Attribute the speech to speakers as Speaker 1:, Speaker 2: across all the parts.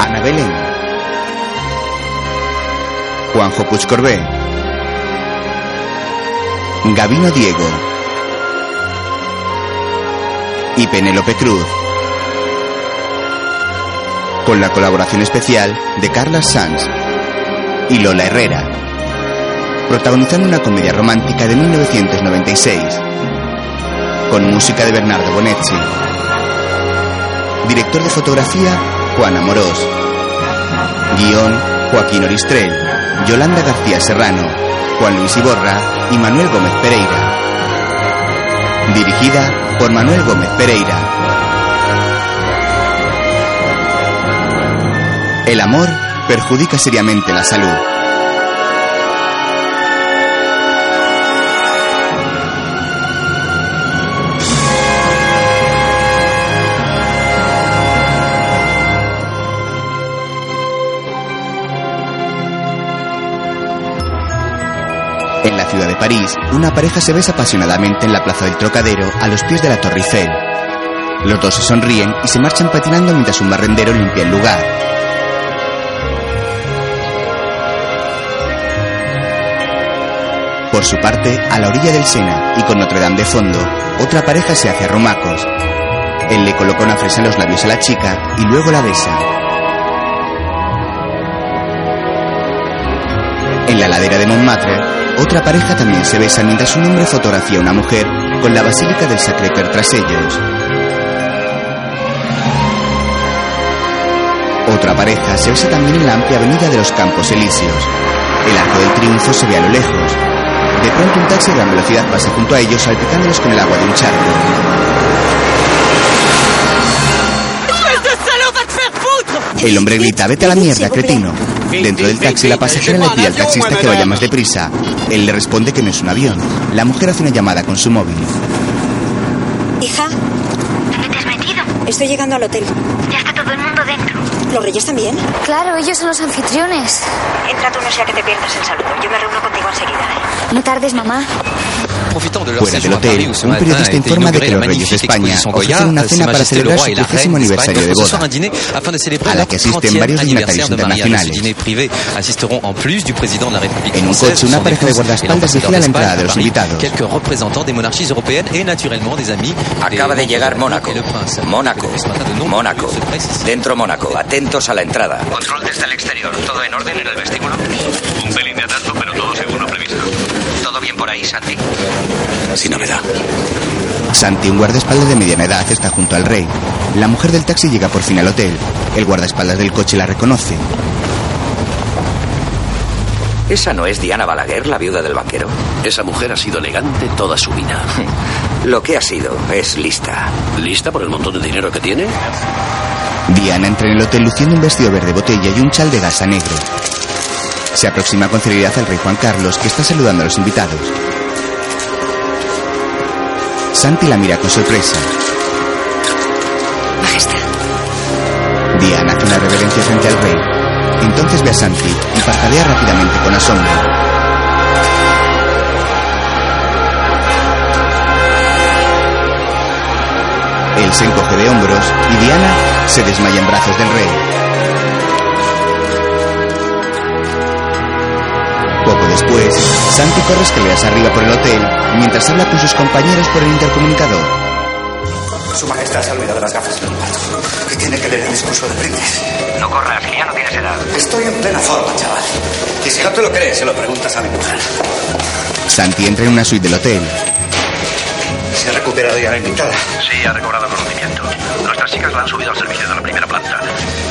Speaker 1: Ana Belén. Juanjo Puigcorbé. Gabino Diego. Y Penélope Cruz. Con la colaboración especial de Carla Sanz y Lola Herrera. Protagonizando una comedia romántica de 1996. Con música de Bernardo Bonetti. Director de fotografía, Juan Amorós. Guión, Joaquín Oristrel, Yolanda García Serrano, Juan Luis Iborra y Manuel Gómez Pereira. Dirigida por Manuel Gómez Pereira. El amor perjudica seriamente la salud. En la ciudad de París, una pareja se besa apasionadamente en la plaza del Trocadero a los pies de la Torre Eiffel. Los dos se sonríen y se marchan patinando mientras un barrendero limpia el lugar. Por su parte, a la orilla del Sena y con Notre Dame de fondo, otra pareja se hace a romacos. Él le coloca una fresa en los labios a la chica y luego la besa. En la ladera de Montmartre, otra pareja también se besa mientras un hombre fotografía a una mujer con la basílica del Sacré-Cœur tras ellos. Otra pareja se besa también en la amplia avenida de los Campos Elíseos. El arco del triunfo se ve a lo lejos. De pronto un taxi de gran velocidad pasa junto a ellos salpicándolos con el agua de un charco. El hombre grita, vete a la mierda, cretino. Dentro del taxi, la pasajera le pide al taxista que vaya más deprisa. Él le responde que no es un avión. La mujer hace una llamada con su móvil.
Speaker 2: Hija.
Speaker 3: ¿Dónde te has metido?
Speaker 2: Estoy llegando al hotel.
Speaker 3: Ya está todo el mundo dentro.
Speaker 2: ¿Los reyes también?
Speaker 4: Claro, ellos son los anfitriones.
Speaker 3: Entra tú, no sea que te pierdas el saludo. Yo me reúno contigo enseguida.
Speaker 4: No tardes, mamá.
Speaker 1: Fuera del hotel, un periodista informa de que los reyes de España ofrecen una cena para celebrar su vigésimo aniversario de boda.
Speaker 5: a la que asisten varios dignatarios internacionales.
Speaker 1: En un coche, una pareja de guardaespaldas vigila la entrada de los invitados.
Speaker 6: Acaba de llegar Mónaco. Mónaco. Mónaco. Dentro Mónaco. Atentos a la entrada.
Speaker 7: Control desde el exterior. ¿Todo en orden en el vestíbulo? Un pelín de atraso, pero todo según lo previsto. ¿Todo bien por ahí, Santi?
Speaker 6: Sin novedad.
Speaker 1: Santi, un guardaespaldas de mediana edad, está junto al rey. La mujer del taxi llega por fin al hotel. El guardaespaldas del coche la reconoce.
Speaker 6: ¿Esa no es Diana Balaguer, la viuda del banquero?
Speaker 8: Esa mujer ha sido elegante toda su vida.
Speaker 6: Lo que ha sido es lista.
Speaker 8: ¿Lista por el montón de dinero que tiene?
Speaker 1: Diana entra en el hotel luciendo un vestido verde botella y un chal de gasa negro. Se aproxima con celeridad al rey Juan Carlos, que está saludando a los invitados. Santi la mira con sorpresa.
Speaker 3: Majestad.
Speaker 1: Diana hace una reverencia frente al rey. Entonces ve a Santi y parpadea rápidamente con asombro. Él se encoge de hombros y Diana se desmaya en brazos del rey. Poco después, Santi corre escaleras arriba por el hotel mientras habla con sus compañeros por el intercomunicador.
Speaker 9: Su majestad se ha olvidado las gafas. ¿Qué tiene que ver el discurso de brindis?
Speaker 7: No corras, que ya no tienes edad.
Speaker 9: Estoy en plena forma, chaval. Y si no te lo crees, se lo preguntas a mi mujer.
Speaker 1: Santi entra en una suite del hotel.
Speaker 9: Se ha recuperado ya la invitada.
Speaker 7: Sí, ha recobrado conocimiento. Nuestras chicas la han subido al servicio de la primera planta.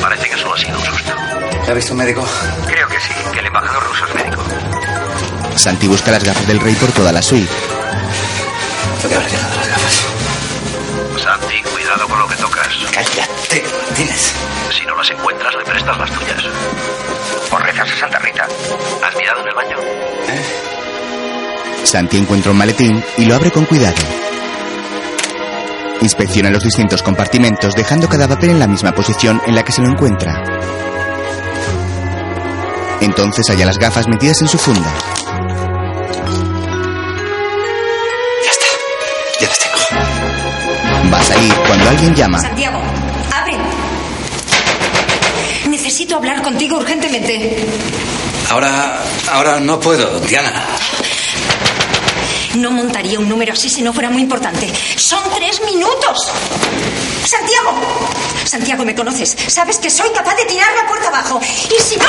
Speaker 7: Parece que solo ha sido un susto.
Speaker 9: ¿La ha visto un médico?
Speaker 7: Creo que sí, que el embajador ruso es médico.
Speaker 1: Santi busca las gafas del rey por toda la suite.
Speaker 9: ¿Dónde habrá llegado las gafas?
Speaker 7: Santi, cuidado con lo que tocas.
Speaker 9: Cállate, Martínez.
Speaker 7: Si no las encuentras, le prestas las tuyas. Por rezas a Santa Rita. ¿Has mirado en el baño?
Speaker 9: ¿Eh?
Speaker 1: Santi encuentra un maletín y lo abre con cuidado. Inspecciona los distintos compartimentos dejando cada papel en la misma posición en la que se lo encuentra. Entonces halla las gafas metidas en su funda.
Speaker 9: Ya está. Ya las tengo.
Speaker 1: Va a salir cuando alguien llama.
Speaker 2: Santiago, abre.
Speaker 10: Necesito hablar contigo urgentemente.
Speaker 7: Ahora, ahora no puedo, Diana.
Speaker 10: No montaría un número así si no fuera muy importante. Son tres minutos. Santiago, Santiago, me conoces. Sabes que soy capaz de tirar la puerta abajo. Y si no...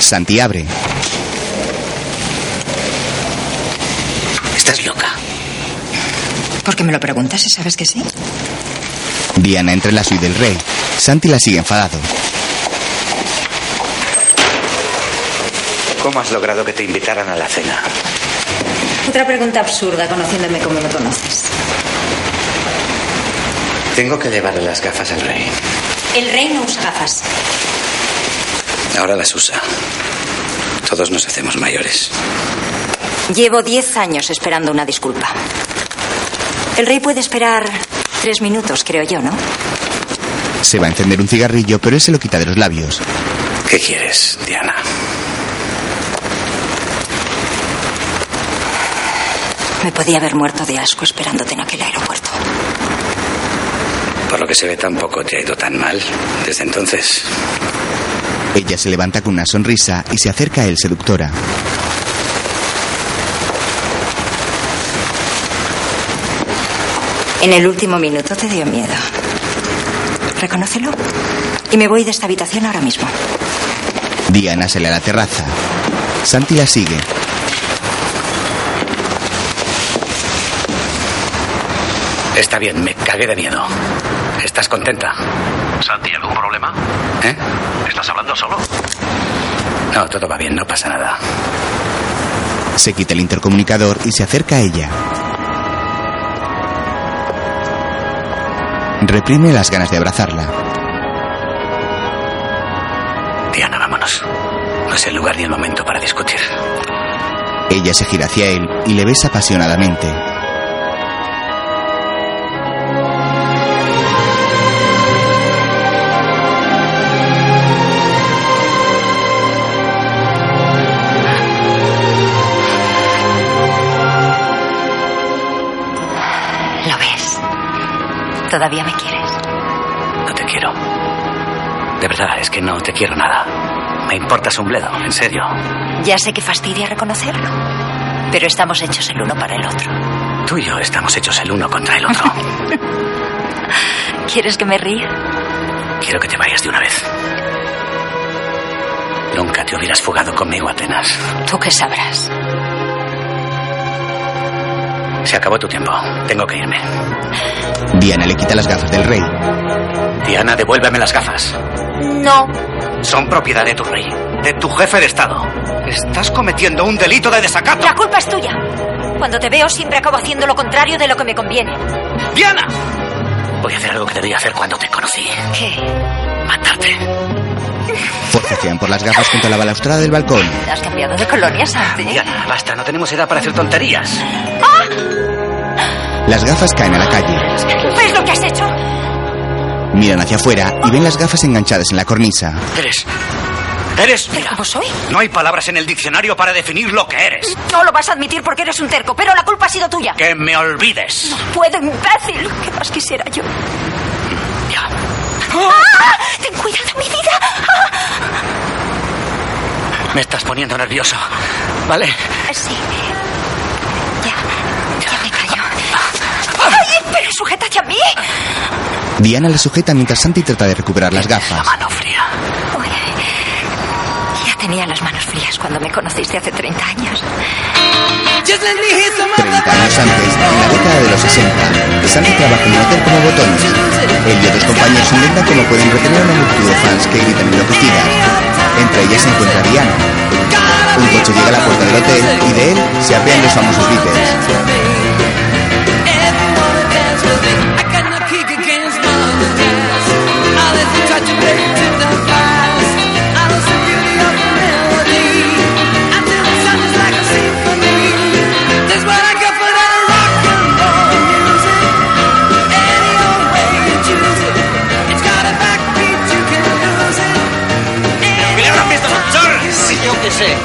Speaker 1: Santi abre.
Speaker 7: ¿Estás loca?
Speaker 10: ¿Por qué me lo preguntas? ¿Sabes que sí?
Speaker 1: Diana entre la suite del rey. Santi la sigue enfadado.
Speaker 7: ¿Cómo has logrado que te invitaran a la cena?
Speaker 10: Otra pregunta absurda, conociéndome como me conoces.
Speaker 7: Tengo que llevarle las gafas al rey.
Speaker 10: El rey no usa gafas.
Speaker 7: Ahora las usa. Todos nos hacemos mayores.
Speaker 11: Llevo diez años esperando una disculpa. El rey puede esperar tres minutos, creo yo, ¿no?
Speaker 1: Se va a encender un cigarrillo, pero él se lo quita de los labios.
Speaker 7: ¿Qué quieres, Diana?
Speaker 11: Me podía haber muerto de asco esperándote en aquel aeropuerto.
Speaker 7: Por lo que se ve tampoco te ha ido tan mal desde entonces.
Speaker 1: Ella se levanta con una sonrisa y se acerca a él seductora.
Speaker 11: En el último minuto te dio miedo. Reconócelo. Y me voy de esta habitación ahora mismo.
Speaker 1: Diana sale a la terraza. Santi la sigue.
Speaker 7: Está bien, me cagué de miedo. ¿Estás contenta?
Speaker 12: Santi, ¿algún problema?
Speaker 7: ¿Eh?
Speaker 12: ¿Estás hablando solo?
Speaker 7: No, todo va bien, no pasa nada.
Speaker 1: Se quita el intercomunicador y se acerca a ella. Reprime las ganas de abrazarla.
Speaker 7: Diana, vámonos. No es el lugar ni el momento para discutir.
Speaker 1: Ella se gira hacia él y le besa apasionadamente.
Speaker 11: ¿Lo ves? Todavía me quieres.
Speaker 7: No te quiero. De verdad, es que no te quiero nada. Me importas un bledo, en serio.
Speaker 11: Ya sé que fastidia reconocerlo. Pero estamos hechos Pues el uno para el otro.
Speaker 7: Tú y yo estamos hechos el uno contra el otro.
Speaker 11: ¿Quieres que me ría?
Speaker 7: Quiero que te vayas de una vez. Nunca te hubieras fugado conmigo, Atenas.
Speaker 11: Tú que sabrás.
Speaker 7: Se acabó tu tiempo. Tengo que irme.
Speaker 1: Diana le quita las gafas del rey.
Speaker 7: Diana, devuélveme las gafas.
Speaker 3: No.
Speaker 7: Son propiedad de tu rey, de tu jefe de Estado. Estás cometiendo un delito de desacato.
Speaker 3: La culpa es tuya. Cuando te veo siempre acabo haciendo lo contrario de lo que me conviene.
Speaker 7: ¡Diana! Voy a hacer algo que debía hacer cuando te conocí.
Speaker 3: ¿Qué?
Speaker 7: Matarte.
Speaker 1: Forcejean por las gafas junto a la balaustrada del balcón.
Speaker 3: ¿Has cambiado de colonia, Santi?
Speaker 7: Diana, basta, no tenemos edad para hacer tonterías.
Speaker 3: Ah.
Speaker 1: Las gafas caen a la calle.
Speaker 3: ¿Ves lo que has hecho?
Speaker 1: Miran hacia afuera y ven las gafas enganchadas en la cornisa.
Speaker 7: Eres. Eres.
Speaker 3: ¿Pero cómo soy?
Speaker 7: No hay palabras en el diccionario para definir lo que eres.
Speaker 3: No lo vas a admitir porque eres un terco, pero la culpa ha sido tuya.
Speaker 7: Que me olvides.
Speaker 3: ¡Puedo, imbécil! ¿Qué más quisiera yo?
Speaker 7: Ya.
Speaker 3: ¡Ah! ¡Ten cuidado, mi vida! ¡Ah!
Speaker 7: Me estás poniendo nervioso. ¿Vale?
Speaker 3: Sí. Ya. Ya me callo. ¡Ay, pero sujétate a mí!
Speaker 1: Diana la sujeta mientras Santi trata de recuperar las
Speaker 7: La
Speaker 1: gafas.
Speaker 7: mano fría.
Speaker 3: Uy, ya tenía las manos frías cuando me conociste hace 30 años.
Speaker 1: 30 años antes, en la década de los 60, Santi trabaja en un hotel como botones. Él y otros compañeros inventan cómo pueden retener a una multitud de fans que gritan enloquecidas. Entre ellas se encuentra Diana. Un coche llega a la puerta del hotel y de él se apean los famosos Beatles.
Speaker 9: If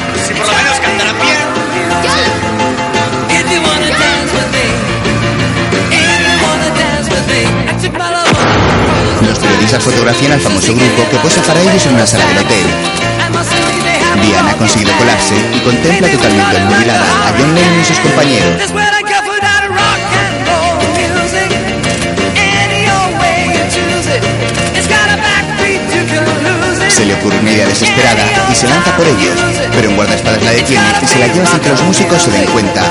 Speaker 9: you wanna dance with me, if you wanna dance with me, I
Speaker 1: Elisa fotografían al famoso grupo que posa para ellos en una sala del hotel. Diana ha conseguido colarse y contempla totalmente obnubilada a John Lennon y sus compañeros. Se le ocurre una idea desesperada y se lanza por ellos, pero un guardaespaldas la detiene y se la lleva sin que los músicos se den cuenta.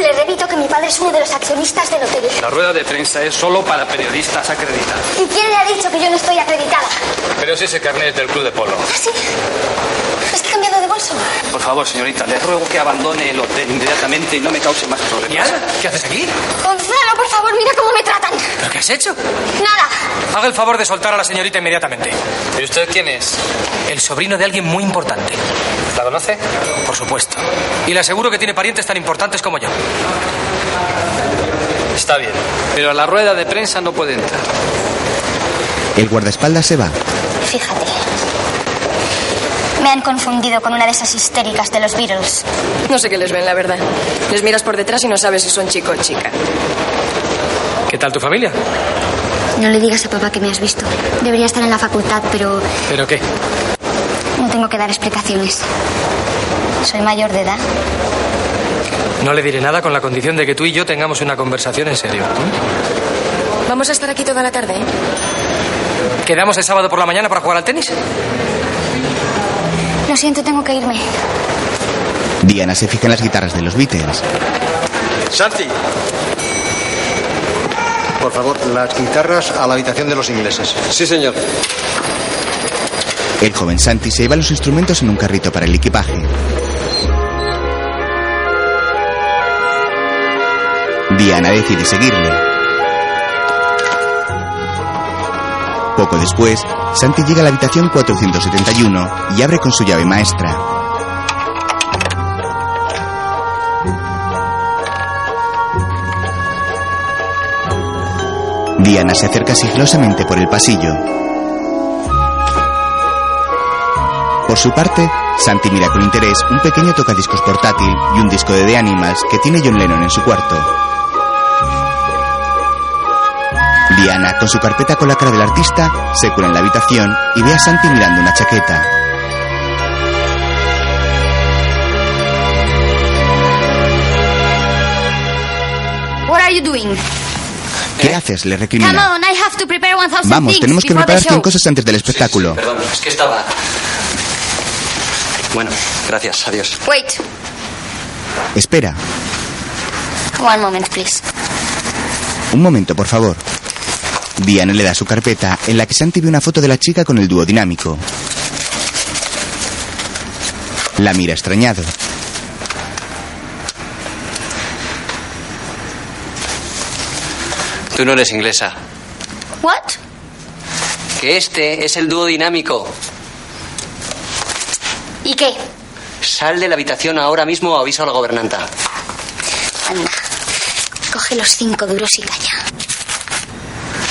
Speaker 4: Le repito que mi padre es uno de los accionistas del hotel.
Speaker 5: La rueda de prensa es solo para periodistas acreditados.
Speaker 4: ¿Y quién le ha dicho que yo no estoy acreditada?
Speaker 5: Pero es ese carnet del club de polo.
Speaker 4: ¿Ah, sí? Es que he cambiado de bolso.
Speaker 5: Por favor, señorita, le ruego que abandone el hotel inmediatamente y no me cause más problemas.
Speaker 6: Diana, ¿qué haces aquí?
Speaker 4: Gonzalo, por favor, mira cómo me tratan.
Speaker 6: ¿Pero qué has hecho?
Speaker 4: Nada.
Speaker 6: Haga el favor de soltar a la señorita inmediatamente.
Speaker 5: ¿Y usted quién es?
Speaker 6: El sobrino de alguien muy importante.
Speaker 5: ¿La conoce?
Speaker 6: Por supuesto. Y le aseguro que tiene parientes tan importantes como yo.
Speaker 5: Está bien, pero a la rueda de prensa no puede entrar.
Speaker 1: El guardaespaldas se va.
Speaker 4: Fíjate. Me han confundido con una de esas histéricas de los Beatles.
Speaker 3: No sé qué les ven, la verdad. Les miras por detrás y no sabes si son chico o chica.
Speaker 6: ¿Qué tal tu familia?
Speaker 4: No le digas a papá que me has visto. Debería estar en la facultad, pero
Speaker 6: ¿Pero qué?
Speaker 4: no tengo que dar explicaciones. Soy mayor de edad.
Speaker 6: No le diré nada con la condición de que tú y yo tengamos una conversación en serio.
Speaker 3: Vamos a estar aquí toda la tarde. ¿eh?
Speaker 6: ¿Quedamos el sábado por la mañana para jugar al tenis?
Speaker 4: Lo siento, tengo que irme.
Speaker 1: Diana se fija en las guitarras de los Beatles.
Speaker 5: Santi.
Speaker 13: Por favor, las guitarras a la habitación de los ingleses.
Speaker 5: Sí, señor.
Speaker 1: El joven Santi se lleva los instrumentos en un carrito para el equipaje. Diana decide seguirle. Poco después, Santi llega a la habitación 471 y abre con su llave maestra. Diana se acerca sigilosamente por el pasillo. Por su parte, Santi mira con interés un pequeño tocadiscos portátil y un disco de The Animals que tiene John Lennon en su cuarto. Diana, con su carpeta con la cara del artista, se cura en la habitación y ve a Santi mirando una chaqueta.
Speaker 4: What are you doing?
Speaker 1: ¿Qué haces? Le
Speaker 4: Eh, Come
Speaker 1: recrimina.
Speaker 4: on, I have to prepare 1000
Speaker 1: Vamos,
Speaker 4: things
Speaker 1: tenemos que
Speaker 4: before the
Speaker 1: preparar 100
Speaker 4: show.
Speaker 1: cosas antes del espectáculo.
Speaker 14: Perdón, es que estaba. Bueno, gracias, adiós.
Speaker 4: Wait,
Speaker 1: Espera,
Speaker 4: one moment, please.
Speaker 1: un momento, por favor. Diana le da su carpeta en la que Santi ve una foto de la chica con el dúo dinámico. La mira extrañado.
Speaker 14: Tú no eres inglesa.
Speaker 4: What?
Speaker 14: Que este es el dúo dinámico.
Speaker 4: ¿Y qué?
Speaker 14: Sal de la habitación ahora mismo o aviso a la gobernanta.
Speaker 4: Anda, coge los cinco duros y calla.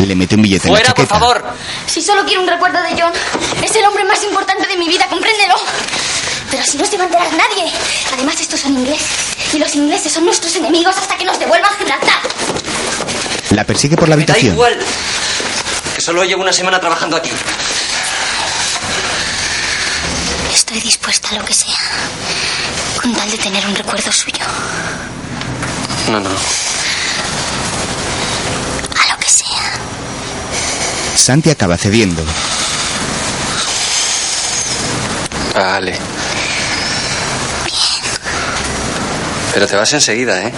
Speaker 1: Le mete un billete en la
Speaker 14: ¡Fuera, por
Speaker 1: chaqueta.
Speaker 14: favor!
Speaker 4: Si solo quiero un recuerdo de John, es el hombre más importante de mi vida, compréndelo. Pero si no se va a enterar nadie. Además, estos son ingleses. Y los ingleses son nuestros enemigos hasta que nos devuelvan Gibraltar.
Speaker 1: La persigue por la
Speaker 14: Me da
Speaker 1: habitación.
Speaker 14: igual. Que solo llevo una semana trabajando aquí.
Speaker 4: Estoy dispuesta a lo que sea. Con tal de tener un recuerdo suyo.
Speaker 14: No, no.
Speaker 4: A lo que sea.
Speaker 1: Santi acaba cediendo.
Speaker 14: Vale. Pero te vas enseguida, ¿eh?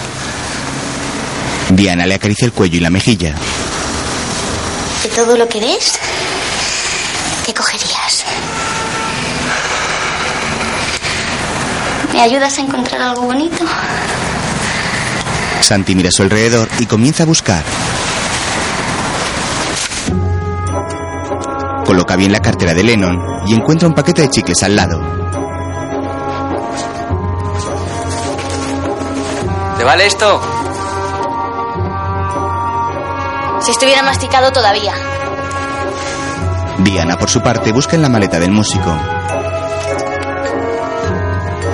Speaker 1: Diana le acaricia el cuello y la mejilla.
Speaker 4: De todo lo que ves, ¿qué cogerías? ¿Me ayudas a encontrar algo bonito?
Speaker 1: Santi mira a su alrededor y comienza a buscar. Coloca bien la cartera de Lennon y encuentra un paquete de chicles al lado.
Speaker 14: ¿Te vale esto?
Speaker 4: Si estuviera masticado todavía.
Speaker 1: Diana, por su parte, busca en la maleta del músico.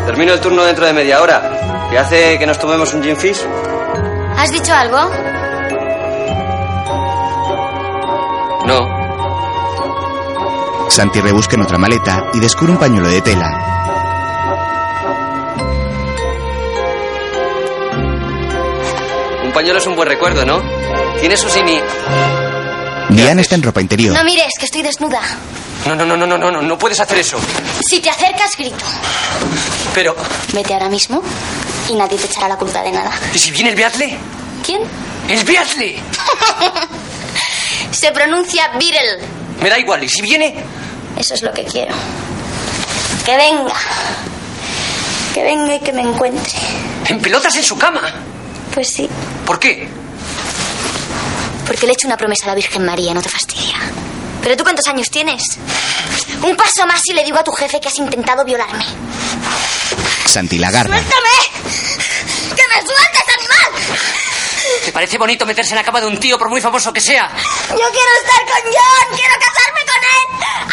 Speaker 14: Termino el turno dentro de media hora. ¿Qué hace que nos tomemos un gin fish?
Speaker 4: ¿A ¿Has dicho algo?
Speaker 14: No.
Speaker 1: Santi rebusca en otra maleta y descubre un pañuelo de tela.
Speaker 6: Un pañuelo es un buen recuerdo, ¿no? Tiene su simi.
Speaker 1: Diane está en ropa interior.
Speaker 4: No mires, que estoy desnuda.
Speaker 6: No, no, no, no, no, no, no, no puedes hacer eso.
Speaker 4: Si te acercas, grito.
Speaker 6: Pero,
Speaker 4: Vete ahora mismo y nadie te echará la culpa de nada.
Speaker 6: ¿y si viene el Beatle?
Speaker 4: ¿Quién?
Speaker 6: ¡El Beatle!
Speaker 4: Se pronuncia Beatle.
Speaker 6: Me da igual, ¿y si viene?
Speaker 4: Eso es lo que quiero. Que venga. Que venga y que me encuentre.
Speaker 6: En pelotas en su cama.
Speaker 4: Pues sí,
Speaker 6: ¿Por qué?
Speaker 4: porque le he hecho una promesa a la Virgen María, no te fastidia. ¿Pero tú cuántos años tienes? Un paso más y le digo a tu jefe que has intentado violarme.
Speaker 1: Santi la agarra.
Speaker 4: ¡Suéltame! ¡Que me sueltes, animal!
Speaker 6: ¿Te parece bonito meterse en la cama de un tío por muy famoso que sea?
Speaker 4: Yo quiero estar con John, quiero casarme con él. I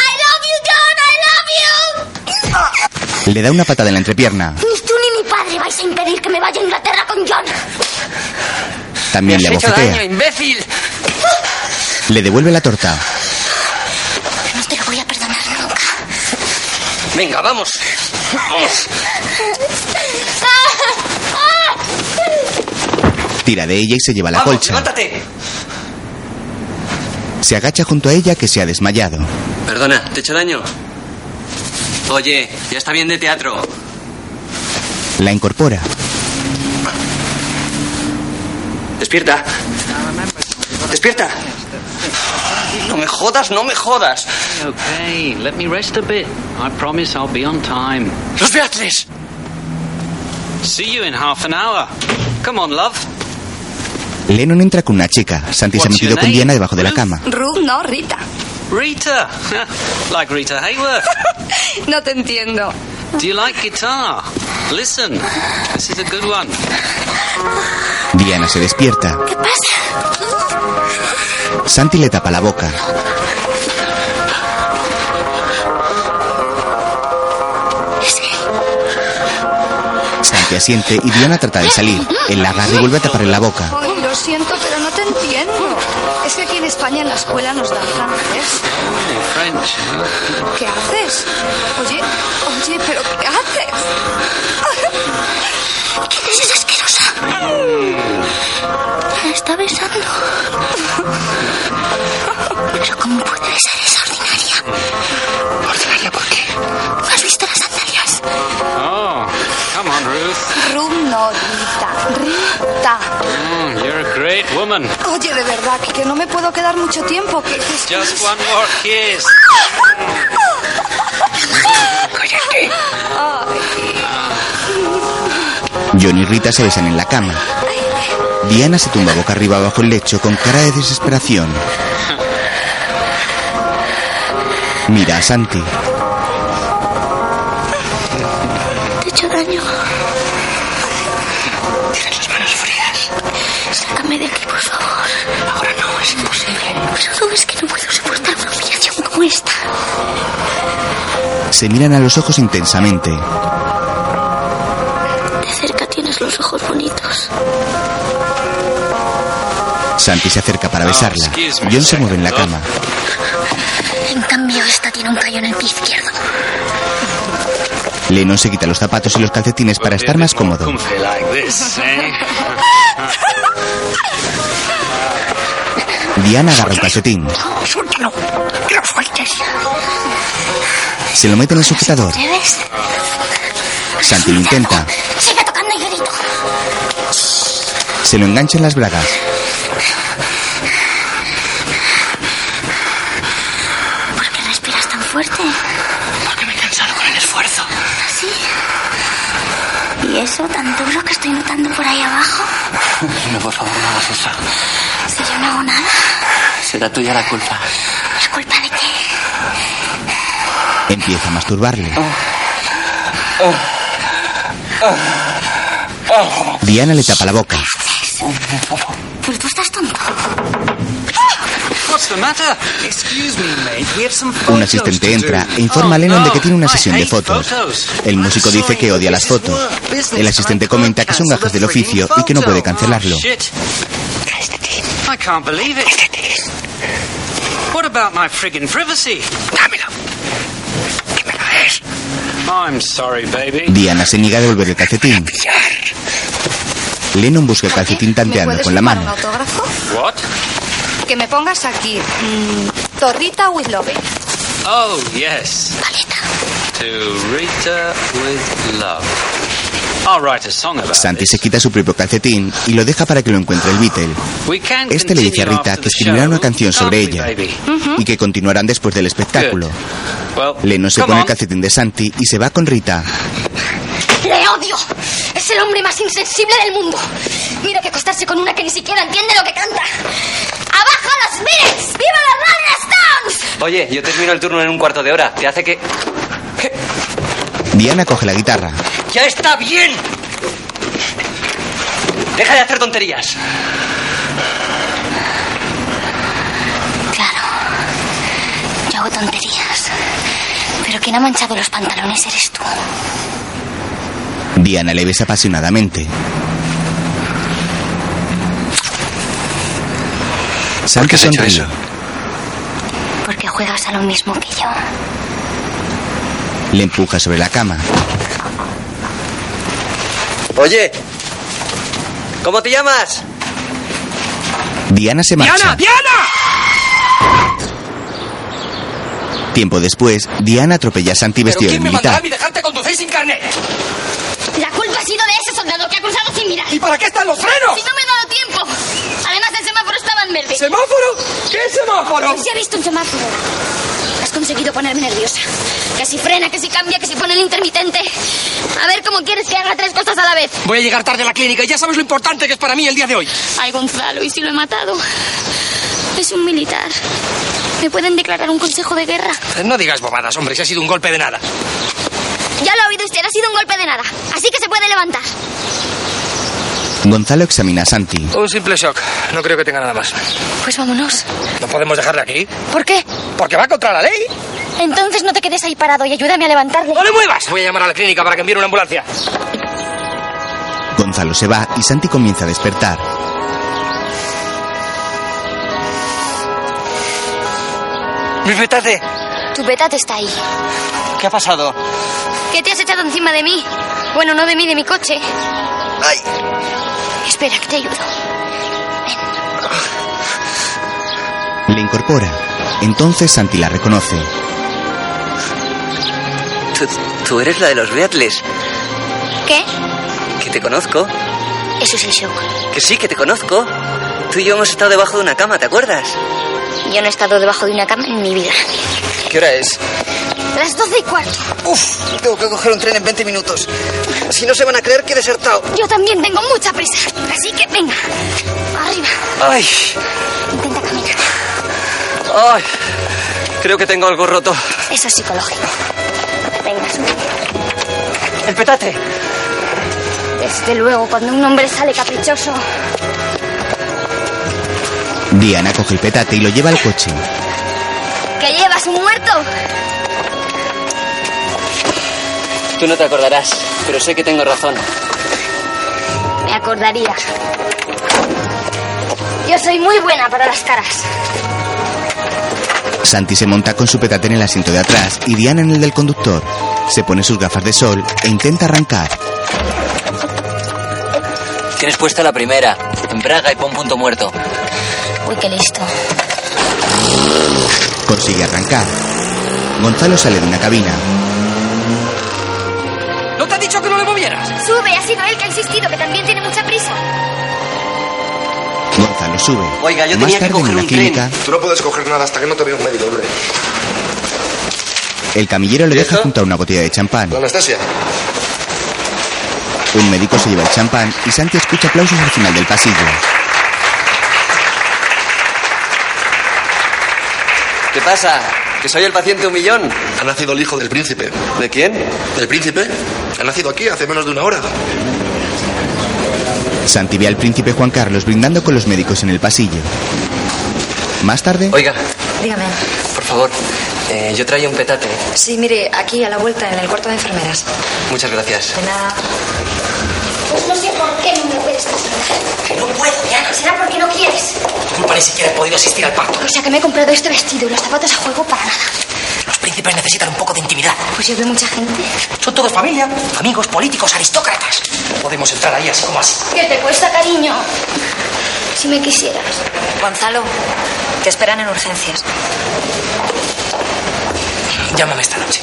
Speaker 4: love you, John, I love you.
Speaker 1: Le da una patada en la entrepierna.
Speaker 4: Ni tú ni mi padre vais a impedir que me vaya a Inglaterra con John.
Speaker 1: También le
Speaker 6: ¡Me has hecho daño,
Speaker 1: abofetea.
Speaker 6: imbécil!
Speaker 1: Le devuelve la torta.
Speaker 4: No te lo voy a perdonar nunca.
Speaker 6: Venga, vamos. Vamos.
Speaker 1: Tira de ella y se lleva la
Speaker 6: Vamos,
Speaker 1: colcha.
Speaker 6: levántate.
Speaker 1: Se agacha junto a ella que se ha desmayado.
Speaker 6: Perdona, ¿te he hecho daño? Oye, ya está bien de teatro.
Speaker 1: La incorpora.
Speaker 6: Despierta. Despierta. No me jodas, no me jodas.
Speaker 9: Okay, let me rest a bit. I promise I'll be on time.
Speaker 6: Los Beatles.
Speaker 9: See you in half an hour. Come on, love.
Speaker 1: Lennon entra con una chica. Santi se ha
Speaker 9: What's your
Speaker 1: metido con
Speaker 9: name?
Speaker 1: Diana debajo de la cama.
Speaker 15: Ruth, no, Rita.
Speaker 9: Rita. like Rita Hayworth.
Speaker 15: No te entiendo.
Speaker 9: Do you like guitar? Listen, this is a good one.
Speaker 1: Diana se despierta.
Speaker 4: ¿Qué pasa?
Speaker 1: Santi le tapa la boca.
Speaker 4: Es que
Speaker 1: Santi asiente y Diana trata de salir. Él la agarra y vuelve a taparle la boca.
Speaker 3: Ay, lo siento, pero no te entiendo. Es que aquí en España en la escuela nos dan francés.
Speaker 9: French.
Speaker 3: ¿Qué haces? Oye, oye, pero ¿qué haces?
Speaker 4: ¿Qué dices, asquerosa? Me está besando. Pero ¿cómo puede besar esa ordinaria? ¿Ordinaria por qué? ¿No has visto las sandalias?
Speaker 9: Oh, come on, Ruth.
Speaker 3: Rum no, Rita. Rita.
Speaker 9: Mm, you're a great woman.
Speaker 3: Oye, de verdad, que, que no me puedo quedar mucho tiempo. Que, que es-
Speaker 9: Just one more kiss.
Speaker 1: John y Rita se besan en la cama. Diana se tumba boca arriba bajo el lecho con cara de desesperación. Mira a Santi.
Speaker 4: Te he hecho daño. Tienes las manos frías. Sácame de aquí, por favor. Pues Ahora no, es imposible. Pero tú ves que no puedo soportar una humillación como esta.
Speaker 1: Se miran a los ojos intensamente.
Speaker 4: De cerca tienes los ojos bonitos.
Speaker 1: Santi se acerca para besarla. John se mueve en la cama.
Speaker 4: En cambio, esta tiene un callo en el pie izquierdo.
Speaker 1: Lennon se quita los zapatos y los calcetines para estar más cómodo.
Speaker 9: Comfy like this, eh?
Speaker 1: Diana agarra un calcetín.
Speaker 4: Suéltalo. Que lo sueltes.
Speaker 1: Se lo mete en el sujetador.
Speaker 4: ¿Te ves?
Speaker 1: Santi lo intenta.
Speaker 4: Sigue tocando y grito.
Speaker 1: Se lo engancha en las bragas.
Speaker 4: ¿Por qué respiras tan fuerte?
Speaker 6: Porque me he cansado con el esfuerzo.
Speaker 4: ¿Así? ¿Y eso tan duro que estoy notando por ahí abajo?
Speaker 6: No, por favor, no hagas eso.
Speaker 4: Si yo no hago nada,
Speaker 6: Será tuya la culpa.
Speaker 4: ¿la culpa de qué?
Speaker 1: Empieza a masturbarle. Diana le tapa la boca.
Speaker 4: Pues Pero tú estás tonto.
Speaker 6: What
Speaker 9: What's the matter? Excuse me, mate. We have some
Speaker 1: Un asistente entra e informa a Lennon de que tiene una sesión de fotos. El músico dice que odia las fotos. El asistente comenta que son gajos del oficio y que no puede cancelarlo.
Speaker 9: Shit. I can't believe it. What about my friggin' privacy? Dámelo. Dímelo es. I'm sorry, baby.
Speaker 1: Diana se niega a devolver el calcetín. Lennon busca el calcetín tanteando con la
Speaker 3: ¿Un
Speaker 1: mano.
Speaker 3: autógrafo?
Speaker 9: What?
Speaker 3: Que me pongas aquí. mm, Torrita with love.
Speaker 9: Oh, yes. To Rita with love. I'll write a song about it.
Speaker 1: Santi se quita su propio calcetín y lo deja para que lo encuentre el Beatle.
Speaker 9: We can
Speaker 1: Este le dice a
Speaker 9: continue
Speaker 1: Rita
Speaker 9: after
Speaker 1: que
Speaker 9: the
Speaker 1: escribirá
Speaker 9: show,
Speaker 1: una canción
Speaker 9: can't
Speaker 1: sobre
Speaker 9: we,
Speaker 1: ella
Speaker 9: baby?
Speaker 1: y que continuarán después del espectáculo.
Speaker 9: Well,
Speaker 1: Lennon se
Speaker 9: come
Speaker 1: pone el
Speaker 9: on.
Speaker 1: calcetín de Santi y se va con Rita.
Speaker 4: ¡Le odio! Es el hombre más insensible del mundo. Mira que acostarse con una que ni siquiera entiende lo que canta. ¡Abajo los Beatles! ¡Viva los Rolling Stones!
Speaker 6: Oye, yo termino el turno en un cuarto de hora. Te hace que.
Speaker 1: Diana coge la guitarra.
Speaker 6: ¡Ya está bien! Deja de hacer tonterías.
Speaker 4: Claro. Yo hago tonterías. Pero quien ha manchado los pantalones eres tú.
Speaker 1: Diana le besa apasionadamente. Santi
Speaker 4: has hecho
Speaker 1: sonríe.
Speaker 4: Porque juegas a lo mismo que yo.
Speaker 1: Le empuja sobre la cama.
Speaker 6: Oye, ¿cómo te llamas?
Speaker 1: Diana se marcha. Tiempo después, Diana atropella a Santi vestido de militar.
Speaker 16: dejarte conducir sin carnet?
Speaker 4: La culpa ha sido de ese soldado que ha cruzado sin mirar.
Speaker 16: ¿Y para qué están los frenos?
Speaker 4: Si no me he dado tiempo. Además, el semáforo estaba en verde.
Speaker 16: ¿Semáforo? ¿Qué semáforo?
Speaker 4: Si ha visto un semáforo. Has conseguido ponerme nerviosa. Que si frena, que si cambia, que si pone el intermitente. A ver cómo quieres que haga tres cosas a la vez.
Speaker 16: Voy a llegar tarde a la clínica y ya sabes lo importante que es para mí el día de hoy.
Speaker 4: Ay, Gonzalo, ¿y si lo he matado? Es un militar. Me pueden declarar un consejo de guerra.
Speaker 16: No digas bobadas, hombre, si ha sido un golpe de nada.
Speaker 4: Ya lo ha oído usted, ha sido un golpe de nada. Así que se puede levantar.
Speaker 1: Gonzalo examina a Santi.
Speaker 7: Un simple shock. No creo que tenga nada más.
Speaker 4: Pues vámonos.
Speaker 7: No podemos dejarle aquí.
Speaker 4: ¿Por qué?
Speaker 7: Porque va contra la ley.
Speaker 4: Entonces no te quedes ahí parado y ayúdame a levantarle.
Speaker 7: ¡No le muevas! Voy a llamar a la clínica para que envíe una ambulancia.
Speaker 1: Gonzalo se va y Santi comienza a despertar.
Speaker 6: Mi petate.
Speaker 4: Tu petate está ahí.
Speaker 6: ¿Qué ha pasado?
Speaker 4: ¿Qué te has echado encima de mí? Bueno, no de mí, de mi coche.
Speaker 6: ¡Ay!
Speaker 4: Espera, que te ayudo.
Speaker 1: Le incorpora. Entonces Santi la reconoce.
Speaker 6: Tú, tú eres la de los Beatles.
Speaker 4: ¿Qué?
Speaker 6: Que te conozco.
Speaker 4: Eso es el shock.
Speaker 6: Que sí, que te conozco. Tú y yo hemos estado debajo de una cama, ¿te acuerdas?
Speaker 4: Yo no he estado debajo de una cama en mi vida.
Speaker 6: ¿Qué hora es?
Speaker 4: Las doce y cuarto.
Speaker 5: Uf, tengo que coger un tren en 20 minutos. Si no se van a creer que he desertado.
Speaker 4: Yo también tengo mucha prisa. Así que venga. Arriba.
Speaker 6: ¡Ay!
Speaker 4: Intenta caminar.
Speaker 6: ¡Ay! Creo que tengo algo roto.
Speaker 4: Eso es psicológico. Venga, sube.
Speaker 6: ¡El petate!
Speaker 4: Desde luego, cuando un hombre sale caprichoso.
Speaker 1: Diana coge el petate y lo lleva al coche.
Speaker 4: ¿Qué llevas, un muerto?
Speaker 6: Tú no te acordarás, pero sé que tengo razón.
Speaker 4: Me acordaría. Yo soy muy buena para las caras.
Speaker 1: Santi se monta con su petate en el asiento de atrás y Diana en el del conductor. Se pone sus gafas de sol e intenta arrancar.
Speaker 17: Tienes puesta la primera. En Braga y pon punto muerto.
Speaker 4: Uy, qué listo.
Speaker 1: Consigue arrancar. Gonzalo sale de una cabina.
Speaker 16: ¿No te ha dicho que no le movieras?
Speaker 4: Sube, ha sido él que ha insistido, que también tiene mucha prisa.
Speaker 1: Gonzalo sube.
Speaker 5: Oiga, yo
Speaker 1: Más
Speaker 5: tenía que
Speaker 1: tarde
Speaker 5: coger
Speaker 1: en una
Speaker 5: un
Speaker 1: clínica,
Speaker 5: Tú no puedes coger nada hasta que no te vea un médico, hombre.
Speaker 1: el camillero le deja junto a una botella de champán.
Speaker 5: La Anastasia.
Speaker 1: Un médico se lleva el champán y Santi escucha aplausos al final del pasillo.
Speaker 6: ¿Qué pasa? ¿Que soy el paciente un millón?
Speaker 5: Ha nacido el hijo del príncipe.
Speaker 6: ¿De quién?
Speaker 5: ¿Del príncipe? Ha nacido aquí hace menos de una hora.
Speaker 1: Santi ve al príncipe Juan Carlos brindando con los médicos en el pasillo. Más tarde,
Speaker 6: Oiga,
Speaker 18: Dígame.
Speaker 6: por favor, eh, yo traía un petate.
Speaker 18: Sí, mire, aquí a la vuelta, en el cuarto de enfermeras.
Speaker 6: Muchas gracias.
Speaker 18: De nada.
Speaker 4: Pues no sé por qué no me puedes casar.
Speaker 19: Que no puedo, Diana.
Speaker 4: Será porque no quieres.
Speaker 19: Tú no parece que has podido asistir al parto.
Speaker 4: O sea que me he comprado este vestido y los zapatos a juego para nada.
Speaker 19: Los príncipes necesitan un poco de intimidad.
Speaker 4: Pues yo veo mucha gente.
Speaker 19: Son todos familia, amigos, políticos, aristócratas. Podemos entrar ahí así como así.
Speaker 4: ¿Qué te cuesta, cariño? Si me quisieras.
Speaker 3: Gonzalo, te esperan en urgencias.
Speaker 19: Llámame esta noche.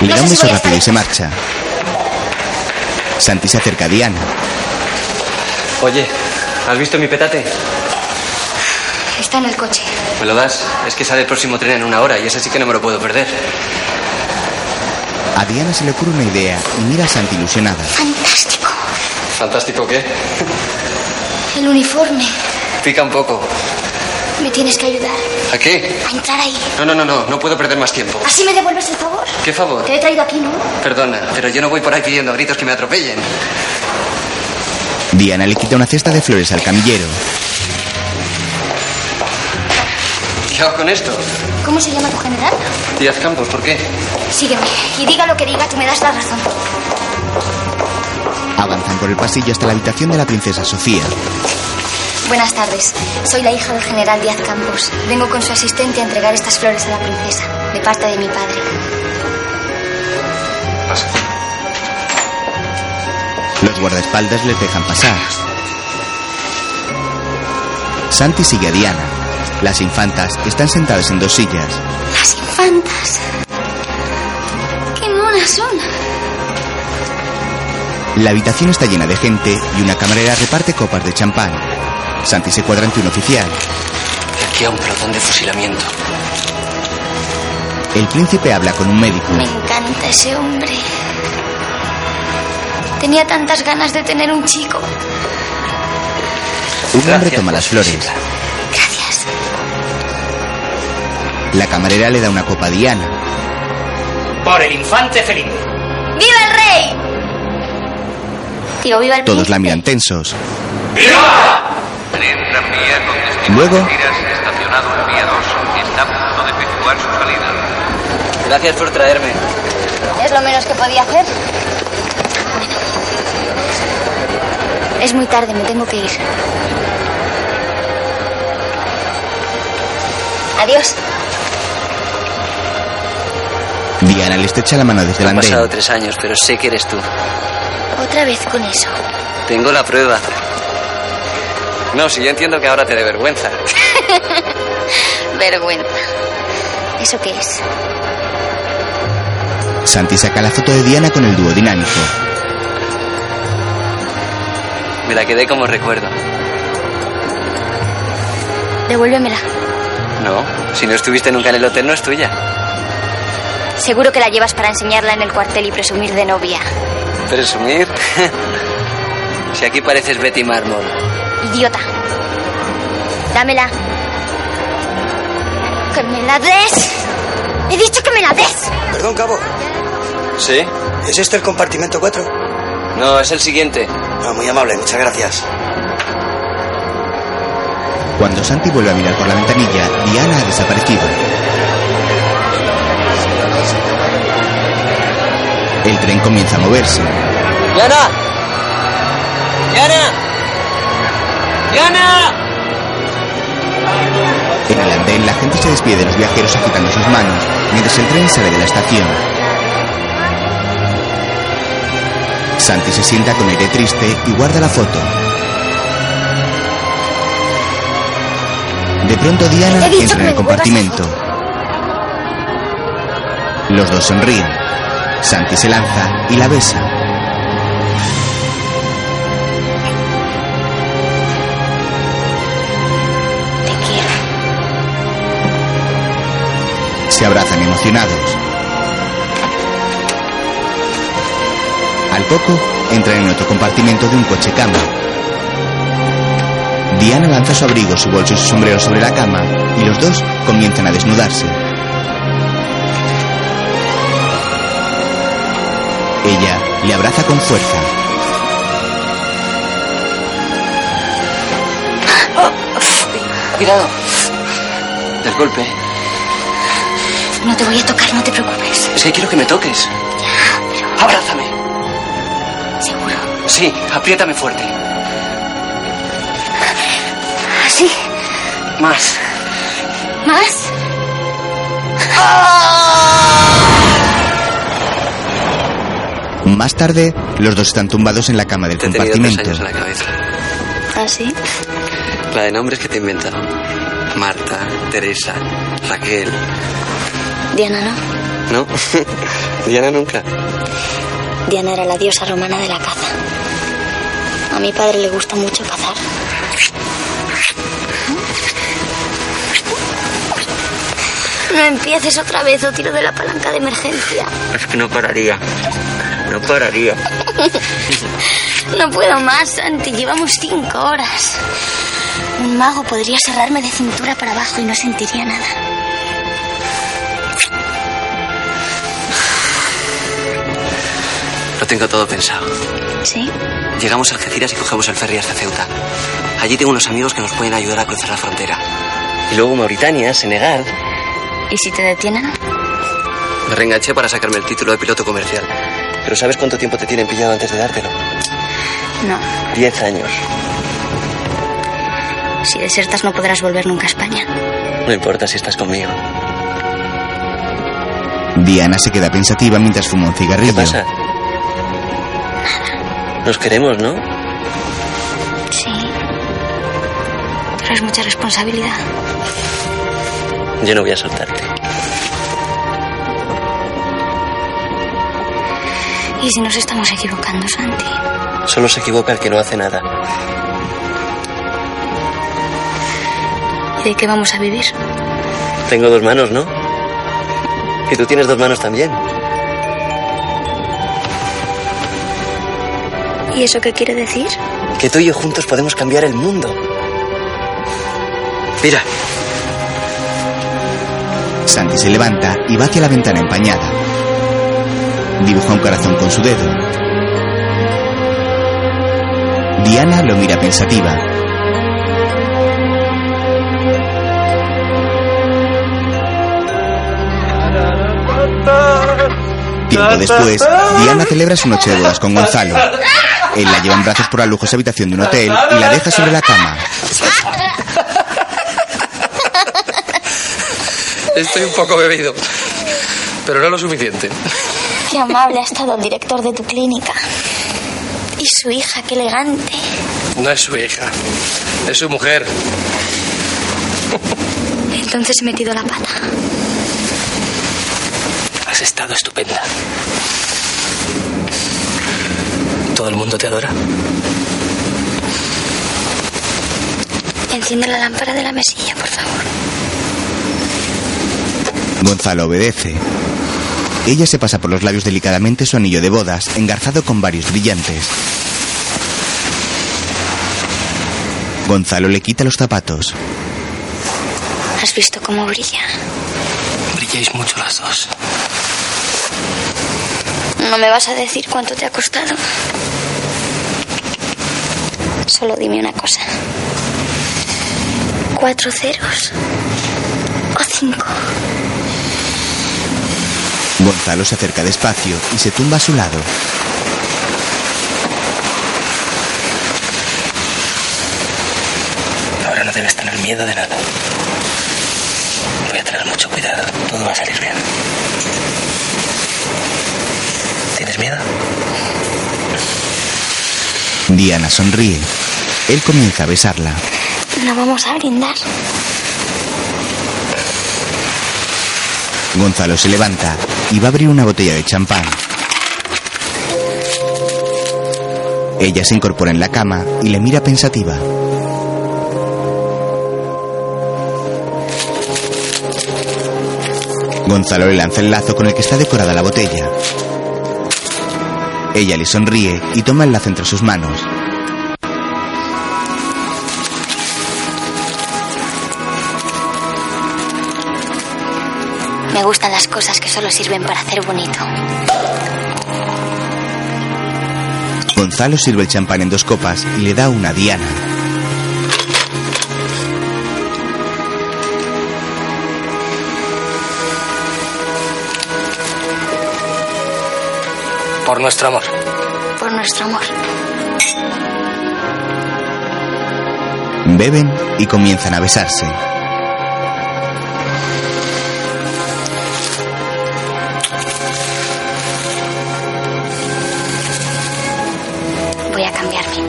Speaker 1: le da un beso rápido y se marcha. Santi se acerca a Diana.
Speaker 20: Oye, ¿has visto mi petate?
Speaker 4: Está en el coche.
Speaker 20: ¿Me lo das? Es que sale el próximo tren en una hora y ese sí que no me lo puedo perder.
Speaker 1: A Diana se le ocurre una idea y mira a Santi ilusionada.
Speaker 4: Fantástico.
Speaker 20: ¿Fantástico qué?
Speaker 4: El uniforme.
Speaker 20: Pica un poco.
Speaker 4: Me tienes que ayudar
Speaker 20: ¿A qué?
Speaker 4: a entrar ahí.
Speaker 20: No, no, no, no, no puedo perder más tiempo.
Speaker 4: ¿Así me devuelves el favor?
Speaker 20: ¿Qué favor?
Speaker 4: Que he traído aquí, ¿no?
Speaker 20: Perdona, pero yo no voy por ahí pidiendo a gritos que me atropellen.
Speaker 1: Diana le quita una cesta de flores al camillero.
Speaker 20: ¿Qué hago con esto?
Speaker 4: ¿Cómo se llama tu general?
Speaker 20: Díaz Campos, ¿por qué?
Speaker 4: Sígueme. Y diga lo que diga, tú me das la razón.
Speaker 1: Avanzan por el pasillo hasta la habitación de la princesa Sofía.
Speaker 4: Buenas tardes. Soy la hija del general Díaz Campos. Vengo con su asistente a entregar estas flores a la princesa, de parte de mi padre.
Speaker 1: Los guardaespaldas les dejan pasar. Santi sigue a Diana. Las infantas están sentadas en dos sillas.
Speaker 4: Las infantas. ¡Qué monas son!
Speaker 1: La habitación está llena de gente y una camarera reparte copas de champán. Santi se cuadra ante un oficial.
Speaker 6: Aquí a un pelotón de fusilamiento.
Speaker 1: El príncipe habla con un médico.
Speaker 4: Me encanta ese hombre. Tenía tantas ganas de tener un chico.
Speaker 1: Un hombre toma las flores.
Speaker 4: Gracias.
Speaker 1: La camarera le da una copa a Diana.
Speaker 19: Por el infante Felipe.
Speaker 4: ¡Viva el rey! Digo, viva el
Speaker 1: Todos la miran tensos.
Speaker 21: Tren tranvía con destino
Speaker 1: Luego-
Speaker 21: a Algeciras, estacionado en vía 2, está a punto de efectuar su salida.
Speaker 6: Gracias por traerme.
Speaker 4: Es lo menos que podía hacer. Es muy tarde, me tengo que ir. Adiós.
Speaker 1: Diana le estrecha la mano desde el
Speaker 6: Han pasado
Speaker 1: andén.
Speaker 6: tres años, pero sé que eres tú.
Speaker 4: Otra vez con eso.
Speaker 6: Tengo la prueba. No, si yo entiendo que ahora te dé vergüenza.
Speaker 4: Vergüenza. ¿Eso qué es?
Speaker 1: Santi saca la foto de Diana con el dúo dinámico.
Speaker 6: Me la quedé como recuerdo.
Speaker 4: Devuélvemela.
Speaker 6: No, si no estuviste nunca en el hotel no es tuya.
Speaker 4: Seguro que la llevas para enseñarla en el cuartel y presumir de novia.
Speaker 6: Presumir. si aquí pareces Betty Marmol.
Speaker 4: Idiota. Dámela. ¡Que me la des! ¡He dicho que me la des!
Speaker 22: Perdón, cabo.
Speaker 6: ¿Sí?
Speaker 22: ¿Es este el compartimento 4?
Speaker 6: No, es el siguiente.
Speaker 22: Ah, muy amable, muchas gracias.
Speaker 1: Cuando Santi vuelve a mirar por la ventanilla, Diana ha desaparecido. El tren comienza a moverse.
Speaker 6: ¡Diana! ¡Diana! ¡Diana!
Speaker 1: En el andén, la gente se despide de los viajeros agitando sus manos, mientras el tren sale de la estación. Santi se sienta con aire triste y guarda la foto. De pronto Diana
Speaker 4: He dicho
Speaker 1: entra
Speaker 4: que
Speaker 1: en
Speaker 4: me
Speaker 1: el compartimento. Los dos sonríen. Santi se lanza y la besa.
Speaker 4: Te quiero.
Speaker 1: Se abrazan emocionados. Al poco, entran en otro compartimento de un coche cama. Diana lanza su abrigo, su bolso y su sombrero sobre la cama y los dos comienzan a desnudarse. Ella le abraza con fuerza.
Speaker 23: tirado. Del golpe.
Speaker 4: No te voy a tocar, no te preocupes.
Speaker 6: Sí, quiero que me toques. Abrázame.
Speaker 4: ¿Seguro?
Speaker 6: Sí, apriétame fuerte.
Speaker 4: ¿Así?
Speaker 6: Más.
Speaker 4: ¿Más?
Speaker 1: Más tarde, los dos están tumbados en la cama del
Speaker 6: Te he tenido tres
Speaker 1: compartimento.
Speaker 6: años en la cabeza.
Speaker 4: ¿Así?
Speaker 6: La de nombres que te he inventado. Marta, Teresa, Raquel.
Speaker 4: Diana no.
Speaker 6: No, Diana nunca.
Speaker 4: Diana era la diosa romana de la caza. A mi padre le gusta mucho cazar. No empieces otra vez o tiro de la palanca de emergencia.
Speaker 23: Es que no pararía. No pararía.
Speaker 4: No puedo más, Santi. Llevamos cinco horas. Un mago podría cerrarme de cintura para abajo y no sentiría nada.
Speaker 6: Lo tengo todo pensado.
Speaker 4: ¿Sí?
Speaker 6: Llegamos a Algeciras y cogemos el ferry hasta Ceuta. Allí tengo unos amigos que nos pueden ayudar a cruzar la frontera. Y luego Mauritania, Senegal.
Speaker 4: ¿Y si te detienen?
Speaker 6: Me reenganché para sacarme el título de piloto comercial. Pero ¿sabes cuánto tiempo te tienen pillado antes de dártelo?
Speaker 4: No.
Speaker 6: Diez años.
Speaker 4: Si desertas no podrás volver nunca a España.
Speaker 6: No importa si estás conmigo.
Speaker 1: Diana se queda pensativa mientras fuma un cigarrillo.
Speaker 6: pasa? Nos queremos, ¿no?
Speaker 4: Sí. Pero es mucha responsabilidad.
Speaker 6: Yo no voy a soltarte.
Speaker 4: ¿Y si nos estamos equivocando, Santi?
Speaker 6: Solo se equivoca el que no hace nada.
Speaker 4: ¿Y de qué vamos a vivir?
Speaker 6: Tengo dos manos, ¿no? Y tú tienes dos manos también.
Speaker 4: ¿Y eso qué quiere decir?
Speaker 6: Que tú y yo juntos podemos cambiar el mundo. Mira,
Speaker 1: Santi se levanta y va hacia la ventana empañada. Dibuja un corazón con su dedo. Diana lo mira pensativa. Tiempo después, Diana celebra su noche de bodas con Gonzalo. Él la lleva en brazos por la lujosa habitación de un hotel y la deja sobre la cama.
Speaker 24: Estoy un poco bebido, pero no lo suficiente.
Speaker 4: Qué amable ha estado el director de tu clínica. Y su hija, qué elegante.
Speaker 24: No es su hija, es su mujer.
Speaker 4: Entonces he metido la pata.
Speaker 8: Has estado estupenda. Todo el mundo te adora.
Speaker 4: Enciende la lámpara de la mesilla, por favor.
Speaker 1: Gonzalo obedece. Ella se pasa por los labios delicadamente su anillo de bodas, engarzado con varios brillantes. Gonzalo le quita los zapatos.
Speaker 4: ¿Has visto cómo brilla?
Speaker 8: Brilláis mucho las dos.
Speaker 4: No me vas a decir cuánto te ha costado. Solo dime una cosa. ¿Cuatro ceros? ¿O cinco?
Speaker 1: Gonzalo se acerca despacio y se tumba a su lado.
Speaker 8: Ahora no debes tener miedo de nada. Voy a tener mucho cuidado. Todo va a salir bien. ¿Tienes miedo?
Speaker 1: Diana sonríe. Él comienza a besarla.
Speaker 4: No vamos a brindar.
Speaker 1: Gonzalo se levanta y va a abrir una botella de champán. Ella se incorpora en la cama y le mira pensativa. Gonzalo le lanza el lazo con el que está decorada la botella. Ella le sonríe y toma el lazo entre sus manos.
Speaker 4: Me gustan las cosas que solo sirven para hacer bonito.
Speaker 1: Gonzalo sirve el champán en dos copas y le da una a Diana.
Speaker 25: Por nuestro amor.
Speaker 9: Por nuestro amor.
Speaker 1: Beben y comienzan a besarse.
Speaker 9: Voy a cambiarme.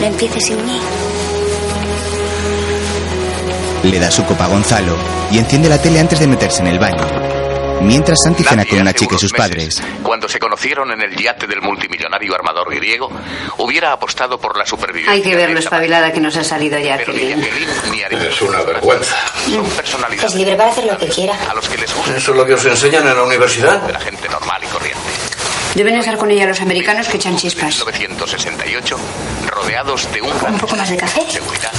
Speaker 9: No empieces sin mí.
Speaker 1: Le da su copa a Gonzalo y enciende la tele antes de meterse en el baño. Mientras Santi cena
Speaker 23: Nadie
Speaker 1: con una
Speaker 23: hace
Speaker 1: chica y
Speaker 23: unos
Speaker 1: sus
Speaker 23: meses,
Speaker 1: padres,
Speaker 23: Cuando se conocieron en el yate del multimillonario armador griego, hubiera apostado por la supervivencia.
Speaker 26: Hay que ver lo espabilada que nos ha salido ya.
Speaker 23: Es una vergüenza.
Speaker 3: Mm.
Speaker 23: Son personalidades.
Speaker 26: Es libre para hacer lo que quiera.
Speaker 23: A los que les gusta
Speaker 7: Eso es lo que os enseñan en la universidad.
Speaker 23: la gente normal y corriente.
Speaker 26: Deben estar con ella los americanos que echan chispas.
Speaker 23: 1968, rodeados de un gran
Speaker 26: ¿Un poco más de café?
Speaker 23: seguridad.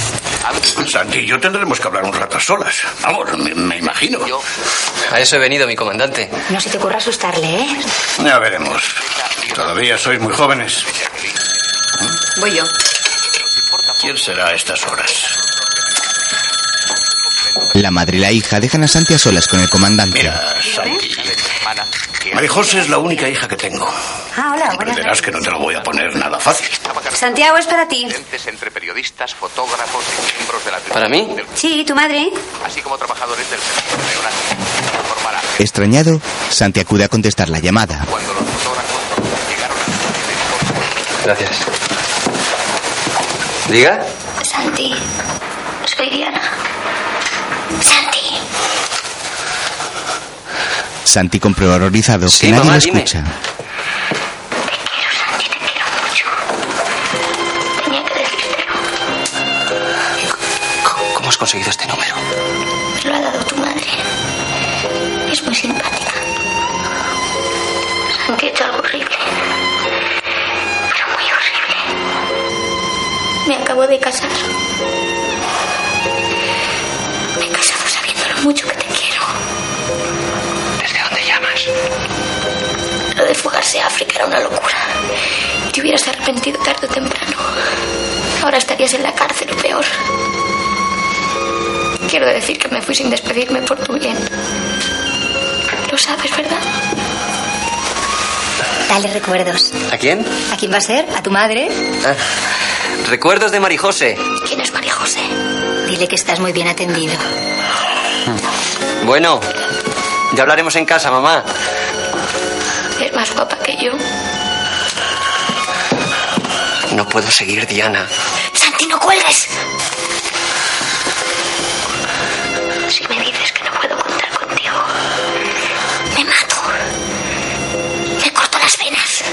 Speaker 7: Santi y yo tendremos que hablar un rato a solas. Vamos, me, me imagino.
Speaker 6: A eso he venido, mi comandante.
Speaker 26: No se te ocurra asustarle, ¿eh?
Speaker 7: Ya veremos. Todavía sois muy jóvenes.
Speaker 26: Voy yo.
Speaker 7: ¿Quién será a estas horas?
Speaker 1: la madre y la hija dejan a Santi a solas con el comandante.
Speaker 7: Mira, Santi. María José es la única hija que tengo.
Speaker 26: Ah, hola, buenas
Speaker 7: Comprenderás que no te lo voy a poner nada fácil.
Speaker 26: Santiago, es para ti.
Speaker 23: Entre periodistas, fotógrafos y miembros de la
Speaker 6: ¿Para mí?
Speaker 26: Sí, tu madre.
Speaker 23: Así como trabajadores del sector leonardo. Formará
Speaker 1: Extrañado, Santi acude a contestar la llamada.
Speaker 23: cuando los fotógrafos llegaron a
Speaker 6: Gracias. ¿Diga?
Speaker 9: Santi. Soy Diana. Santi.
Speaker 1: Santi comprueba horrorizado que nadie
Speaker 23: mamá,
Speaker 1: lo
Speaker 23: dime.
Speaker 1: escucha.
Speaker 4: ¿Cómo has conseguido este número?
Speaker 9: Lo ha dado tu madre. Es muy simpática. Santi ha hecho algo horrible. Pero muy horrible. Me acabo de casar. Me he casado sabiendo lo mucho que te quiero. ¿Desde dónde llamas? Lo de fugarse a África era una locura. Te hubieras arrepentido tarde o temprano. Ahora estarías en la cárcel o peor. Quiero decir que me fui sin despedirme por tu bien. Lo sabes, ¿verdad?
Speaker 26: Dale recuerdos.
Speaker 6: ¿A quién?
Speaker 26: ¿A quién va a ser? ¿A tu madre?
Speaker 6: Ah, recuerdos de Marijose.
Speaker 26: ¿Quién es María José? Dile que estás muy bien atendido.
Speaker 6: Bueno, ya hablaremos en casa, mamá.
Speaker 9: Es más guapa que yo.
Speaker 4: No puedo seguir, Diana.
Speaker 9: Santi, no cuelgues. Si me dices que no puedo contar contigo, me mato. Me corto las venas.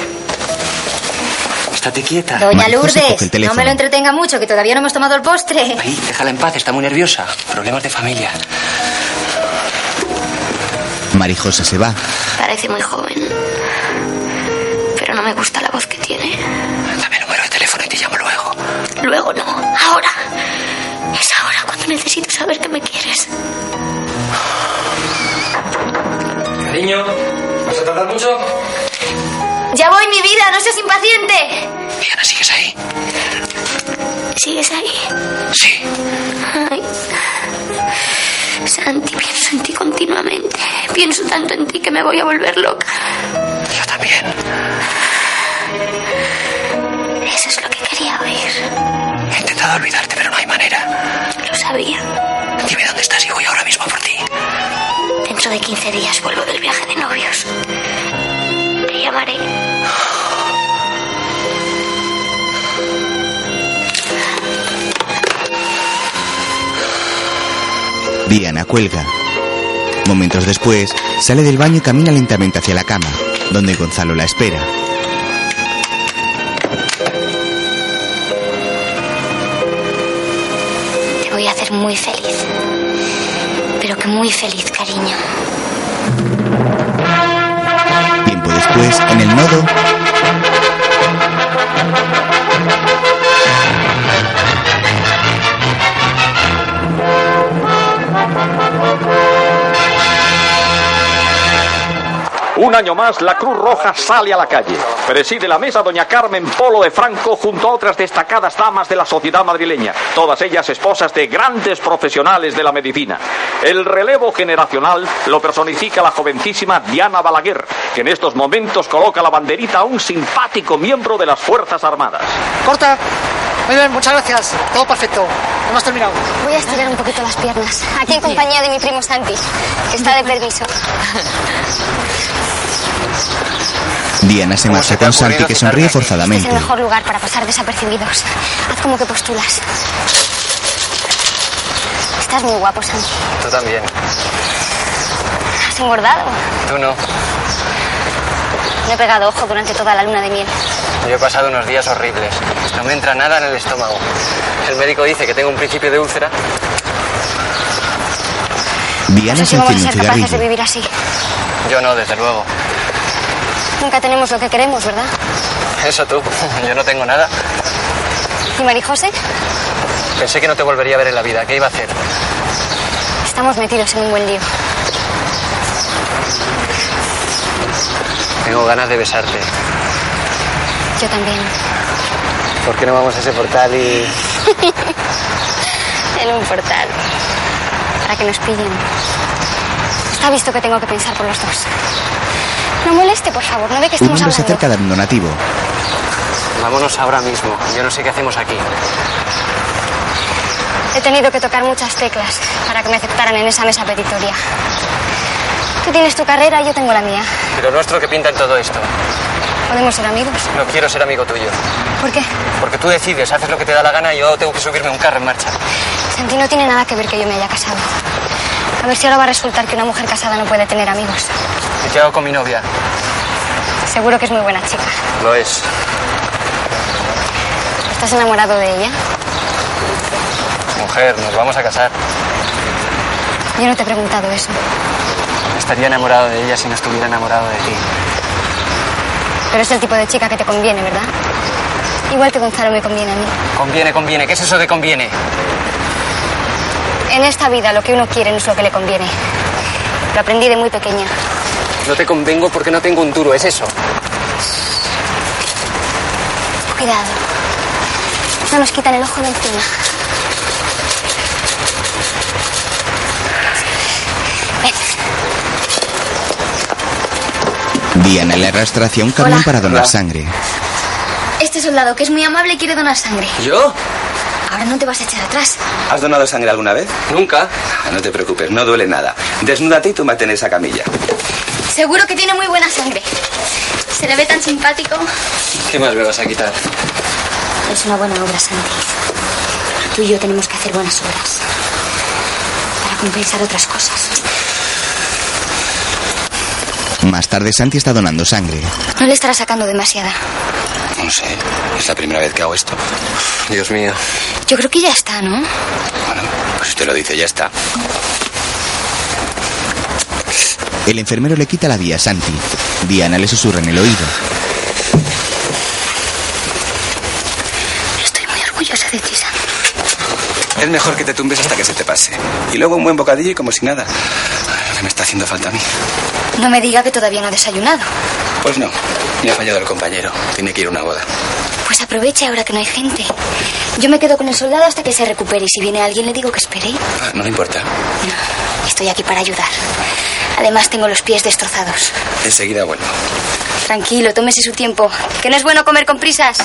Speaker 4: Estate
Speaker 6: Ah,
Speaker 4: quieta.
Speaker 26: Doña Lourdes, no me lo entretenga mucho, que todavía no hemos tomado el postre.
Speaker 4: Ahí, déjala en paz, está muy nerviosa. Problemas de familia.
Speaker 1: Marijosa se va.
Speaker 9: Parece muy joven. Pero no me gusta la voz que tiene. Dame el número de teléfono y te llamo luego. Luego no. Ahora. Es ahora cuando necesito saber que me quieres.
Speaker 6: Cariño, ¿vas a tardar mucho?
Speaker 9: Ya voy, mi vida. No seas impaciente. Diana, ¿sigues ahí? ¿Sigues ahí? Sí. Ay. Santi, pienso en ti continuamente. Pienso tanto en ti que me voy a volver loca. Yo también. Eso es lo que quería oír.
Speaker 4: He intentado olvidarte, pero no hay manera.
Speaker 9: Lo sabía.
Speaker 4: Dime dónde estás y voy ahora mismo por ti.
Speaker 9: Dentro de 15 días vuelvo del viaje de novios. Te llamaré.
Speaker 1: Diana cuelga. Momentos después, sale del baño y camina lentamente hacia la cama, donde Gonzalo la espera.
Speaker 9: Te voy a hacer muy feliz. Pero que muy feliz, cariño.
Speaker 1: Tiempo después, en el nodo,
Speaker 27: Un año más, la Cruz Roja sale a la calle. Preside la mesa doña Carmen Polo de Franco junto a otras destacadas damas de la sociedad madrileña, todas ellas esposas de grandes profesionales de la medicina. El relevo generacional lo personifica la jovencísima Diana Balaguer, que en estos momentos coloca la banderita a un simpático miembro de las Fuerzas Armadas.
Speaker 26: Corta. Muy bien, muchas gracias. Todo perfecto. Hemos terminado.
Speaker 4: Voy a estirar un poquito las piernas. Aquí en compañía de mi primo Santi, que está de permiso.
Speaker 1: Diana se marcha con Santi que sonríe
Speaker 4: Es
Speaker 1: forzadamente.
Speaker 4: el mejor lugar para pasar desapercibidos. Haz como que postulas. Estás muy guapo, Santi.
Speaker 6: Tú también.
Speaker 4: Has engordado.
Speaker 6: Tú no.
Speaker 4: No he pegado ojo durante toda la luna de miel.
Speaker 6: Yo he pasado unos días horribles. No me entra nada en el estómago. El médico dice que tengo un principio de úlcera.
Speaker 1: Diana
Speaker 4: No
Speaker 1: se
Speaker 4: sé cómo vamos
Speaker 1: enciende
Speaker 4: a
Speaker 1: un
Speaker 4: ser capaces de
Speaker 1: cigarrillo.
Speaker 4: vivir así.
Speaker 6: Yo no, desde luego.
Speaker 4: Nunca tenemos lo que queremos, ¿verdad?
Speaker 6: Eso tú. Yo no tengo nada.
Speaker 4: ¿Y Marijose?
Speaker 6: Pensé que no te volvería a ver en la vida. ¿Qué iba a hacer?
Speaker 4: Estamos metidos en un buen lío.
Speaker 6: Tengo ganas de besarte.
Speaker 4: Yo también.
Speaker 6: ¿Por qué no vamos a ese portal y...?
Speaker 4: en un portal. Para que nos pillen. Está visto que tengo que pensar por los dos. No moleste, por favor. No ve que
Speaker 1: Un
Speaker 4: estamos
Speaker 1: hombre se
Speaker 4: hablando.
Speaker 1: acerca dando un donativo.
Speaker 6: Vámonos ahora mismo. Yo no sé qué hacemos aquí.
Speaker 4: He tenido que tocar muchas teclas para que me aceptaran en esa mesa petitoria. Tú tienes tu carrera y yo tengo la mía.
Speaker 6: Pero nuestro que pinta en todo esto.
Speaker 4: ¿Podemos ser amigos?
Speaker 6: No quiero ser amigo tuyo.
Speaker 4: ¿Por qué?
Speaker 6: Porque tú decides, haces lo que te da la gana y yo tengo que subirme a un carro en marcha.
Speaker 4: Santi no tiene nada que ver que yo me haya casado. A ver si ahora va a resultar que una mujer casada no puede tener amigos.
Speaker 6: ¿Y qué hago con mi novia?
Speaker 4: Seguro que es muy buena chica.
Speaker 6: Lo es.
Speaker 4: ¿Estás enamorado de ella?
Speaker 6: Mujer, nos vamos a casar.
Speaker 4: Yo no te he preguntado eso.
Speaker 6: Estaría enamorado de ella si no estuviera enamorado de ti.
Speaker 4: Pero es el tipo de chica que te conviene, ¿verdad? Igual que Gonzalo me conviene a mí.
Speaker 6: Conviene, conviene. ¿Qué es eso de conviene?
Speaker 4: En esta vida lo que uno quiere no es lo que le conviene. Lo aprendí de muy pequeña.
Speaker 6: No te convengo porque no tengo un duro, es eso.
Speaker 4: Cuidado. No nos quitan el ojo de encima.
Speaker 1: Diana le arrastra hacia un camión para donar sangre.
Speaker 9: Este soldado, que es muy amable, quiere donar sangre.
Speaker 28: ¿Yo?
Speaker 9: Ahora no te vas a echar atrás.
Speaker 28: ¿Has donado sangre alguna vez? Nunca. Ah, No te preocupes, no duele nada. Desnúdate y túmbate en esa camilla.
Speaker 9: Seguro que tiene muy buena sangre. Se le ve tan simpático.
Speaker 28: ¿Qué más me vas a quitar?
Speaker 9: Es una buena obra, Santi. Tú y yo tenemos que hacer buenas obras. Para compensar otras cosas.
Speaker 1: Más tarde Santi está donando sangre.
Speaker 4: No le estará sacando demasiada.
Speaker 28: No sé, es la primera vez que hago esto. Dios mío.
Speaker 4: Yo creo que ya está, ¿no?
Speaker 28: Pues usted lo dice, ya está.
Speaker 1: El enfermero le quita la vía a Santi. Diana le susurra en el oído.
Speaker 9: Estoy muy orgullosa de ti, Santi.
Speaker 28: Es mejor que te tumbes hasta que se te pase. Y luego un buen bocadillo y como si nada. Ay, Lo que me está haciendo falta a mí.
Speaker 9: No me diga que todavía no ha desayunado.
Speaker 28: Pues no, me ha fallado el compañero. Tiene que ir a una boda.
Speaker 9: Pues aproveche ahora que no hay gente. Yo me quedo con el soldado hasta que se recupere y si viene alguien le digo que espere.
Speaker 28: Ah, No le importa.
Speaker 9: Estoy aquí para ayudar. Además tengo los pies destrozados.
Speaker 28: Enseguida vuelvo.
Speaker 9: Tranquilo, tómese su tiempo. Que no es bueno comer con prisas.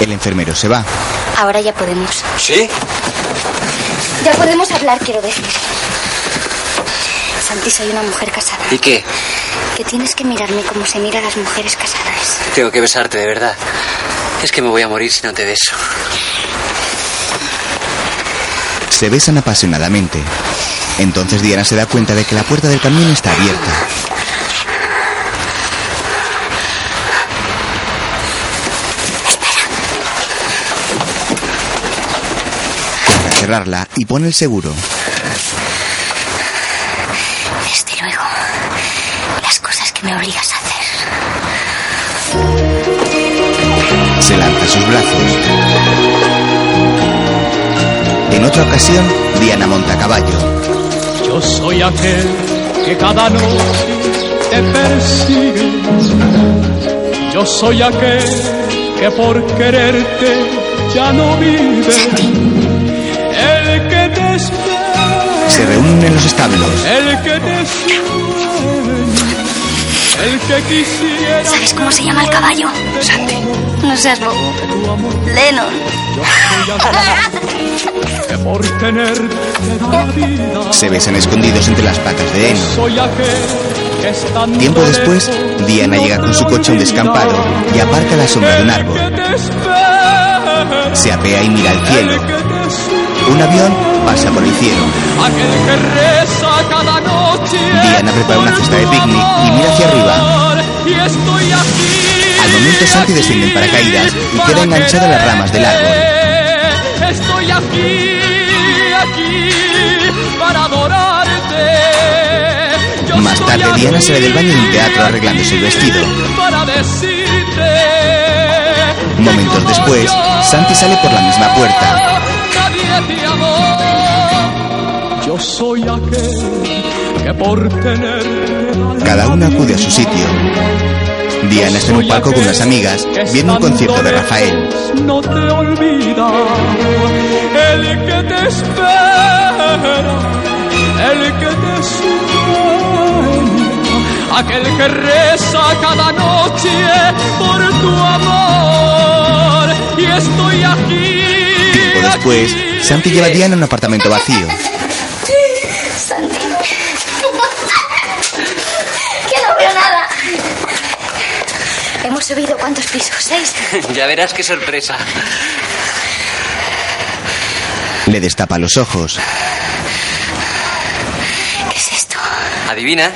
Speaker 1: El enfermero se va.
Speaker 9: Ahora ya podemos.
Speaker 28: ¿Sí?
Speaker 9: Ya podemos hablar, quiero decir. Santi, soy una mujer casada.
Speaker 29: ¿Y qué?
Speaker 9: Que tienes que mirarme como se mira a las mujeres casadas.
Speaker 29: Tengo que besarte, de verdad. Es que me voy a morir si no te beso.
Speaker 1: Se besan apasionadamente. Entonces Diana se da cuenta de que la puerta del camión está abierta. Corre a cerrarla y pone el seguro.
Speaker 9: Desde Este luego. Las cosas que me obligas a hacer.
Speaker 1: Se lanza a sus brazos. En otra ocasión, Diana monta a caballo.
Speaker 30: Yo soy aquel
Speaker 9: que cada noche te persigue. Yo soy aquel que por quererte ya no vive. El que te espera,
Speaker 1: Se reúnen en los establos.
Speaker 9: el que te sueña, el que quisiera.
Speaker 4: ¿Sabes cómo se llama el caballo? Santi. No seas bobo. Lennon.
Speaker 9: que por tenerte da la vida.
Speaker 1: Se besan escondidos entre las patas de Eno.
Speaker 9: Soy aquel que estando
Speaker 1: Tiempo después, Diana llega con su coche a un descampado y aparca a la sombra de un árbol. Se apea y mira al cielo. Un avión pasa por el cielo.
Speaker 9: Aquel que reza cada noche.
Speaker 1: Diana prepara una cesta de picnic y mira hacia arriba.
Speaker 9: Y estoy aquí.
Speaker 1: Al momento Santi desciende en paracaídas y queda enganchado a las ramas del árbol.
Speaker 9: Estoy aquí, aquí para adorarte. Yo
Speaker 1: Más
Speaker 9: estoy
Speaker 1: tarde,
Speaker 9: aquí
Speaker 1: Diana sale del baño de un teatro arreglándose el vestido.
Speaker 9: Para decirte,
Speaker 1: Momentos después, Santi sale por la misma puerta.
Speaker 9: nadie te amó. Yo soy aquel que por tenerte
Speaker 1: Cada una acude a su sitio. Diana está en un palco con unas amigas, viendo un concierto de Rafael.
Speaker 9: no te olvida. El que te espera, el que te sueña, aquel que reza cada noche por tu amor. Y estoy aquí.
Speaker 1: Tiempo después, Santi lleva a Diana a un apartamento vacío.
Speaker 4: Santi. que no veo nada. Hemos subido cuántos pisos, seis.
Speaker 6: ya verás qué sorpresa.
Speaker 1: Le destapa los ojos.
Speaker 4: ¿Qué es esto?
Speaker 6: Adivina.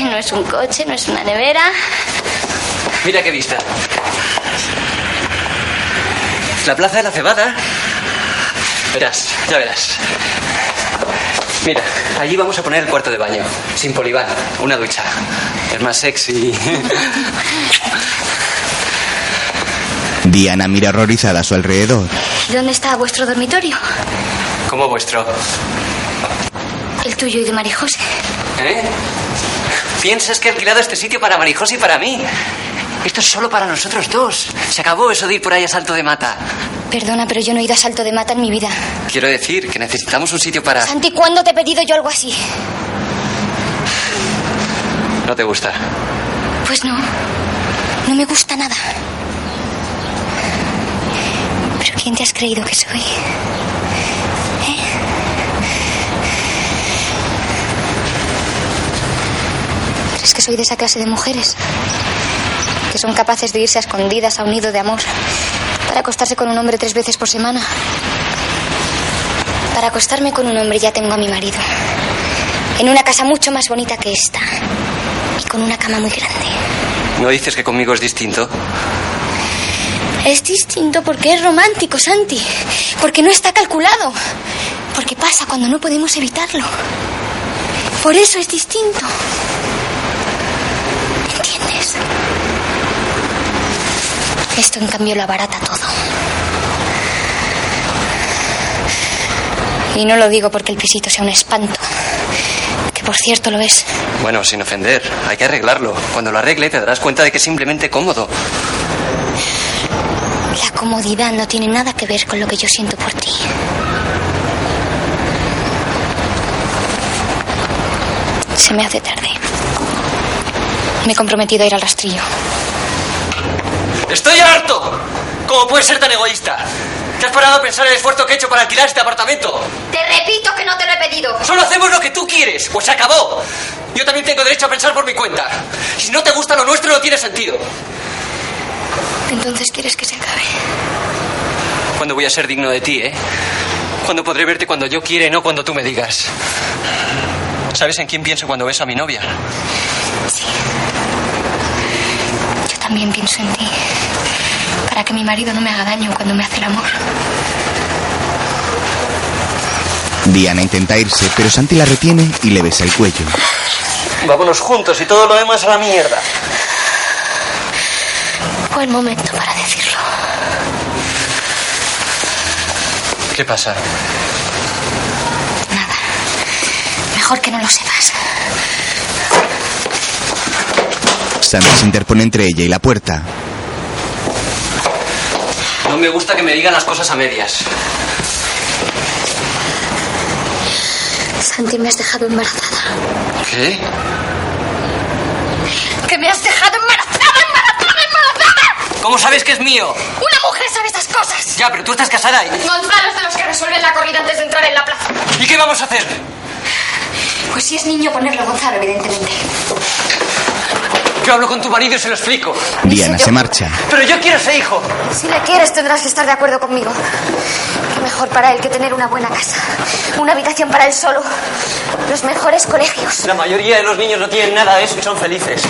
Speaker 4: No es un coche, no es una nevera.
Speaker 6: Mira qué vista. La plaza de la cebada. Verás, ya verás. Mira, allí vamos a poner el cuarto de baño, sin poliván, una ducha. Es más sexy.
Speaker 1: Diana mira horrorizada a su alrededor.
Speaker 4: ¿Dónde está vuestro dormitorio?
Speaker 6: Como vuestro.
Speaker 4: El tuyo y de Marijose.
Speaker 6: ¿Eh? ¿Piensas que he alquilado este sitio para Marijos y para mí? Esto es solo para nosotros dos. Se acabó eso de ir por ahí a salto de mata.
Speaker 4: Perdona, pero yo no he ido a salto de mata en mi vida.
Speaker 6: Quiero decir que necesitamos un sitio para...
Speaker 4: Santi, ¿cuándo te he pedido yo algo así?
Speaker 6: No te gusta.
Speaker 4: Pues no. No me gusta nada. ¿Pero quién te has creído que soy? ¿Eh? ¿Crees que soy de esa clase de mujeres? Que son capaces de irse a escondidas a un nido de amor. Para acostarse con un hombre tres veces por semana. Para acostarme con un hombre ya tengo a mi marido. En una casa mucho más bonita que esta. Y con una cama muy grande.
Speaker 6: ¿No dices que conmigo es distinto?
Speaker 4: Es distinto porque es romántico, Santi. Porque no está calculado. Porque pasa cuando no podemos evitarlo. Por eso es distinto. ¿Entiendes? Esto, en cambio, lo abarata todo. Y no lo digo porque el pisito sea un espanto. Que, por cierto, lo es.
Speaker 6: Bueno, sin ofender, hay que arreglarlo. Cuando lo arregle te darás cuenta de que es simplemente cómodo.
Speaker 4: La comodidad no tiene nada que ver con lo que yo siento por ti. Se me hace tarde. Me he comprometido a ir al rastrillo.
Speaker 6: ¡Estoy harto! ¿Cómo puedes ser tan egoísta? ¿Te has parado a pensar el esfuerzo que he hecho para alquilar este apartamento?
Speaker 4: Te repito que no te lo he pedido.
Speaker 6: Solo hacemos lo que tú quieres, pues se acabó. Yo también tengo derecho a pensar por mi cuenta. Si no te gusta lo nuestro, no tiene sentido.
Speaker 4: Entonces quieres que se acabe.
Speaker 6: ¿Cuándo voy a ser digno de ti, eh? ¿Cuándo podré verte cuando yo quiera y no cuando tú me digas? ¿Sabes en quién pienso cuando beso a mi novia?
Speaker 4: Yo también pienso en ti. Para que mi marido no me haga daño cuando me hace el amor.
Speaker 1: Diana intenta irse, pero Santi la retiene y le besa el cuello.
Speaker 6: Vámonos juntos y todo lo demás a la mierda.
Speaker 4: Fue el momento para decirlo.
Speaker 6: ¿Qué pasa?
Speaker 4: Mejor Mejor que no lo sepas.
Speaker 1: Sandy se interpone entre ella y la puerta.
Speaker 6: No me gusta que me digan las cosas a medias.
Speaker 4: Santi, me has dejado embarazada.
Speaker 6: ¿Qué?
Speaker 4: ¡Que me has dejado embarazada, embarazada, embarazada!
Speaker 6: ¿Cómo sabes que es mío?
Speaker 4: Una mujer sabe estas cosas.
Speaker 6: Ya, pero tú estás casada y...
Speaker 4: Gonzalo es de los que resuelven la corrida antes de entrar en la plaza.
Speaker 6: ¿Y qué vamos a hacer?
Speaker 4: Pues si es niño, ponerlo Gonzalo, evidentemente.
Speaker 6: Yo hablo con tu marido y se lo explico.
Speaker 1: Diana se marcha.
Speaker 6: Pero yo quiero ese hijo.
Speaker 4: Si le quieres, tendrás que estar de acuerdo conmigo. Qué mejor para él que tener una buena casa, una habitación para él solo, los mejores colegios.
Speaker 6: La mayoría de los niños no tienen nada de eso y son felices.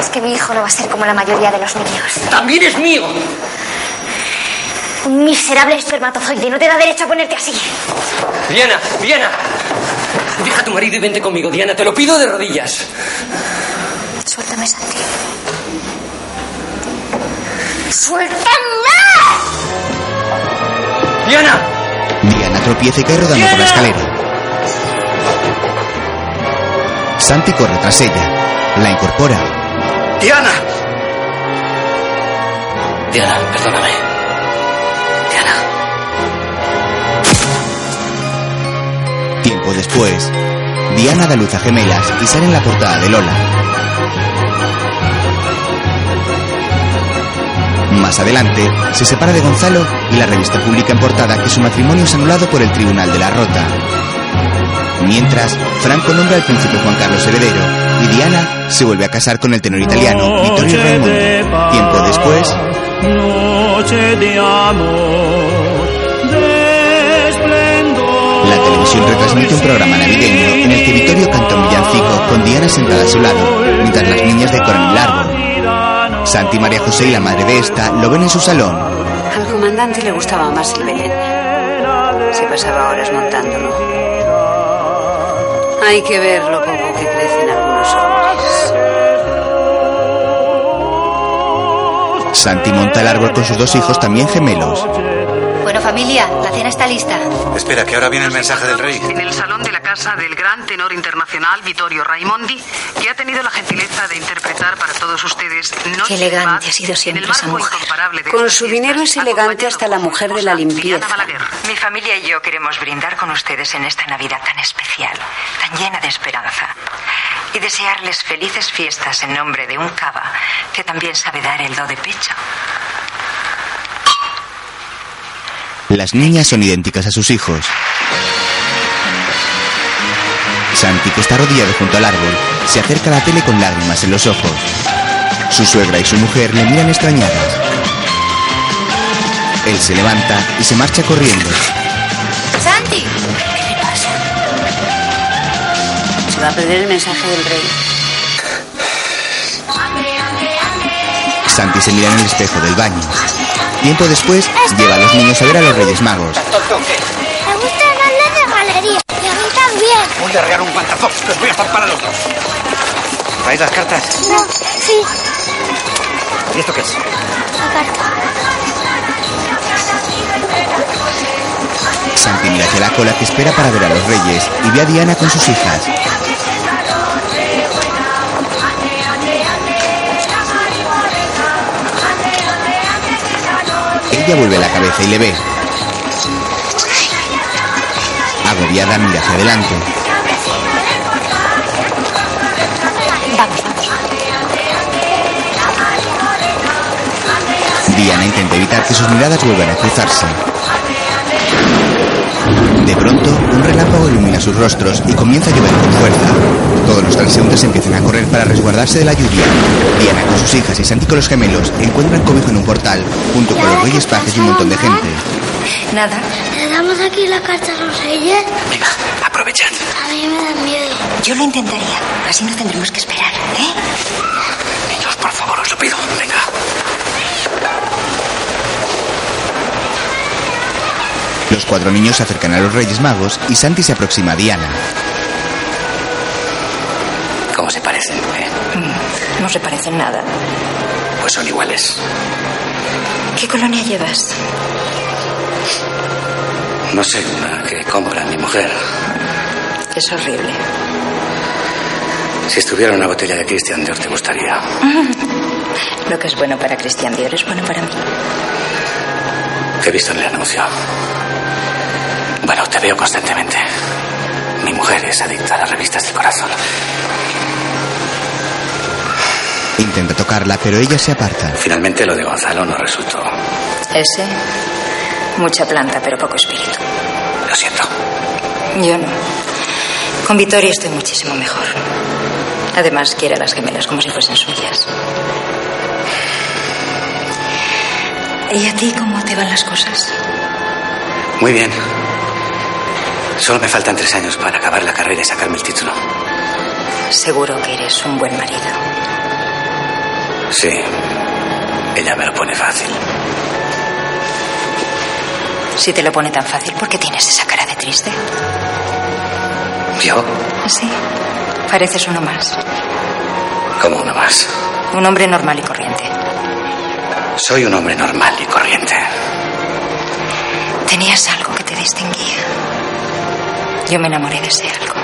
Speaker 4: Es que mi hijo no va a ser como la mayoría de los niños.
Speaker 6: También es mío.
Speaker 4: Un miserable espermatozoide, no te da derecho a ponerte así.
Speaker 6: Diana, Diana. Deja a tu marido y vente conmigo, Diana. Te lo pido de rodillas.
Speaker 4: Suéltame, Santi. ¡Suéltame!
Speaker 6: Diana.
Speaker 1: Diana tropieza y cae rodando por la escalera. Santi corre tras ella. La incorpora.
Speaker 7: Diana,
Speaker 6: Diana, perdóname. Diana.
Speaker 1: Tiempo después, Diana da luz a gemelas y sale en la portada de Lola. Más adelante, se separa de Gonzalo y la revista publica en portada que su matrimonio es anulado por el Tribunal de la Rota. Mientras, Franco nombra al príncipe Juan Carlos heredero y Diana se vuelve a casar con el tenor italiano Vittorio Raimondo. Tiempo después,
Speaker 31: Noche de amor, de esplendor.
Speaker 1: La televisión retransmite un programa navideño en el que Vittorio canta un villancico con Diana sentada a su lado, mientras las niñas decoran el árbol. Santi, María José y la madre de esta lo ven en su salón.
Speaker 9: Al comandante le gustaba más el Belén. Se pasaba horas montándolo. Hay que ver lo poco que crecen algunos hombres.
Speaker 1: Santi monta el árbol con sus dos hijos también gemelos.
Speaker 26: Bueno, familia, la cena está lista.
Speaker 7: Espera, que ahora viene el mensaje del rey.
Speaker 32: En el salón de la casa del gran tenor internacional Vittorio Raimondi, que ha tenido la gentileza de interpretar para todos ustedes
Speaker 9: Qué elegante ha sido siempre esa mujer. Con su dinero es elegante hasta la mujer de la limpieza.
Speaker 3: Mi familia y yo queremos brindar con ustedes en esta Navidad tan especial, tan llena de esperanza. Y desearles felices fiestas en nombre de un cava que también sabe dar el do de pecho.
Speaker 1: Las niñas son idénticas a sus hijos. Santi, que está arrodillado junto al árbol, se acerca a la tele con lágrimas en los ojos. Su suegra y su mujer le miran extrañadas. Él se levanta y se marcha corriendo.
Speaker 9: ¡Santi! ¿Qué le pasa? Se va a perder el mensaje del rey.
Speaker 1: Santi se mira en el espejo del baño. Tiempo después, lleva a los niños a ver a los Reyes Magos.
Speaker 7: Me
Speaker 4: gusta hablarle de galería. Y a mí también.
Speaker 7: Voy a regar un guantazo. Los voy a zampar a los dos. ¿Vais las cartas?
Speaker 4: No, sí,
Speaker 7: ¿Y esto qué es?
Speaker 4: la
Speaker 1: Santi mira hacia la cola que espera para ver a los Reyes y ve a Diana con sus hijas. Ella vuelve la cabeza y le ve. Agobiada mira hacia adelante.
Speaker 9: Vamos, vamos.
Speaker 1: Diana intenta evitar que sus miradas vuelvan a cruzarse. De pronto, un relámpago ilumina sus rostros y comienza a llover con fuerza. Todos los transeúntes empiezan a correr para resguardarse de la lluvia. Diana con sus hijas y Santi con los gemelos encuentran cobijo en un portal, junto con los reyes pajes y un montón de gente.
Speaker 9: Nada.
Speaker 33: ¿Le damos aquí la carta a los reyes?
Speaker 6: Venga, aprovechad.
Speaker 33: A mí me dan miedo.
Speaker 9: Yo lo intentaría. Así no tendremos que esperar, ¿eh?
Speaker 6: Niños, por favor, os lo pido. Venga.
Speaker 1: Los cuatro niños se acercan a los reyes magos y Santi se aproxima a Diana.
Speaker 6: ¿Cómo se parecen? eh?
Speaker 34: Mm, No se parecen nada.
Speaker 6: Pues son iguales.
Speaker 34: ¿Qué colonia llevas?
Speaker 6: No sé, una que compra mi mujer.
Speaker 3: Es horrible.
Speaker 7: Si estuviera una botella de Christian Dior, te gustaría.
Speaker 3: Lo que es bueno para Cristian Dior es bueno para mí.
Speaker 7: Te he visto en el anuncio. Bueno, te veo constantemente. Mi mujer es adicta a las revistas del corazón.
Speaker 1: Intenta tocarla, pero ella se aparta.
Speaker 7: Finalmente lo de Gonzalo no resultó.
Speaker 3: Ese, mucha planta, pero poco espíritu.
Speaker 7: Lo siento.
Speaker 3: Yo no. Con Vittoria estoy muchísimo mejor. Además, quiere a las gemelas como si fuesen suyas. ¿Y a ti cómo te van las cosas?
Speaker 7: Muy bien. Solo me faltan tres años para acabar la carrera y sacarme el título.
Speaker 3: Seguro que eres un buen marido.
Speaker 7: Sí. Ella me lo pone fácil.
Speaker 3: Si te lo pone tan fácil, ¿por qué tienes esa cara de triste?
Speaker 7: ¿Yo?
Speaker 3: Sí, pareces uno más.
Speaker 7: Como uno más.
Speaker 3: Un hombre normal y corriente.
Speaker 7: Soy un hombre normal y corriente.
Speaker 3: Tenías algo que te distinguía. Yo me enamoré de ese algo.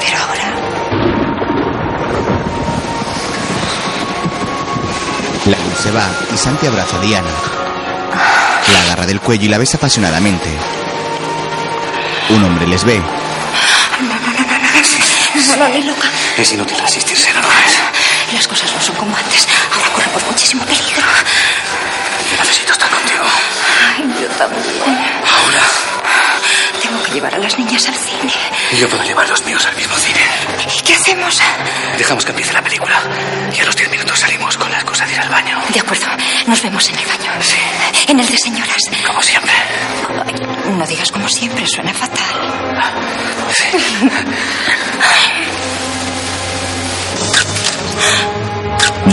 Speaker 3: Pero ahora
Speaker 1: La luz se va y Santi abraza a Diana. La agarra del cuello y la besa apasionadamente. Un hombre les ve.
Speaker 9: No, no, ni loca.
Speaker 7: Es inútil resistirse, no lo es.
Speaker 9: Las cosas no son como antes. Ahora corremos muchísimo peligro.
Speaker 7: Yo necesito estar contigo.
Speaker 9: Ay, yo también.
Speaker 7: Ahora.
Speaker 9: Tengo que llevar a las niñas al cine.
Speaker 7: Y yo puedo llevar los míos al mismo cine.
Speaker 9: ¿Y qué hacemos?
Speaker 7: Dejamos que empiece la película. Y a los diez minutos salimos con la excusa de ir al baño.
Speaker 9: De acuerdo, nos vemos en el baño. En el de señoras.
Speaker 7: Como siempre.
Speaker 9: Ay, no digas como siempre, suena fatal.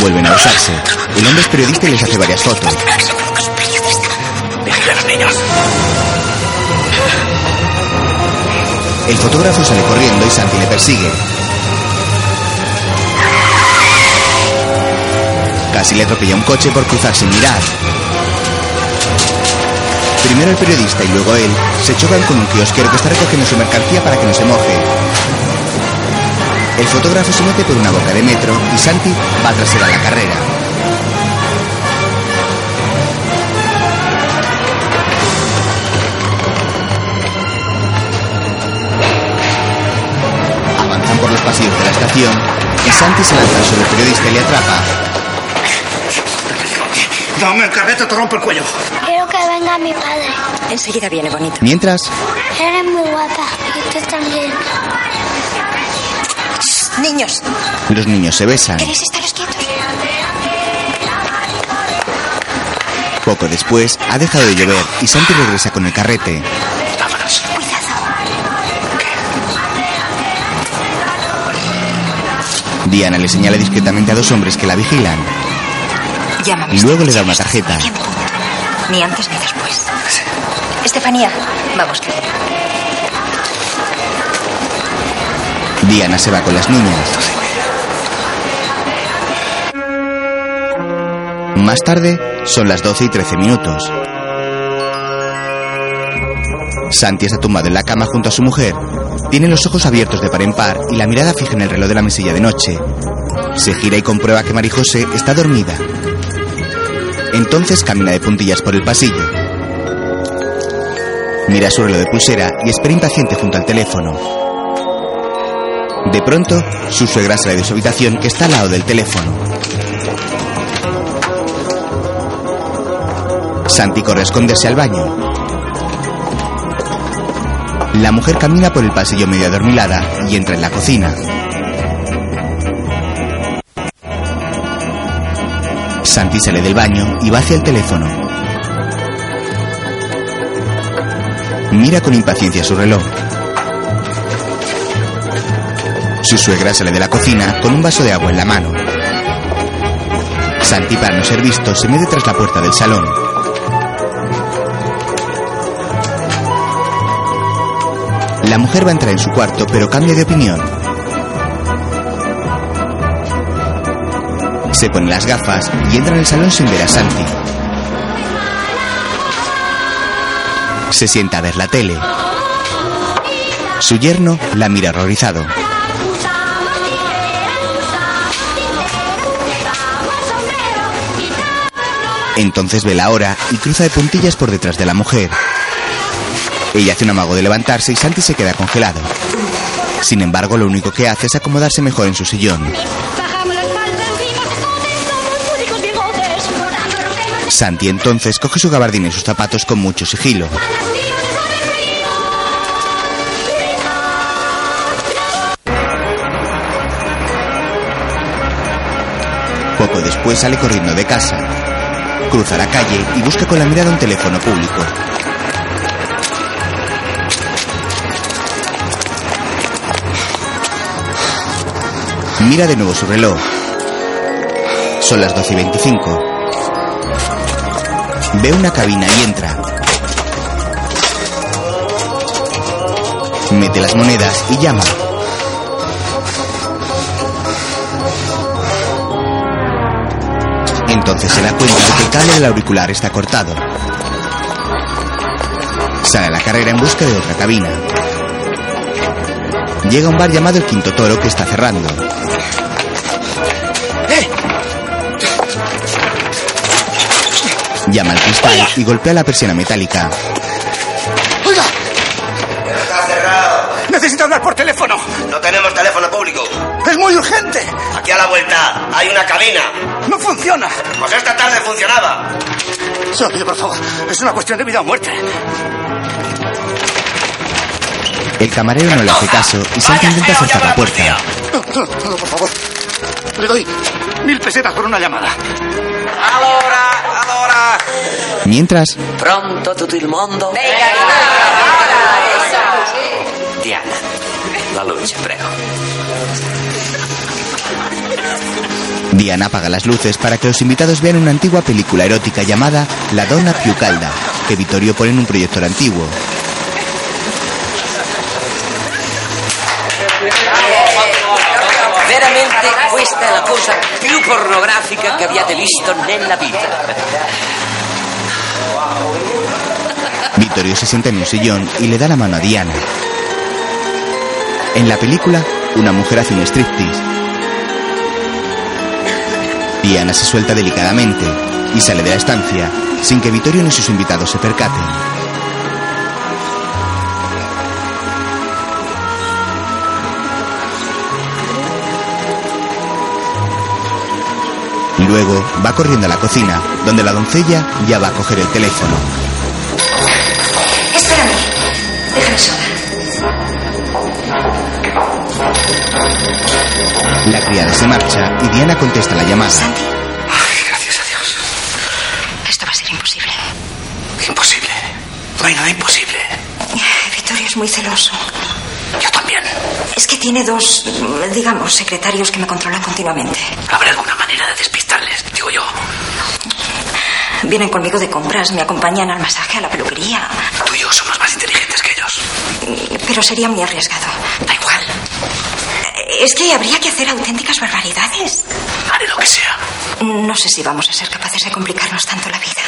Speaker 1: Vuelven a besarse. El hombre es periodista y les hace varias fotos.
Speaker 7: Dejad a los niños.
Speaker 1: El fotógrafo sale corriendo y Santi le persigue. Casi le atropella un coche por cruzar sin mirar. Primero el periodista y luego él se chocan con un kiosquero que está recogiendo su mercancía para que no se moje. El fotógrafo se mete por una boca de metro y Santi va tras él a la carrera. Avanzan por los pasillos de la estación y Santi se lanza sobre el periodista y le atrapa.
Speaker 35: Dame el carrete, te rompo el cuello.
Speaker 36: Quiero que venga mi padre.
Speaker 3: enseguida viene bonito.
Speaker 1: Mientras,
Speaker 36: Eres muy guapa y tú también.
Speaker 3: Niños,
Speaker 1: los niños se besan.
Speaker 9: ¿Queréis estaros quietos?
Speaker 1: Poco después, ha dejado de llover y Santi regresa con el carrete.
Speaker 7: Vámonos.
Speaker 1: Diana le señala discretamente a dos hombres que la vigilan.
Speaker 3: Llámame.
Speaker 1: Y luego le da una tarjeta.
Speaker 3: Ni antes ni después. Estefanía, vamos, querida.
Speaker 1: Diana se va con las niñas. Más tarde son las 12 y 13 minutos. Santi está tumbado en la cama junto a su mujer. Tiene los ojos abiertos de par en par y la mirada fija en el reloj de la mesilla de noche. Se gira y comprueba que Marijose está dormida. Entonces camina de puntillas por el pasillo. Mira su reloj de pulsera y espera impaciente junto al teléfono. De pronto, su suegra sale de su habitación que está al lado del teléfono. Santi corre a esconderse al baño. La mujer camina por el pasillo medio adormilada y entra en la cocina. Santi sale del baño y va hacia el teléfono. Mira con impaciencia su reloj. Su suegra sale de la cocina con un vaso de agua en la mano. Santi, para no ser visto, se mete tras la puerta del salón. La mujer va a entrar en su cuarto, pero cambia de opinión. Se pone las gafas y entra en el salón sin ver a Santi. Se sienta a ver la tele. Su yerno la mira horrorizado. Entonces ve la hora y cruza de puntillas por detrás de la mujer. Ella hace un amago de levantarse y Santi se queda congelado. Sin embargo, lo único que hace es acomodarse mejor en su sillón. Santi entonces coge su gabardina y sus zapatos con mucho sigilo. Poco después sale corriendo de casa. Cruza la calle y busca con la mirada un teléfono público. Mira de nuevo su reloj. Son las 12 y 25. Ve una cabina y entra. Mete las monedas y llama. Entonces se da cuenta de que el cable del auricular está cortado. Sale a la carrera en busca de otra cabina. Llega a un bar llamado El Quinto Toro que está cerrando. Llama al cristal y golpea la persiana metálica.
Speaker 7: ¡Oiga! Está cerrado.
Speaker 9: Necesito hablar por teléfono.
Speaker 7: No tenemos teléfono público.
Speaker 9: Es muy urgente.
Speaker 7: Aquí a la vuelta hay una cabina.
Speaker 9: No funciona.
Speaker 7: Pues esta tarde funcionaba.
Speaker 9: Se lo pido, por favor. Es una cuestión de vida o muerte.
Speaker 1: El camarero no le hace caso y Santi intenta forzar la puerta.
Speaker 9: No, no, no, por favor. Le doy mil pesetas por una llamada.
Speaker 14: Allora, allora.
Speaker 1: Mientras,
Speaker 14: Pronto tutto il mondo? Diana, la luce, prego.
Speaker 1: Diana apaga las luces para que los invitados vean una antigua película erótica llamada La Donna più calda, que Vittorio pone en un proyector antiguo.
Speaker 14: Veramente questa è la cosa più pornografica che abbiate visto nella vita.
Speaker 1: Vittorio se sienta en un sillón y le da la mano a Diana. En la película, una mujer hace un striptease. Diana se suelta delicadamente y sale de la estancia sin que Vittorio ni sus invitados se percaten. Luego va corriendo a la cocina, donde la doncella ya va a coger el teléfono.
Speaker 3: Espérame. Déjame sola.
Speaker 1: La criada se marcha y Diana contesta la llamada.
Speaker 9: Ay, gracias a Dios.
Speaker 3: Esto va a ser imposible.
Speaker 9: Imposible. No hay nada imposible.
Speaker 3: Vittorio es muy celoso.
Speaker 9: Yo también.
Speaker 3: Es que tiene dos, digamos, secretarios que me controlan continuamente.
Speaker 9: ¿Habrá alguna manera de despistarles? Digo yo.
Speaker 3: Vienen conmigo de compras, me acompañan al masaje, a la peluquería.
Speaker 9: Tú y yo somos más inteligentes que ellos.
Speaker 3: Pero sería muy arriesgado.
Speaker 9: Da igual.
Speaker 3: Es que habría que hacer auténticas barbaridades.
Speaker 9: Haré lo que sea.
Speaker 3: No sé si vamos a ser capaces de complicarnos tanto la vida.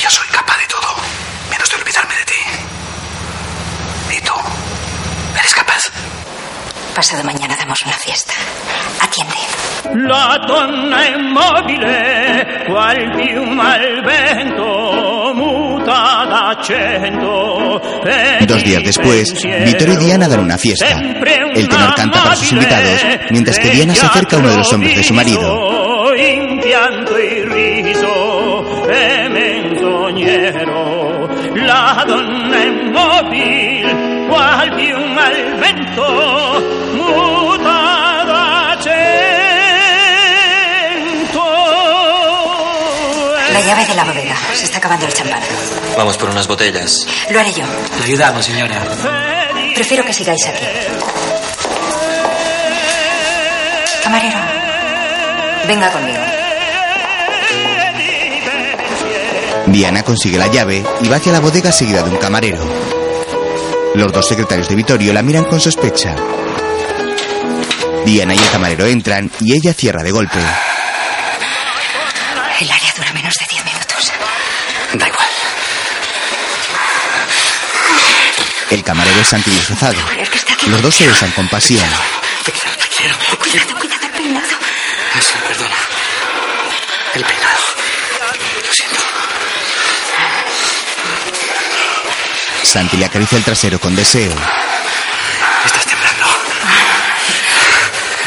Speaker 9: Yo soy capaz de todo, menos de olvidarme de ti. ¿Y tú? ¿Eres capaz?
Speaker 3: Pasado mañana damos una fiesta. Atiende.
Speaker 31: La donna immobile, qual piuma al vento, muta d'accento. e
Speaker 1: Dos días después, Vittorio y Diana dan una fiesta. El tenor canta para sus invitados, mientras que Diana se acerca a uno de los hombres de su marido.
Speaker 31: Oh, in pianto e riso e menzognero la donna immobile qual piuma al vento muta d'accento
Speaker 37: La llave de la bodega. Se está acabando el champán.
Speaker 6: Vamos por unas botellas.
Speaker 37: Lo haré yo.
Speaker 6: Le ayudamos, señora.
Speaker 37: Prefiero que sigáis aquí. Camarero, venga conmigo.
Speaker 1: Diana consigue la llave y va hacia la bodega seguida de un camarero. Los dos secretarios de Vittorio la miran con sospecha. Diana y el camarero entran y ella cierra de golpe.
Speaker 37: El área dura menos de 10 minutos.
Speaker 9: Da igual.
Speaker 1: El camarero es antidisfrazado. Los dos se besan con pasión.
Speaker 8: Te quiero, te quiero.
Speaker 4: Cuidado, cuidado, el peinado.
Speaker 8: No sé, perdona. El peinado. Lo siento.
Speaker 1: Santi le acaricia el trasero con deseo.
Speaker 8: Estás temblando.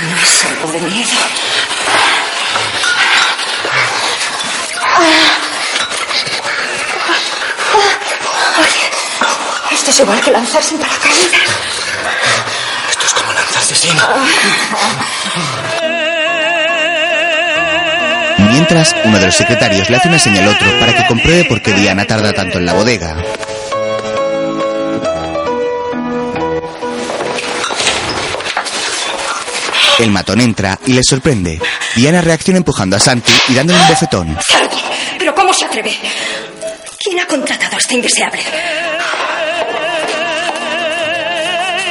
Speaker 4: No es solo de miedo. Ah, Oye, esto es igual que lanzarse en paracaídas.
Speaker 8: Esto es como lanzarse sin.
Speaker 1: Mientras, uno de los secretarios le hace una señal al otro para que compruebe por qué Diana tarda tanto en la bodega. El matón entra y les sorprende. Diana reacciona empujando a Santi y dándole un bofetón.
Speaker 4: Santi, ¿pero cómo se atreve? ¿Quién ha contratado a este indeseable?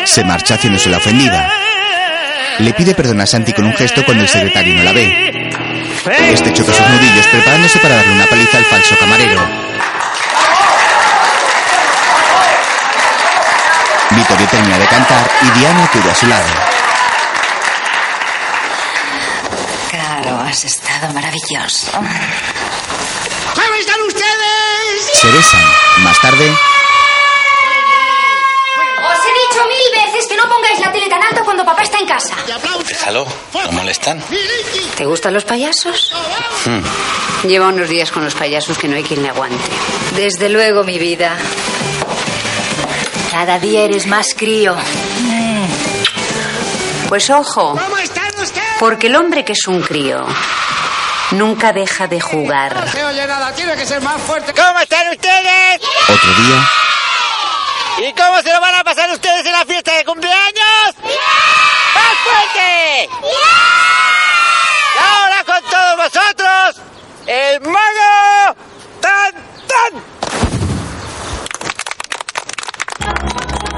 Speaker 1: Se marcha haciéndose la ofendida. Le pide perdón a Santi con un gesto cuando el secretario no la ve. Este choca sus nudillos preparándose para darle una paliza al falso camarero. Vittorio termina de cantar y Diana acude a su lado.
Speaker 3: Claro, has estado maravilloso.
Speaker 38: ¿Cómo están ustedes?
Speaker 1: Se besan. Más tarde,
Speaker 38: Os he dicho mil veces que no pongáis la tele tan alto cuando papá está en casa.
Speaker 8: Déjalo, no molestan.
Speaker 39: ¿Te gustan los payasos? Lleva unos días con los payasos que no hay quien le aguante.
Speaker 3: Desde luego, mi vida. Cada día eres más crío.
Speaker 26: Eh.
Speaker 39: Pues ojo. Porque el hombre que es un crío nunca deja de jugar.
Speaker 38: se oye nada, tiene que ser más fuerte. ¿Cómo están ustedes?
Speaker 1: otro día,
Speaker 38: ¿Y cómo se lo van a pasar ustedes en la fiesta de cumpleaños? ¡Más fuerte! Y ahora con todos vosotros, el mago tan tan.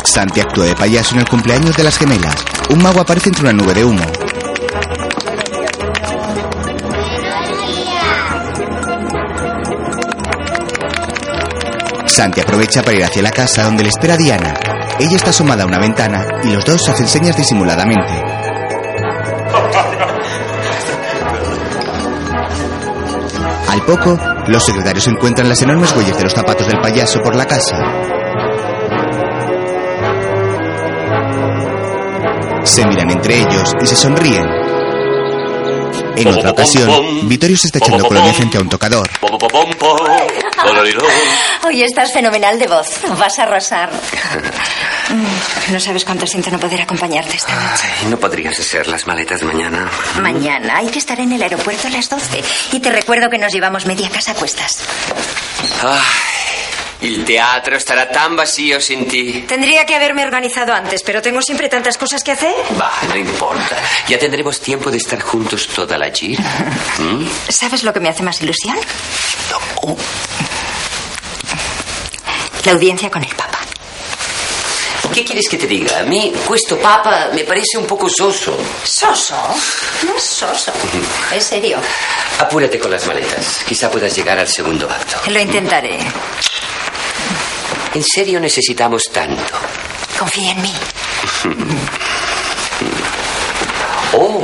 Speaker 1: Santi actúa de payaso en el cumpleaños de las gemelas. Un mago aparece entre una nube de humo. Santi aprovecha para ir hacia la casa donde le espera Diana. Ella está asomada a una ventana y los dos hacen señas disimuladamente. Al poco, los secretarios encuentran las enormes huellas de los zapatos del payaso por la casa. Se miran entre ellos y se sonríen. En otra ocasión, Vittorio se está echando colonia frente a un tocador.
Speaker 3: Hoy estás fenomenal de voz. Vas a arrasar. Mm, No sabes cuánto siento no poder acompañarte esta noche.
Speaker 8: Ay, no podrías hacer las maletas mañana.
Speaker 3: Mañana hay que estar en el aeropuerto a las 12. Y te recuerdo que nos llevamos media casa a cuestas.
Speaker 14: Ay, el teatro estará tan vacío sin ti.
Speaker 3: Tendría que haberme organizado antes, pero tengo siempre tantas cosas que hacer.
Speaker 14: Bah, no importa. Ya tendremos tiempo de estar juntos toda la gira. ¿Mm?
Speaker 3: ¿Sabes lo que me hace más ilusión? La audiencia con el Papa.
Speaker 14: ¿Qué quieres que te diga? A mí, questo papa me parece un poco soso.
Speaker 3: ¿Soso? No es soso. Es serio.
Speaker 14: Apúrate con las maletas. Quizá puedas llegar al segundo acto.
Speaker 3: Lo intentaré.
Speaker 14: En serio necesitamos tanto.
Speaker 3: Confía en mí.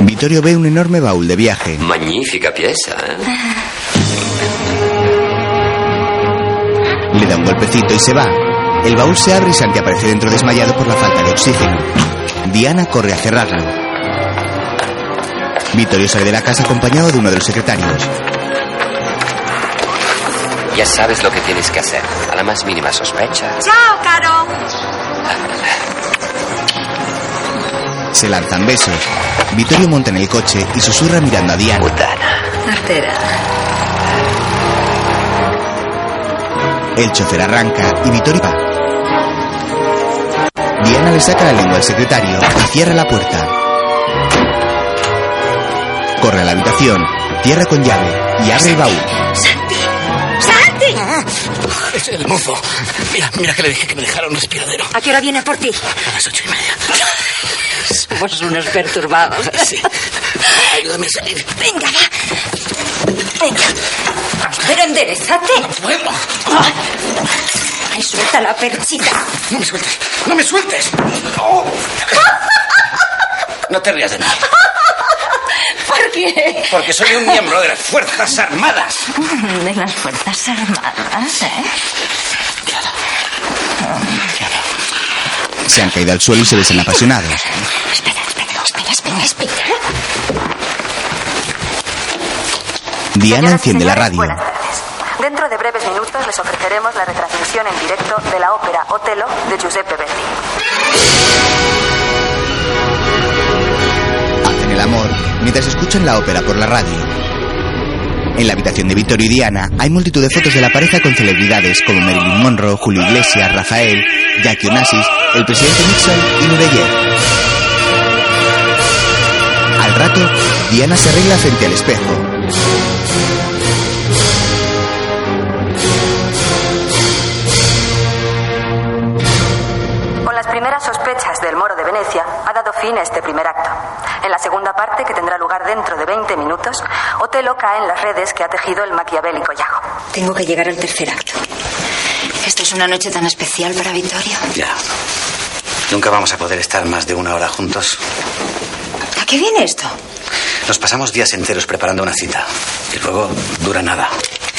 Speaker 1: Vittorio ve un enorme baúl de viaje.
Speaker 14: Magnífica pieza, ¿eh?
Speaker 1: Le da un golpecito y se va. El baúl se abre y Santi aparece dentro desmayado por la falta de oxígeno. Diana corre a cerrarlo. Vittorio sale de la casa acompañado de uno de los secretarios.
Speaker 14: Ya sabes lo que tienes que hacer. A la más mínima sospecha.
Speaker 38: Chao, Caro.
Speaker 1: Se lanzan besos. Vittorio monta en el coche y susurra mirando a Diana.
Speaker 3: Artera.
Speaker 1: El chofer arranca y Vittorio va. Diana le saca la lengua al secretario y cierra la puerta. Corre a la habitación, cierra con llave y abre el baúl.
Speaker 38: ¡Santi!
Speaker 8: Es el mozo. Mira, mira que le dije que me dejara un respiradero.
Speaker 3: ¿A qué hora viene por ti?
Speaker 8: A las ocho y media.
Speaker 3: Somos unos perturbados.
Speaker 8: Sí. Ayúdame a salir.
Speaker 3: Venga, va. Venga. Pero enderezate.
Speaker 8: ¡Puedo!
Speaker 3: Ay, suelta la perchita.
Speaker 7: ¡No me sueltes! ¡No me sueltes!
Speaker 38: Oh.
Speaker 7: No te rías de mí.
Speaker 3: ¿Por qué?
Speaker 7: Porque soy un miembro de las Fuerzas Armadas.
Speaker 3: De las Fuerzas Armadas, ¿eh?
Speaker 1: Se han caído al suelo y se besan apasionados.
Speaker 3: Espera, espera, espera, espera, espera.
Speaker 1: Diana enciende la radio.
Speaker 18: Dentro de breves minutos les ofreceremos la retransmisión en directo de la ópera Otelo de Giuseppe Verdi.
Speaker 1: Hacen el amor mientras escuchan la ópera por la radio. En la habitación de Víctor y Diana hay multitud de fotos de la pareja con celebridades como Marilyn Monroe, Julio Iglesias, Rafael, Jackie Onassis, el presidente Nixon y Nureyev. Al rato, Diana se arregla frente al espejo.
Speaker 18: Con las primeras sospechas del Moro de Venecia, ha dado fin a este primer acto. En la segunda parte, que tendrá lugar dentro de 20 minutos, Otelo cae en las redes que ha tejido el maquiavélico Yago.
Speaker 3: Tengo que llegar al tercer acto.
Speaker 39: Esta es una noche tan especial para Vittorio.
Speaker 7: Ya. Nunca vamos a poder estar más de una hora juntos.
Speaker 3: ¿A qué viene esto?
Speaker 7: Nos pasamos días enteros preparando una cita. Y luego dura nada.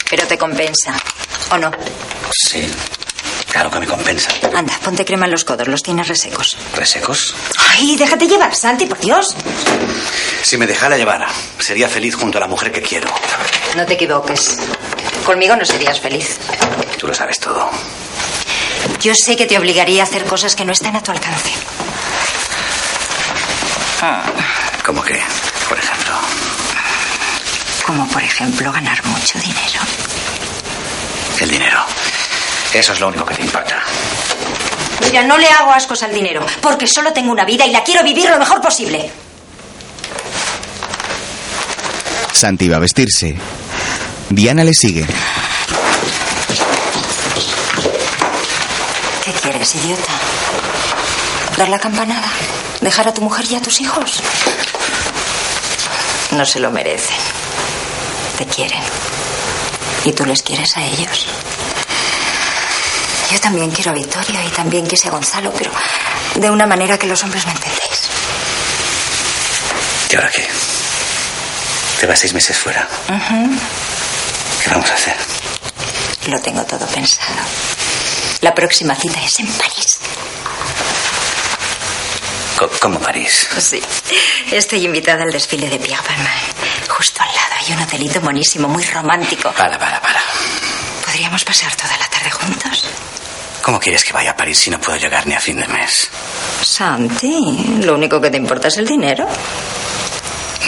Speaker 3: Pero te compensa, ¿o no?
Speaker 7: Sí. Claro que me compensa.
Speaker 3: Anda, ponte crema en los codos, los tienes resecos.
Speaker 7: ¿Resecos?
Speaker 3: Ay, déjate llevar, Santi, por Dios.
Speaker 7: Si me dejara llevar, sería feliz junto a la mujer que quiero.
Speaker 3: No te equivoques. Conmigo no serías feliz.
Speaker 7: Tú lo sabes todo.
Speaker 3: Yo sé que te obligaría a hacer cosas que no están a tu alcance. Ah.
Speaker 7: ¿Cómo que, por ejemplo?
Speaker 3: Como por ejemplo ganar mucho dinero.
Speaker 7: El dinero. Eso es lo único que te importa.
Speaker 3: Mira, no le hago ascos al dinero, porque solo tengo una vida y la quiero vivir lo mejor posible.
Speaker 1: Santi va a vestirse. Diana le sigue.
Speaker 3: ¿Qué quieres, idiota? ¿Dar la campanada? ¿Dejar a tu mujer y a tus hijos? No se lo merecen. Te quieren. Y tú les quieres a ellos. Yo también quiero a Victorio y también quise a Gonzalo, pero de una manera que los hombres no entendéis.
Speaker 7: ¿Y ahora qué? Te vas seis meses fuera.
Speaker 3: Ujú.
Speaker 7: ¿Qué vamos a hacer?
Speaker 3: Lo tengo todo pensado. La próxima cita es en París.
Speaker 7: Co- ¿Cómo París?
Speaker 3: Sí. Estoy invitada al desfile de Pierre Balmain. Justo al lado hay un hotelito monísimo, muy romántico.
Speaker 7: Para, para, para.
Speaker 3: ¿Podríamos pasar toda la tarde juntos?
Speaker 7: ¿Cómo quieres que vaya a París si no puedo llegar ni a fin de mes?
Speaker 3: Santi, lo único que te importa es el dinero.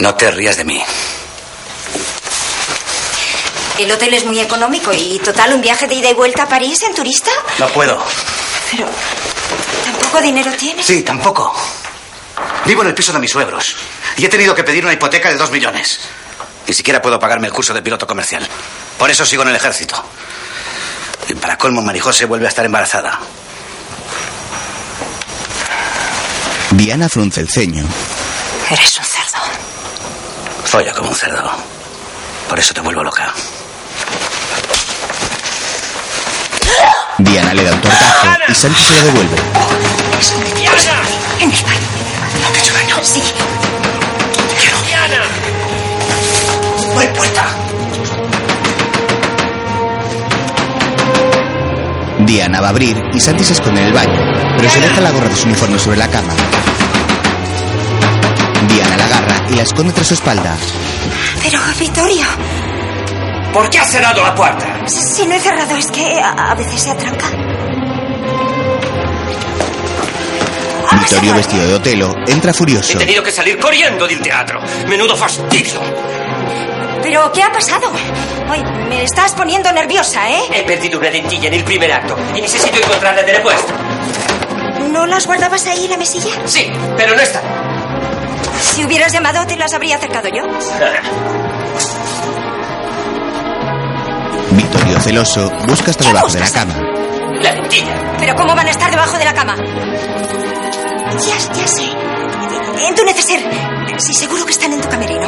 Speaker 7: No te rías de mí.
Speaker 3: El hotel es muy económico y total un viaje de ida y vuelta a París en turista.
Speaker 7: No puedo.
Speaker 3: Pero tampoco dinero tienes.
Speaker 7: Sí, tampoco. Vivo en el piso de mis suegros y he tenido que pedir una hipoteca de dos millones. Ni siquiera puedo pagarme el curso de piloto comercial. Por eso sigo en el ejército. Y para colmo, Marijose vuelve a estar embarazada.
Speaker 1: Diana frunce el ceño.
Speaker 3: Eres un cerdo.
Speaker 7: Folla como un cerdo. Por eso te vuelvo loca.
Speaker 1: Diana le da un tortazo y Santi se lo devuelve.
Speaker 38: ¡Diana!
Speaker 3: En el baño.
Speaker 7: ¿No te he hecho daño?
Speaker 3: Sí.
Speaker 38: ¡Diana!
Speaker 7: ¡Voy puerta!
Speaker 1: Diana va a abrir y Santi se esconde en el baño, pero se deja la gorra de su uniforme sobre la cama. Diana la agarra y la esconde tras su espalda.
Speaker 3: Pero, Vittorio,
Speaker 7: ¿Por qué has cerrado la puerta?
Speaker 3: si no he cerrado es que a, a veces se atranca.
Speaker 1: Vittorio, vestido de Otelo, entra furioso.
Speaker 8: He tenido que salir corriendo del teatro. Menudo fastidio.
Speaker 3: Pero, ¿qué ha pasado? Ay, me estás poniendo nerviosa, ¿eh?
Speaker 8: He perdido una dentilla en el primer acto y necesito encontrarla de repuesto.
Speaker 3: ¿No las guardabas ahí en la mesilla?
Speaker 8: Sí, pero no está.
Speaker 3: Si hubieras llamado, te las habría acercado yo.
Speaker 1: Vittorio, celoso, busca hasta debajo de la cama.
Speaker 8: La dentilla.
Speaker 3: Pero, ¿cómo van a estar debajo de la cama?
Speaker 4: Ya, ya sé.
Speaker 3: En tu neceser. Sí, seguro que están en tu camerino.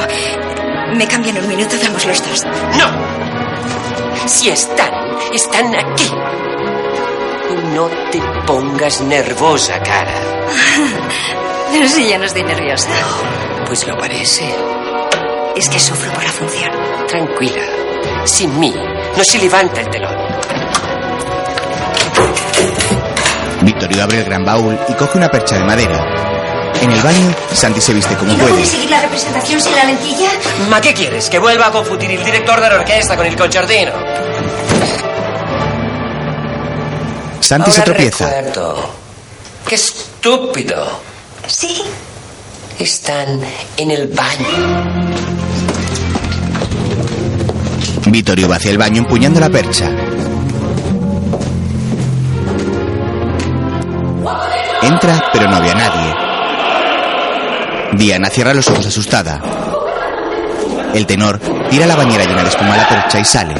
Speaker 3: Me cambian un minuto, damos los dos.
Speaker 8: No. Si están, están aquí.
Speaker 14: No te pongas nervosa, cara.
Speaker 3: Pero si ya no estoy nerviosa.
Speaker 14: Pues lo parece.
Speaker 3: Es que sufro por la función.
Speaker 14: Tranquila. Sin mí no se levanta el telón.
Speaker 1: Vittorio abre el gran baúl y coge una percha de madera. En el baño, Santi se viste como
Speaker 39: ¿Y no
Speaker 1: puede.
Speaker 39: puede seguir la representación sin la lentilla?
Speaker 14: ¿Ma qué quieres? ¿Que vuelva a confundir el director de la orquesta con el concertino?
Speaker 1: Santi se
Speaker 14: Ahora
Speaker 1: tropieza.
Speaker 14: recuerdo. ¡Qué estúpido!
Speaker 3: Sí.
Speaker 14: Están en el baño.
Speaker 1: Vittorio va hacia el baño empuñando la percha. Entra, pero no ve a nadie. Diana cierra los ojos asustada. El tenor tira la bañera llena de espuma a la percha y sale.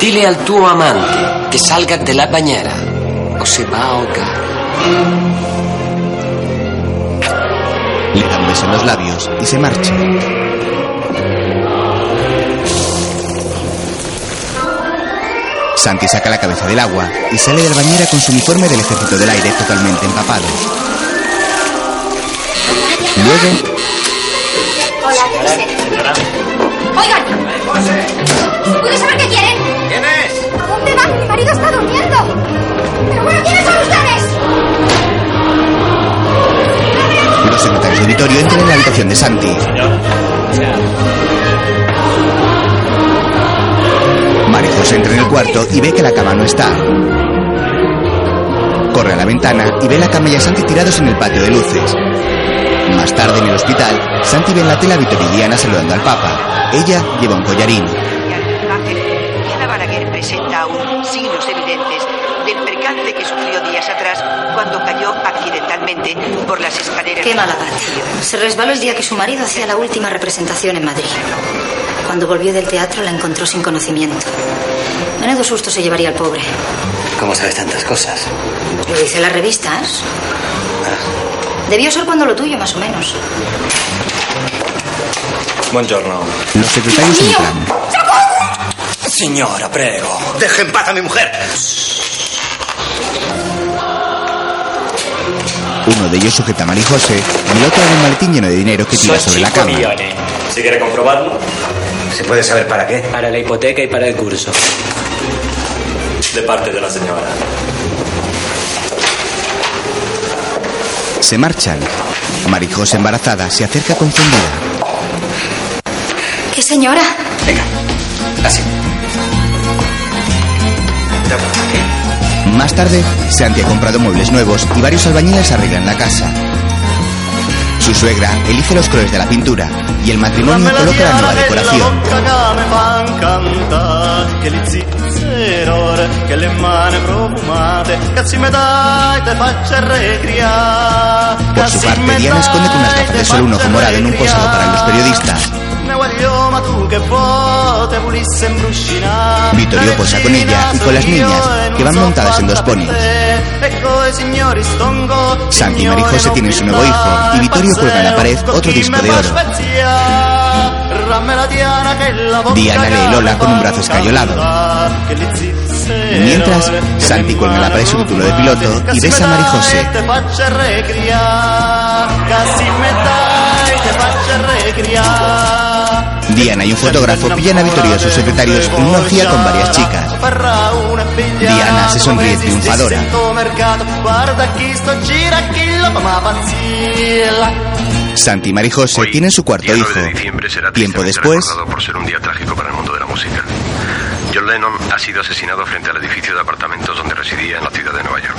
Speaker 14: Dile al tuo amante que salga de la bañera o se va a ahogar.
Speaker 1: Le da un beso en los labios y se marcha. Santi saca la cabeza del agua y sale del bañera con su uniforme del ejército del aire totalmente empapado. Luego,
Speaker 4: Hola, ¿qué Oigan, ¿puedo saber qué quieren?
Speaker 38: ¿Quién es?
Speaker 4: ¿A dónde van? Mi marido está durmiendo. Pero bueno, ¿quiénes son ustedes?
Speaker 1: los secretarios de Vittorio entran en la habitación de Santi. Marijos entra en el cuarto y ve que la cama no está. Corre a la ventana y ve la cama y a Santi tirados en el patio de luces. Más tarde en el hospital, Santi ve en la tela a Vittorio y Diana saludando al Papa. Ella lleva un collarín.
Speaker 27: Imagen, Diana Balaguer presenta aún signos evidentes del percance que sufrió días atrás cuando cayó accidentalmente por las escaleras.
Speaker 39: Qué mala parte. Se resbaló el día que su marido hacía la última representación en Madrid. Cuando volvió del teatro la encontró sin conocimiento. Menudo susto se llevaría el pobre.
Speaker 7: ¿Cómo sabes tantas cosas?
Speaker 39: Lo dice las revistas. Debió ser cuando lo tuyo, más o menos.
Speaker 20: Buongiorno.
Speaker 1: Los secretarios entran.
Speaker 20: Signora, prego.
Speaker 7: Deje en paz a mi mujer.
Speaker 1: Uno de ellos sujeta a Mari José y el otro a un maletín lleno de dinero que tira sobre la cama.
Speaker 20: Si quiere comprobarlo.
Speaker 7: ¿Se puede saber para qué?
Speaker 20: Para la hipoteca y para el curso. De parte de la señora.
Speaker 1: Se marchan. Mari José, embarazada, se acerca confundida.
Speaker 39: ¿Qué señora?
Speaker 20: Ah,
Speaker 7: Así.
Speaker 1: Más tarde, Santi ha comprado muebles nuevos y varios albañiles arreglan la casa. Su suegra elige los colores de la pintura y el matrimonio coloca la nueva decoración.
Speaker 24: bocca me fan cantare che li zizzeroare che le mani profumate che si me dai te faccia recreare
Speaker 1: Por su parte, Diana esconde con unas gafas de sol un ojo morado en un posado para los periodistas.
Speaker 24: ne voglio ma tu che vuoi te volisse imbruscinare
Speaker 1: Vittorio posa con ella y con las niñas, que van montadas en dos ponis.
Speaker 24: ecco i signori stongo
Speaker 1: Santi y Mari José tienen su nuevo hijo y Vittorio cuelga en la pared otro disco de oro. Diana lee Lola con un brazo escayolado. Mientras, Santi cuelga en la pared su título de piloto y besa a Mari José.
Speaker 24: te faccia recreare casi me dai te faccia recreare
Speaker 1: Diana y un fotógrafo pillan a Vittorio y a sus secretarios en una orgía con varias chicas.
Speaker 24: Farà una pigliata
Speaker 1: Diana se sonríe
Speaker 24: come esistesse
Speaker 1: trionfadora.
Speaker 24: in tuo mercato. Guarda chi sto gira chi lo ma pazzilla
Speaker 1: Santi y Mari José tienen su cuarto hijo. Tiempo después,
Speaker 23: recordado por ser un día trágico para el mundo de la música. John Lennon ha sido asesinado frente al edificio de apartamentos donde residía en la ciudad de Nueva York.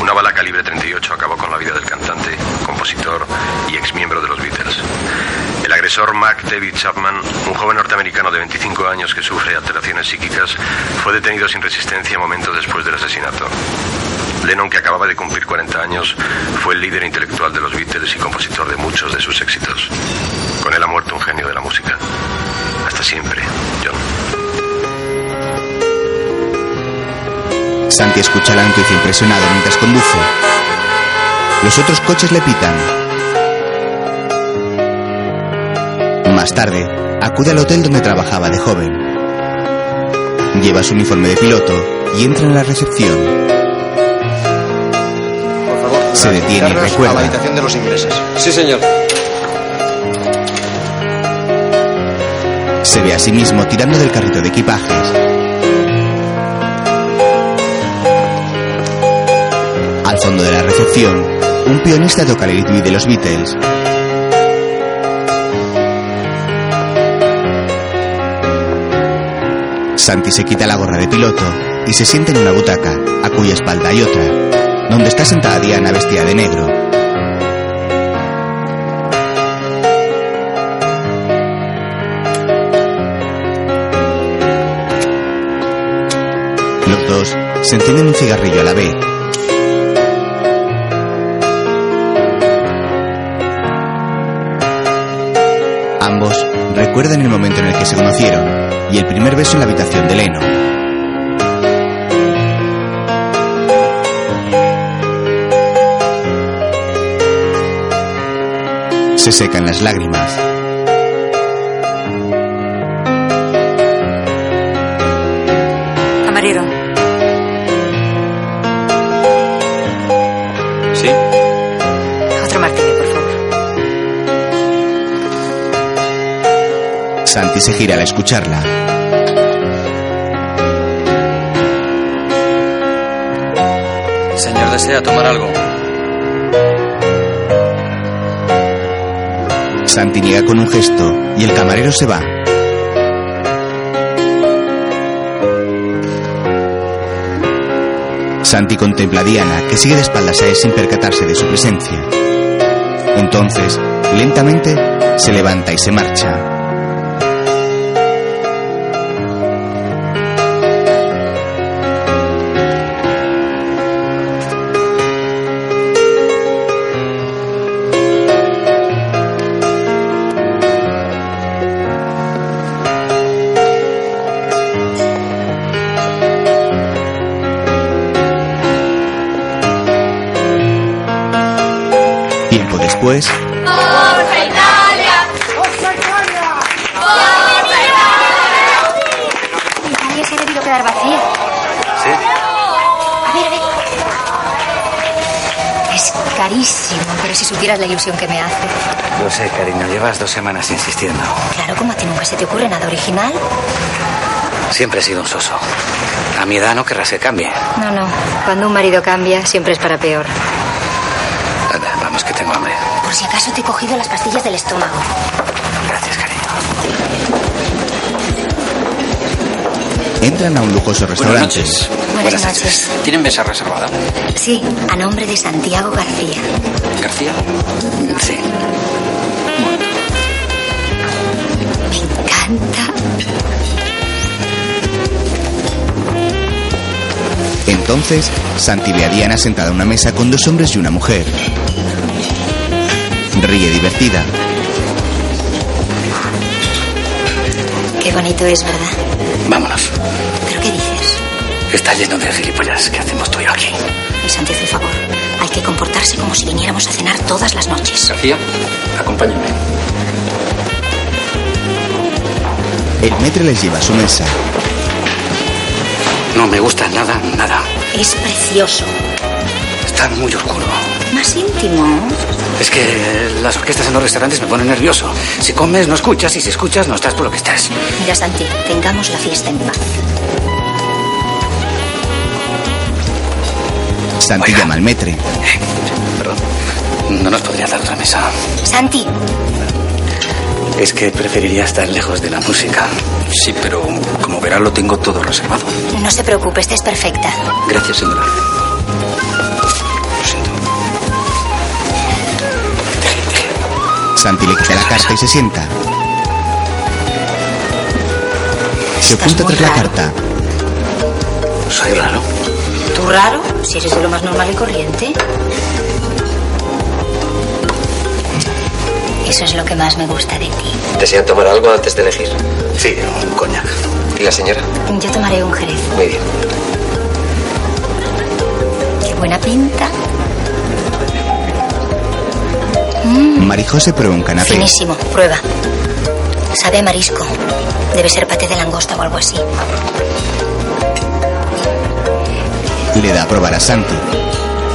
Speaker 23: Una bala calibre 38 acabó con la vida del cantante, compositor y exmiembro de los Beatles. El agresor Mac David Chapman, un joven norteamericano de 25 años que sufre alteraciones psíquicas, fue detenido sin resistencia momentos después del asesinato. Lennon, que acababa de cumplir 40 años, fue el líder intelectual de los Beatles y compositor de muchos de sus éxitos. Con él ha muerto un genio de la música. Hasta siempre, John.
Speaker 1: Santi escucha la noticia impresionado mientras conduce. Los otros coches le pitan. Más tarde, acude al hotel donde trabajaba de joven. Lleva su uniforme de piloto y entra en la recepción. Se detiene y
Speaker 40: Carlos, a la
Speaker 1: recuerda.
Speaker 40: habitación de los ingleses.
Speaker 20: Sí, señor.
Speaker 1: Se ve a sí mismo tirando del carrito de equipajes. Al fondo de la recepción, un pianista toca el ritmo de los Beatles. Santi se quita la gorra de piloto y se sienta en una butaca, a cuya espalda hay otra, donde está sentada Diana vestida de negro. Los dos se encienden un cigarrillo a la vez. Ambos recuerdan el momento en el que se conocieron y el primer beso en la habitación de Leno. Se secan las lágrimas.
Speaker 3: Camarero,
Speaker 20: Sí.
Speaker 3: otro martini, por favor.
Speaker 1: Santi se gira al escucharla.
Speaker 20: Señor, ¿desea tomar algo?
Speaker 1: Santi niega con un gesto y el camarero se va. Santi contempla a Diana, que sigue de espaldas a él sin percatarse de su presencia. Entonces, lentamente, se levanta y se marcha. Tiempo después,
Speaker 9: ¡Forza Italia! ¡Forza Italia! ¡Forza Italia!
Speaker 26: Italia se ha debido quedar vacía.
Speaker 7: ¿Sí?
Speaker 26: A ver, a ver. Es carísimo, pero si supieras la ilusión que me hace.
Speaker 7: Lo sé, cariño. Llevas dos semanas insistiendo.
Speaker 26: Claro, como a ti nunca se te ocurre nada original.
Speaker 7: Siempre he sido un soso. A mi edad no querrás que cambie.
Speaker 26: No, no. Cuando un marido cambia, siempre es para peor.
Speaker 7: Anda, vamos, que tengo hambre.
Speaker 26: Por si acaso te he cogido las pastillas del estómago.
Speaker 1: entran a un lujoso restaurante.
Speaker 26: Buenas, noches.
Speaker 8: ¿Tienen mesa reservada?
Speaker 26: Sí, a nombre de Santiago García.
Speaker 8: ¿García? Sí.
Speaker 26: Canta.
Speaker 1: Entonces, Santi ve a Diana sentada a una mesa con dos hombres y una mujer. Ríe divertida.
Speaker 26: Qué bonito es, ¿verdad?
Speaker 7: Vámonos.
Speaker 26: ¿Pero qué dices?
Speaker 7: Está lleno de gilipollas. ¿Qué hacemos tú y yo aquí?
Speaker 26: Y Santi, haz el favor. Hay que comportarse como si viniéramos a cenar todas las noches.
Speaker 7: García, acompáñame.
Speaker 1: El metre les lleva a su mesa.
Speaker 7: No me gusta nada, nada.
Speaker 26: Es precioso.
Speaker 7: Está muy oscuro.
Speaker 26: Más íntimo.
Speaker 7: Es que eh, las orquestas en los restaurantes me ponen nervioso. Si comes, no escuchas. Y si escuchas, no estás por lo que estás.
Speaker 26: Mira, Santi, tengamos la fiesta en paz.
Speaker 1: Santi llama al metre.
Speaker 7: Perdón. No nos podría dar otra mesa.
Speaker 26: Santi,
Speaker 7: Es que preferiría estar lejos de la música. Sí, pero como verás, lo tengo todo reservado.
Speaker 26: no se preocupe, esta es perfecta.
Speaker 7: Gracias, señora.
Speaker 1: Santi le quita la carta y se sienta. Se oculta tras la carta.
Speaker 7: Soy raro.
Speaker 26: ¿Tú raro? Si eres de lo más normal y corriente. Eso es lo que más me gusta de ti.
Speaker 8: ¿Desea tomar algo antes de elegir? Sí, un coñac. ¿Y la señora?
Speaker 26: Yo tomaré un jerez.
Speaker 8: Muy bien.
Speaker 26: Qué buena pinta.
Speaker 7: Mm.
Speaker 1: Marijo se prueba un canapé.
Speaker 26: Finísimo, prueba. Sabe a marisco. Debe ser paté de langosta o algo así.
Speaker 1: Le da a probar a Santi.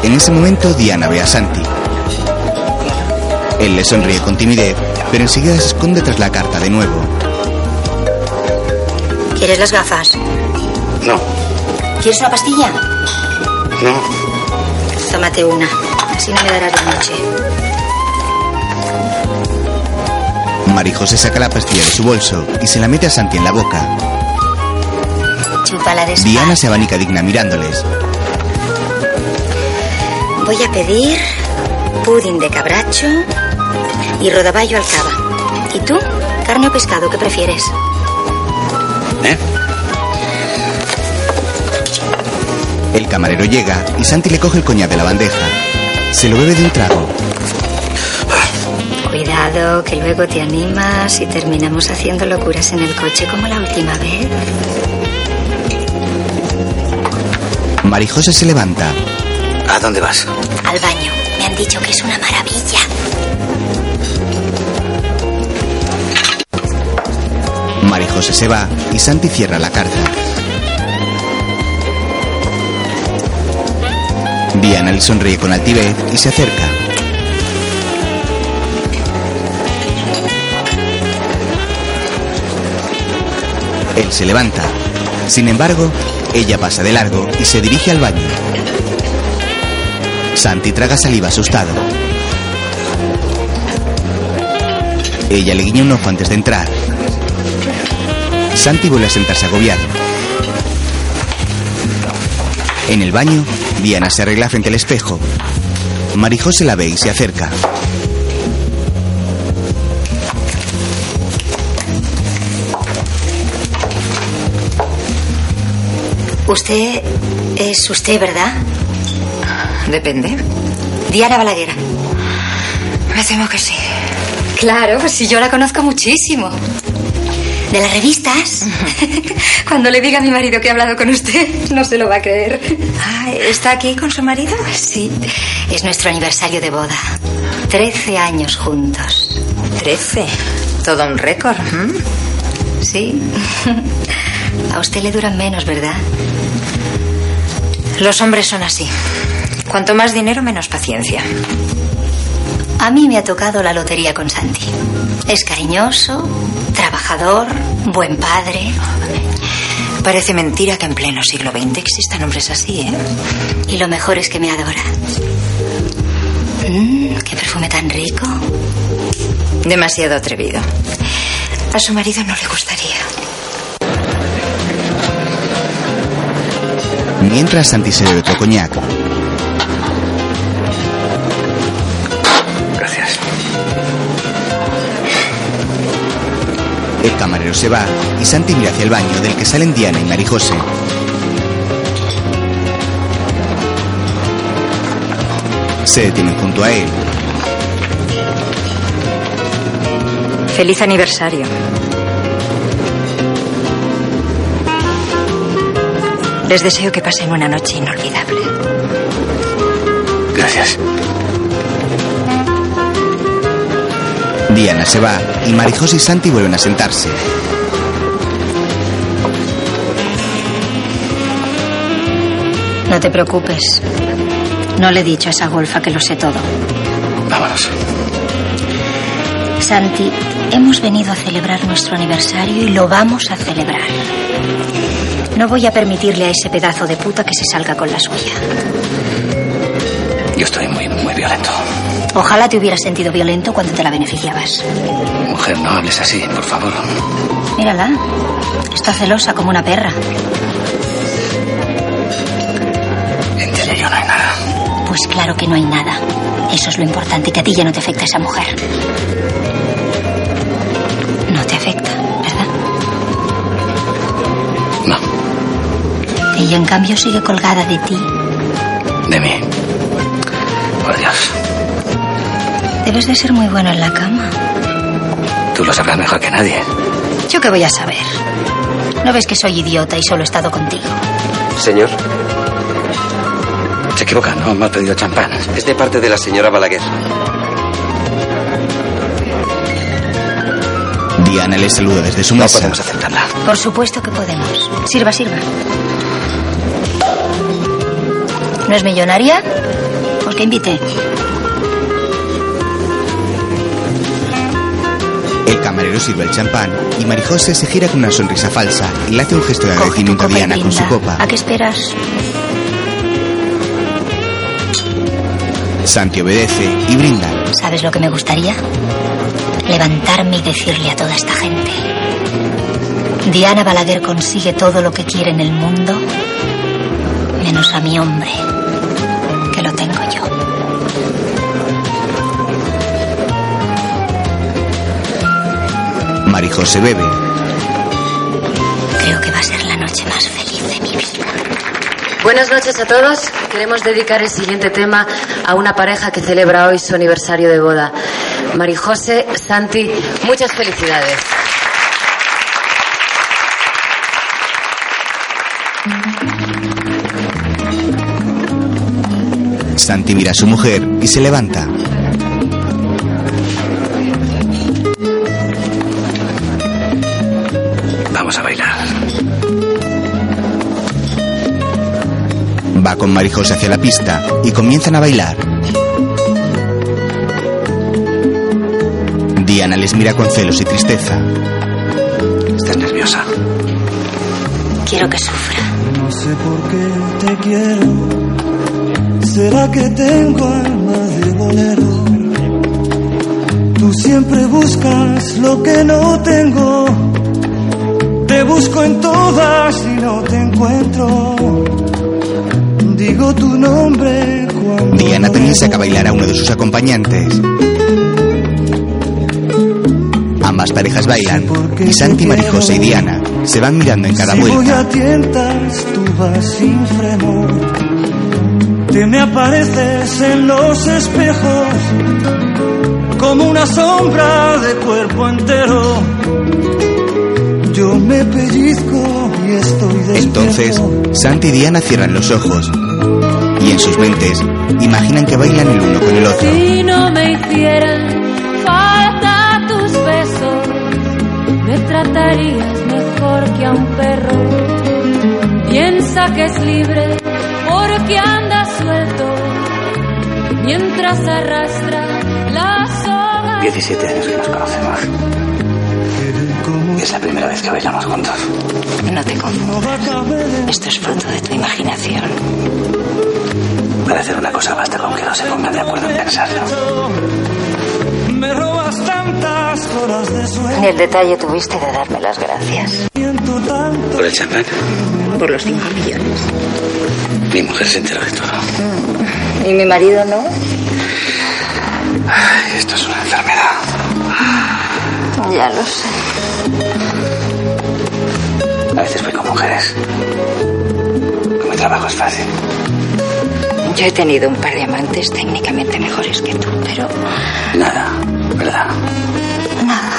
Speaker 1: En ese momento Diana ve a Santi. Él le sonríe con timidez, pero enseguida se esconde tras la carta de nuevo.
Speaker 26: ¿Quieres las gafas?
Speaker 7: No,
Speaker 26: ¿Quieres una pastilla?
Speaker 7: no.
Speaker 26: Tómate una. Así no me darás la noche.
Speaker 1: Marijo se saca la pastilla de su bolso y se la mete a Santi en la boca.
Speaker 26: Chúpala de
Speaker 1: Diana se abanica digna mirándoles.
Speaker 26: Voy a pedir pudding de cabracho y rodaballo al cava. ¿Y tú? ¿Carne o pescado? ¿Qué prefieres?
Speaker 1: El camarero llega y Santi le coge el coñac de la bandeja. Se lo bebe de un trago.
Speaker 26: Cuidado, que luego te animas y terminamos haciendo locuras en el coche como la última vez.
Speaker 1: Marijose se levanta.
Speaker 7: ¿A dónde vas?
Speaker 26: Al baño. Me han dicho que es una maravilla.
Speaker 1: Marijose se va y Santi cierra la carta. Diana le sonríe con altivez y se acerca. Él se levanta. Sin embargo, ella pasa de largo y se dirige al baño. Santi traga saliva asustado. Ella le guiña un ojo antes de entrar. Santi vuelve a sentarse agobiado. En el baño, Diana se arregla frente al espejo. Marijo se la ve y se acerca.
Speaker 26: Usted es usted, ¿verdad?
Speaker 41: Depende.
Speaker 26: Diana Balaguer.
Speaker 41: Me temo que sí.
Speaker 26: Claro, pues si yo la conozco muchísimo. De las revistas. Cuando le diga a mi marido que he hablado con usted, no se lo va a creer. Ah,
Speaker 41: ¿Está aquí con su marido?
Speaker 26: Sí. Es nuestro aniversario de boda. Trece años juntos.
Speaker 41: Trece. Todo un récord. ¿m?
Speaker 26: Sí. A usted le duran menos, ¿verdad?
Speaker 41: Los hombres son así. Cuanto más dinero, menos paciencia.
Speaker 26: A mí me ha tocado la lotería con Santi. Es cariñoso, trabajador, buen padre.
Speaker 41: Parece mentira que en pleno siglo XX existan hombres así, ¿eh?
Speaker 26: Y lo mejor es que me adora. Mm, qué perfume tan rico.
Speaker 41: Demasiado atrevido. A su marido no le gustaría.
Speaker 1: Mientras Santi se bebe otro coñac,
Speaker 7: Gracias.
Speaker 1: el camarero se va y Santi mira hacia el baño del que salen Diana y Marijose. Se detienen junto a él.
Speaker 41: Feliz aniversario. Les deseo que pasen una noche inolvidable.
Speaker 7: Gracias.
Speaker 1: Diana se va y Marijose y Santi vuelven a sentarse.
Speaker 26: No te preocupes. No le he dicho a esa golfa que lo sé todo.
Speaker 7: Vámonos.
Speaker 26: Santi, hemos venido a celebrar nuestro aniversario y lo vamos a celebrar. No voy a permitirle a ese pedazo de puta que se salga con la suya.
Speaker 7: Yo estoy muy, muy violento.
Speaker 26: Ojalá te hubieras sentido violento cuando te la beneficiabas.
Speaker 7: Mujer, no hables así, por favor.
Speaker 26: Mírala. Está celosa como una perra.
Speaker 7: Entre yo no hay nada.
Speaker 26: Pues claro que no hay nada. Eso es lo importante, que a ti ya no te afecta esa mujer. No te afecta, ¿verdad?
Speaker 7: No,
Speaker 26: Ella, en cambio, sigue colgada de ti.
Speaker 7: de mí. Por Dios,
Speaker 26: Debes de ser muy bueno en la cama.
Speaker 7: tú lo sabrás mejor que nadie.
Speaker 26: ¿Yo qué voy a saber? ¿No ves que soy idiota y solo he estado contigo?
Speaker 40: Señor,
Speaker 7: Se equivoca, no me ha pedido champán.
Speaker 40: es de parte de la señora Balaguer.
Speaker 1: Diana le saluda desde su mesa.
Speaker 7: podemos aceptarla.
Speaker 26: Por supuesto que podemos. Sirva, sirva. ¿No es millonaria? Pues que invite.
Speaker 1: El camarero sirve el champán y Marijose se gira con una sonrisa falsa y le hace un gesto de agradecimiento a
Speaker 26: Copa y
Speaker 1: Diana con su
Speaker 26: brinda.
Speaker 1: copa.
Speaker 26: ¿A qué esperas?
Speaker 1: Santi obedece y brinda.
Speaker 26: ¿Sabes lo que me gustaría? Levantarme y decirle a toda esta gente. Diana Balaguer consigue todo lo que quiere en el mundo, menos a mi hombre, que lo tengo yo.
Speaker 1: Marijose bebe.
Speaker 26: Creo que va a ser la noche más feliz de mi vida.
Speaker 3: Buenas noches a todos. Queremos dedicar el siguiente tema a una pareja que celebra hoy su aniversario de boda. Marijose, Santi, muchas felicidades.
Speaker 1: Santi mira a su mujer y se levanta.
Speaker 7: Vamos a bailar.
Speaker 1: Va con Marijose hacia la pista y comienzan a bailar. Diana les mira con celos y tristeza.
Speaker 7: Estás nerviosa.
Speaker 26: Quiero que sufra.
Speaker 35: No sé por qué te quiero. ¿Será que tengo alma de bolero? Tú siempre buscas lo que no tengo. Te busco en todas y no te encuentro. Digo tu nombre cuando
Speaker 1: Diana también saca a bailar a uno de sus acompañantes. Ambas parejas bailan y Santi, Marijose y Diana se van mirando en cada
Speaker 35: si voy
Speaker 1: vuelta.
Speaker 35: a tientas, tú vas sin freno. Te me apareces en los espejos, como una sombra de cuerpo entero. Yo me pellizco y estoy
Speaker 1: Entonces, Santi y Diana cierran los ojos y en sus mentes imaginan que bailan el uno con el otro.
Speaker 19: Si no me hicieran falta tus besos, me tratarías mejor que a un perro. Piensa que es libre porque anda suelto mientras arrastra la soga.
Speaker 7: 17 años que nos conocemos. Es la primera vez que bailamos juntos.
Speaker 3: No te confundas. Esto es fruto de tu imaginación.
Speaker 7: Para hacer una cosa basta con que no se pongan de acuerdo en pensarlo.
Speaker 35: Me robas tantas horas de
Speaker 3: Ni el detalle tuviste de darme las gracias.
Speaker 7: ¿Por el champán?
Speaker 3: Por los cinco millones.
Speaker 7: Mi mujer se enteró de todo.
Speaker 3: ¿Y mi marido no?
Speaker 7: Ay, esto es una enfermedad.
Speaker 3: Ya lo sé.
Speaker 7: A veces voy con mujeres. Mi trabajo es fácil.
Speaker 3: Yo he tenido un par de amantes técnicamente mejores que tú, pero
Speaker 7: Nada, ¿verdad?
Speaker 3: nada.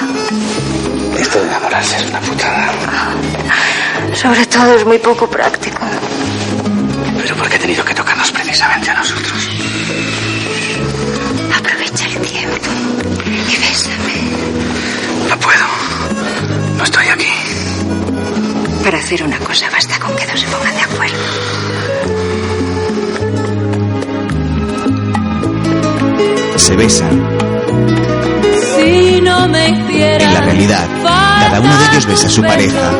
Speaker 7: Esto de enamorarse es una putada.
Speaker 3: Ah, Sobre todo es muy poco práctico.
Speaker 7: Pero porque ha tenido que tocarnos precisamente a nosotros.
Speaker 3: Aprovecha el tiempo y bésame.
Speaker 7: No puedo. No estoy aquí.
Speaker 3: Para hacer una cosa basta con que dos se pongan de acuerdo.
Speaker 1: Se besan.
Speaker 19: Si no me hicieran
Speaker 1: En la realidad, cada uno de ellos besa a su pareja.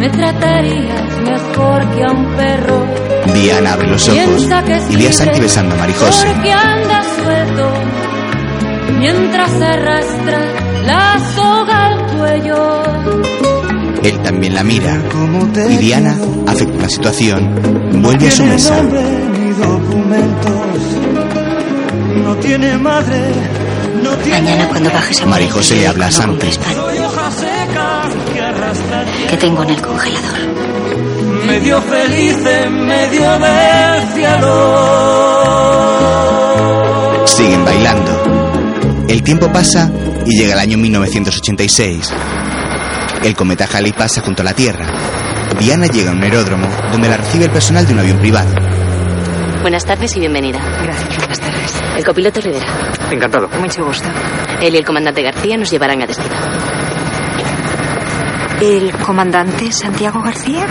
Speaker 19: me tratarías mejor que a un perro.
Speaker 1: Diana abre los ojos
Speaker 19: Piensa que es
Speaker 1: y ve a Santi
Speaker 19: libre
Speaker 1: besando a Marijose.
Speaker 19: Porque anda suelto mientras arrastra la soga al cuello.
Speaker 1: Él también la mira y Diana, afecta la situación, vuelve a su
Speaker 35: tiene
Speaker 1: mesa.
Speaker 35: nombre ni documentos. No tiene madre, no tiene.
Speaker 26: mañana cuando bajes a por el
Speaker 1: Marijose le habla a Santi.
Speaker 35: Soy hoja seca que arrastra el
Speaker 26: que tengo en el congelador.
Speaker 35: medio feliz en medio del cielo.
Speaker 1: Siguen bailando. El tiempo pasa y llega el año 1986. El cometa Halley pasa junto a la Tierra. Diana llega a un aeródromo donde la recibe el personal de un avión privado.
Speaker 42: Buenas tardes y bienvenida. Gracias, buenas tardes. El copiloto Rivera.
Speaker 43: Encantado.
Speaker 42: Mucho gusto. Él y el comandante García nos llevarán a destino.
Speaker 3: ¿El comandante Santiago García?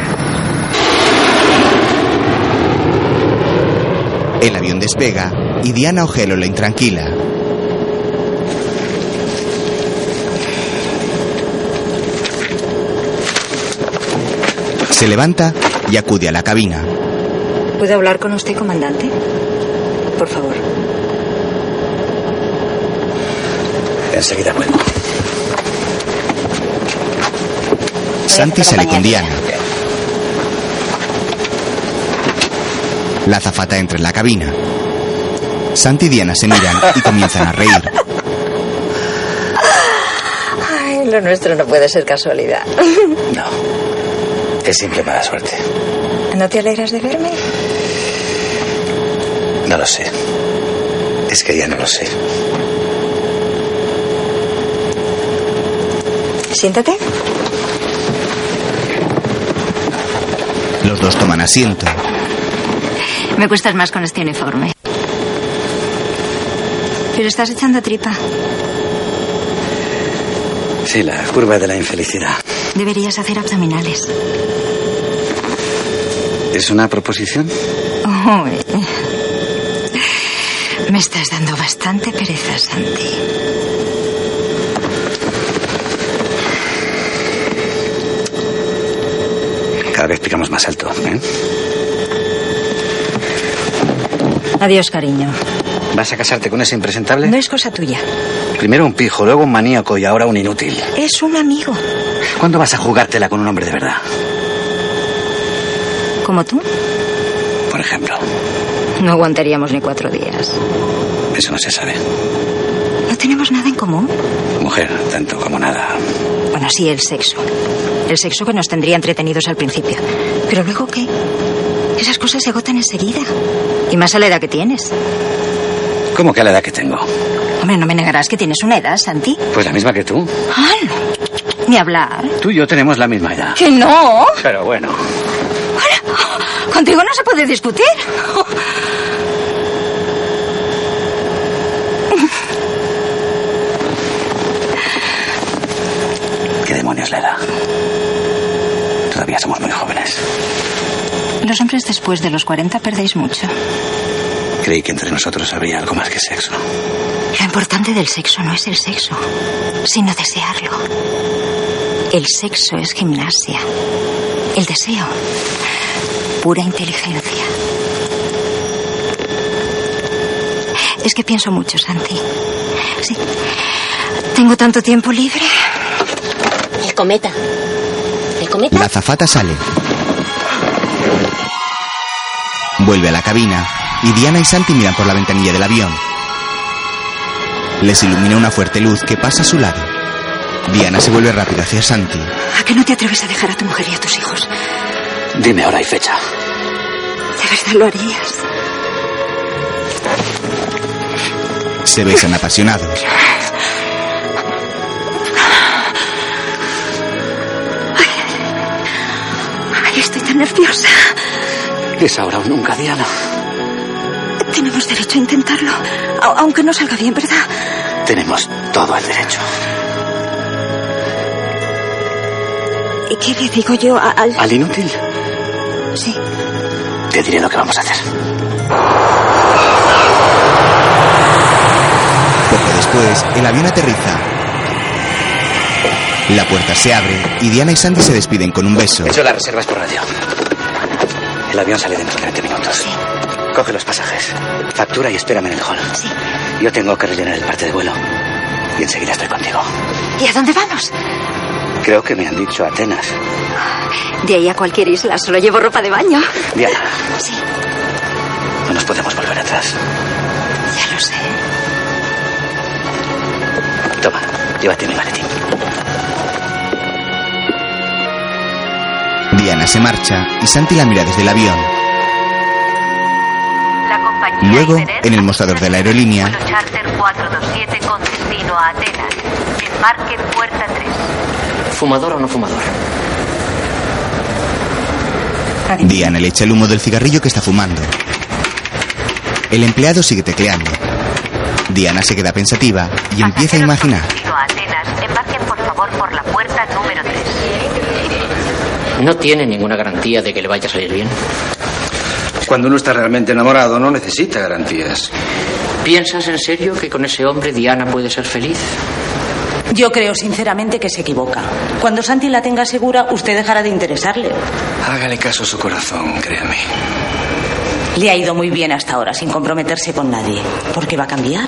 Speaker 1: El avión despega y Diana Ojelo lo intranquila. Se levanta y acude a la cabina.
Speaker 3: ¿Puedo hablar con usted, comandante? Por favor.
Speaker 7: Enseguida vuelvo.
Speaker 1: Santi sale con Diana. La azafata entra en la cabina. Santi y Diana se miran y comienzan a reír.
Speaker 21: Ay, lo nuestro no puede ser casualidad.
Speaker 7: No. Es simple mala suerte.
Speaker 21: ¿No te alegras de verme?
Speaker 7: No lo sé. Es que ya no lo sé.
Speaker 21: Siéntate.
Speaker 1: Los dos toman asiento.
Speaker 3: Me cuestas más con este uniforme. Pero estás echando tripa.
Speaker 7: Sí, la curva de la infelicidad.
Speaker 3: Deberías hacer abdominales.
Speaker 7: ¿Es una proposición?
Speaker 3: Uy. Oh, eh. Me estás dando bastante pereza, Santi.
Speaker 7: Cada vez picamos más alto. ¿eh?
Speaker 3: Adiós, cariño.
Speaker 7: ¿Vas a casarte con ese impresentable?
Speaker 3: No es cosa tuya.
Speaker 7: Primero un pijo, luego un maníaco y ahora un inútil.
Speaker 3: Es un amigo.
Speaker 7: ¿Cuándo vas a jugártela con un hombre de verdad?
Speaker 3: ¿Como tú?
Speaker 7: Por ejemplo.
Speaker 3: No aguantaríamos ni cuatro días.
Speaker 7: Eso no se sabe.
Speaker 3: ¿No tenemos nada en común?
Speaker 7: Mujer, tanto como nada.
Speaker 3: Bueno, sí, el sexo. El sexo que nos tendría entretenidos al principio. Pero luego, ¿qué? Esas cosas se agotan enseguida. Y más a la edad que tienes.
Speaker 7: ¿Cómo que a la edad que tengo?
Speaker 3: Hombre, no me negarás que tienes una edad, Santi.
Speaker 7: Pues la misma que tú.
Speaker 3: Ah, no. Ni hablar.
Speaker 7: Tú y yo tenemos la misma edad.
Speaker 3: ¡Que no!
Speaker 7: Pero bueno.
Speaker 3: Contigo no se puede discutir.
Speaker 7: ¿Qué demonios le da? Todavía somos muy jóvenes.
Speaker 3: Los hombres después de los 40 perdéis mucho.
Speaker 7: Creí que entre nosotros habría algo más que sexo.
Speaker 3: Lo importante del sexo no es el sexo, sino desearlo. El sexo es gimnasia. El deseo, pura inteligencia. Es que pienso mucho, Santi. Sí. Tengo tanto tiempo libre.
Speaker 21: El cometa. El cometa.
Speaker 1: La azafata sale. Vuelve a la cabina y Diana y Santi miran por la ventanilla del avión. Les ilumina una fuerte luz que pasa a su lado. Diana se vuelve rápido hacia Santi.
Speaker 3: ¿A qué no te atreves a dejar a tu mujer y a tus hijos?
Speaker 7: Dime hora y fecha.
Speaker 3: ¿De verdad lo harías?
Speaker 1: Se besan apasionados.
Speaker 3: Ay, ay, estoy tan nerviosa.
Speaker 7: Es ahora o nunca, Diana.
Speaker 3: Tenemos derecho a intentarlo, a- aunque no salga bien, ¿verdad?
Speaker 7: Tenemos todo el derecho.
Speaker 3: ¿Y qué le digo yo a- al...
Speaker 7: ¿Al inútil?
Speaker 3: Sí.
Speaker 7: Te diré lo que vamos a hacer.
Speaker 1: Poco después, el avión aterriza. La puerta se abre y Diana y Santi se despiden con un beso.
Speaker 7: He hecho las reservas por radio. El avión sale dentro de 20 minutos. Coge los pasajes. Factura y espérame en el hall.
Speaker 3: Sí.
Speaker 7: Yo tengo que rellenar el parte de vuelo. Y enseguida estoy contigo.
Speaker 3: ¿Y a dónde vamos?
Speaker 7: Creo que me han dicho Atenas.
Speaker 3: De ahí a cualquier isla, solo llevo ropa de baño.
Speaker 7: Diana. Sí. No nos podemos volver atrás.
Speaker 3: Ya lo sé.
Speaker 7: Toma, llévate mi maletín.
Speaker 1: Diana se marcha y Santi la mira desde el avión. Luego, en el mostrador de la aerolínea,
Speaker 41: Charter 427 con destino a Atenas. Embarque puerta 3.
Speaker 14: ¿Fumador o no fumador?
Speaker 1: Diana le echa el humo del cigarrillo que está fumando. El empleado sigue tecleando. Diana se queda pensativa y empieza a imaginar.
Speaker 41: Destino a Atenas. Embarquen por favor por la puerta
Speaker 44: Pregunta número 3.
Speaker 45: No tiene ninguna garantía de que le vaya a salir bien.
Speaker 46: Cuando uno está realmente enamorado, no necesita garantías.
Speaker 45: ¿Piensas en serio que con ese hombre Diana puede ser feliz?
Speaker 9: Yo creo sinceramente que se equivoca. Cuando Santi la tenga segura, usted dejará de interesarle.
Speaker 46: Hágale caso a su corazón, créame.
Speaker 9: Le ha ido muy bien hasta ahora, sin comprometerse con nadie. ¿Por qué va a cambiar?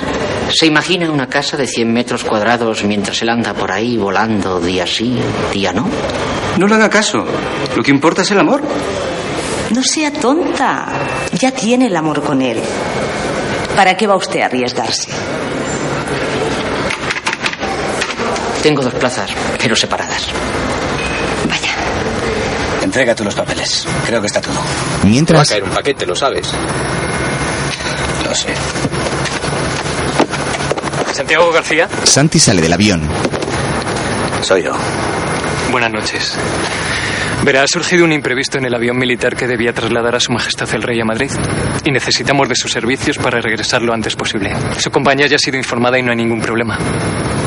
Speaker 45: ¿Se imagina una casa de 100 metros cuadrados mientras él anda por ahí volando día sí, día no?
Speaker 46: No le haga caso. Lo que importa es el amor.
Speaker 9: No sea tonta. Ya tiene el amor con él. ¿Para qué va usted a arriesgarse?
Speaker 45: Tengo dos plazas, pero separadas.
Speaker 35: Entrega tú los papeles. Creo que está todo.
Speaker 1: Mientras.
Speaker 35: Va a caer un paquete, lo sabes. Lo sé.
Speaker 6: Santiago García.
Speaker 1: Santi sale del avión.
Speaker 35: Soy yo.
Speaker 6: Buenas noches. Verá, ha surgido un imprevisto en el avión militar que debía trasladar a Su Majestad el Rey a Madrid y necesitamos de sus servicios para regresar lo antes posible. Su compañía ya ha sido informada y no hay ningún problema.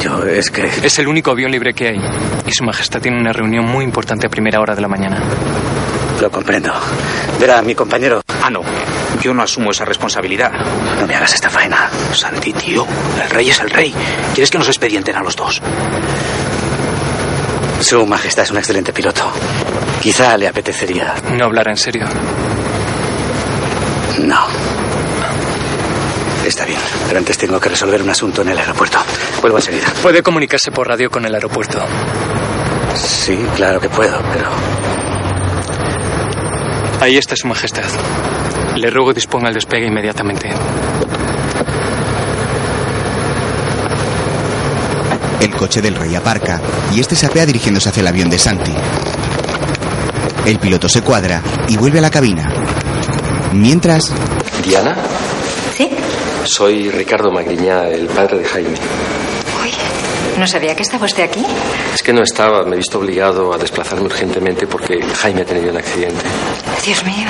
Speaker 35: Yo es que...
Speaker 6: Es el único avión libre que hay y Su Majestad tiene una reunión muy importante a primera hora de la mañana.
Speaker 35: Lo comprendo. Verá, mi compañero.
Speaker 47: Ah, no. Yo no asumo esa responsabilidad.
Speaker 35: No me hagas esta faena.
Speaker 47: Santi, tío. El rey es el rey. ¿Quieres que nos expedienten a los dos?
Speaker 35: Su Majestad es un excelente piloto. Quizá le apetecería.
Speaker 6: No hablará en serio.
Speaker 35: No. Está bien, pero antes tengo que resolver un asunto en el aeropuerto. Vuelvo enseguida.
Speaker 6: Puede comunicarse por radio con el aeropuerto.
Speaker 35: Sí, claro que puedo, pero...
Speaker 6: Ahí está Su Majestad. Le ruego disponga el despegue inmediatamente.
Speaker 1: El coche del rey aparca y este se apea dirigiéndose hacia el avión de Santi. El piloto se cuadra y vuelve a la cabina. Mientras,
Speaker 5: Diana,
Speaker 3: ¿Sí?
Speaker 5: soy Ricardo Magriñá, el padre de Jaime.
Speaker 3: No sabía que estaba usted aquí.
Speaker 5: Es que no estaba, me he visto obligado a desplazarme urgentemente porque Jaime ha tenido un accidente.
Speaker 3: Dios mío.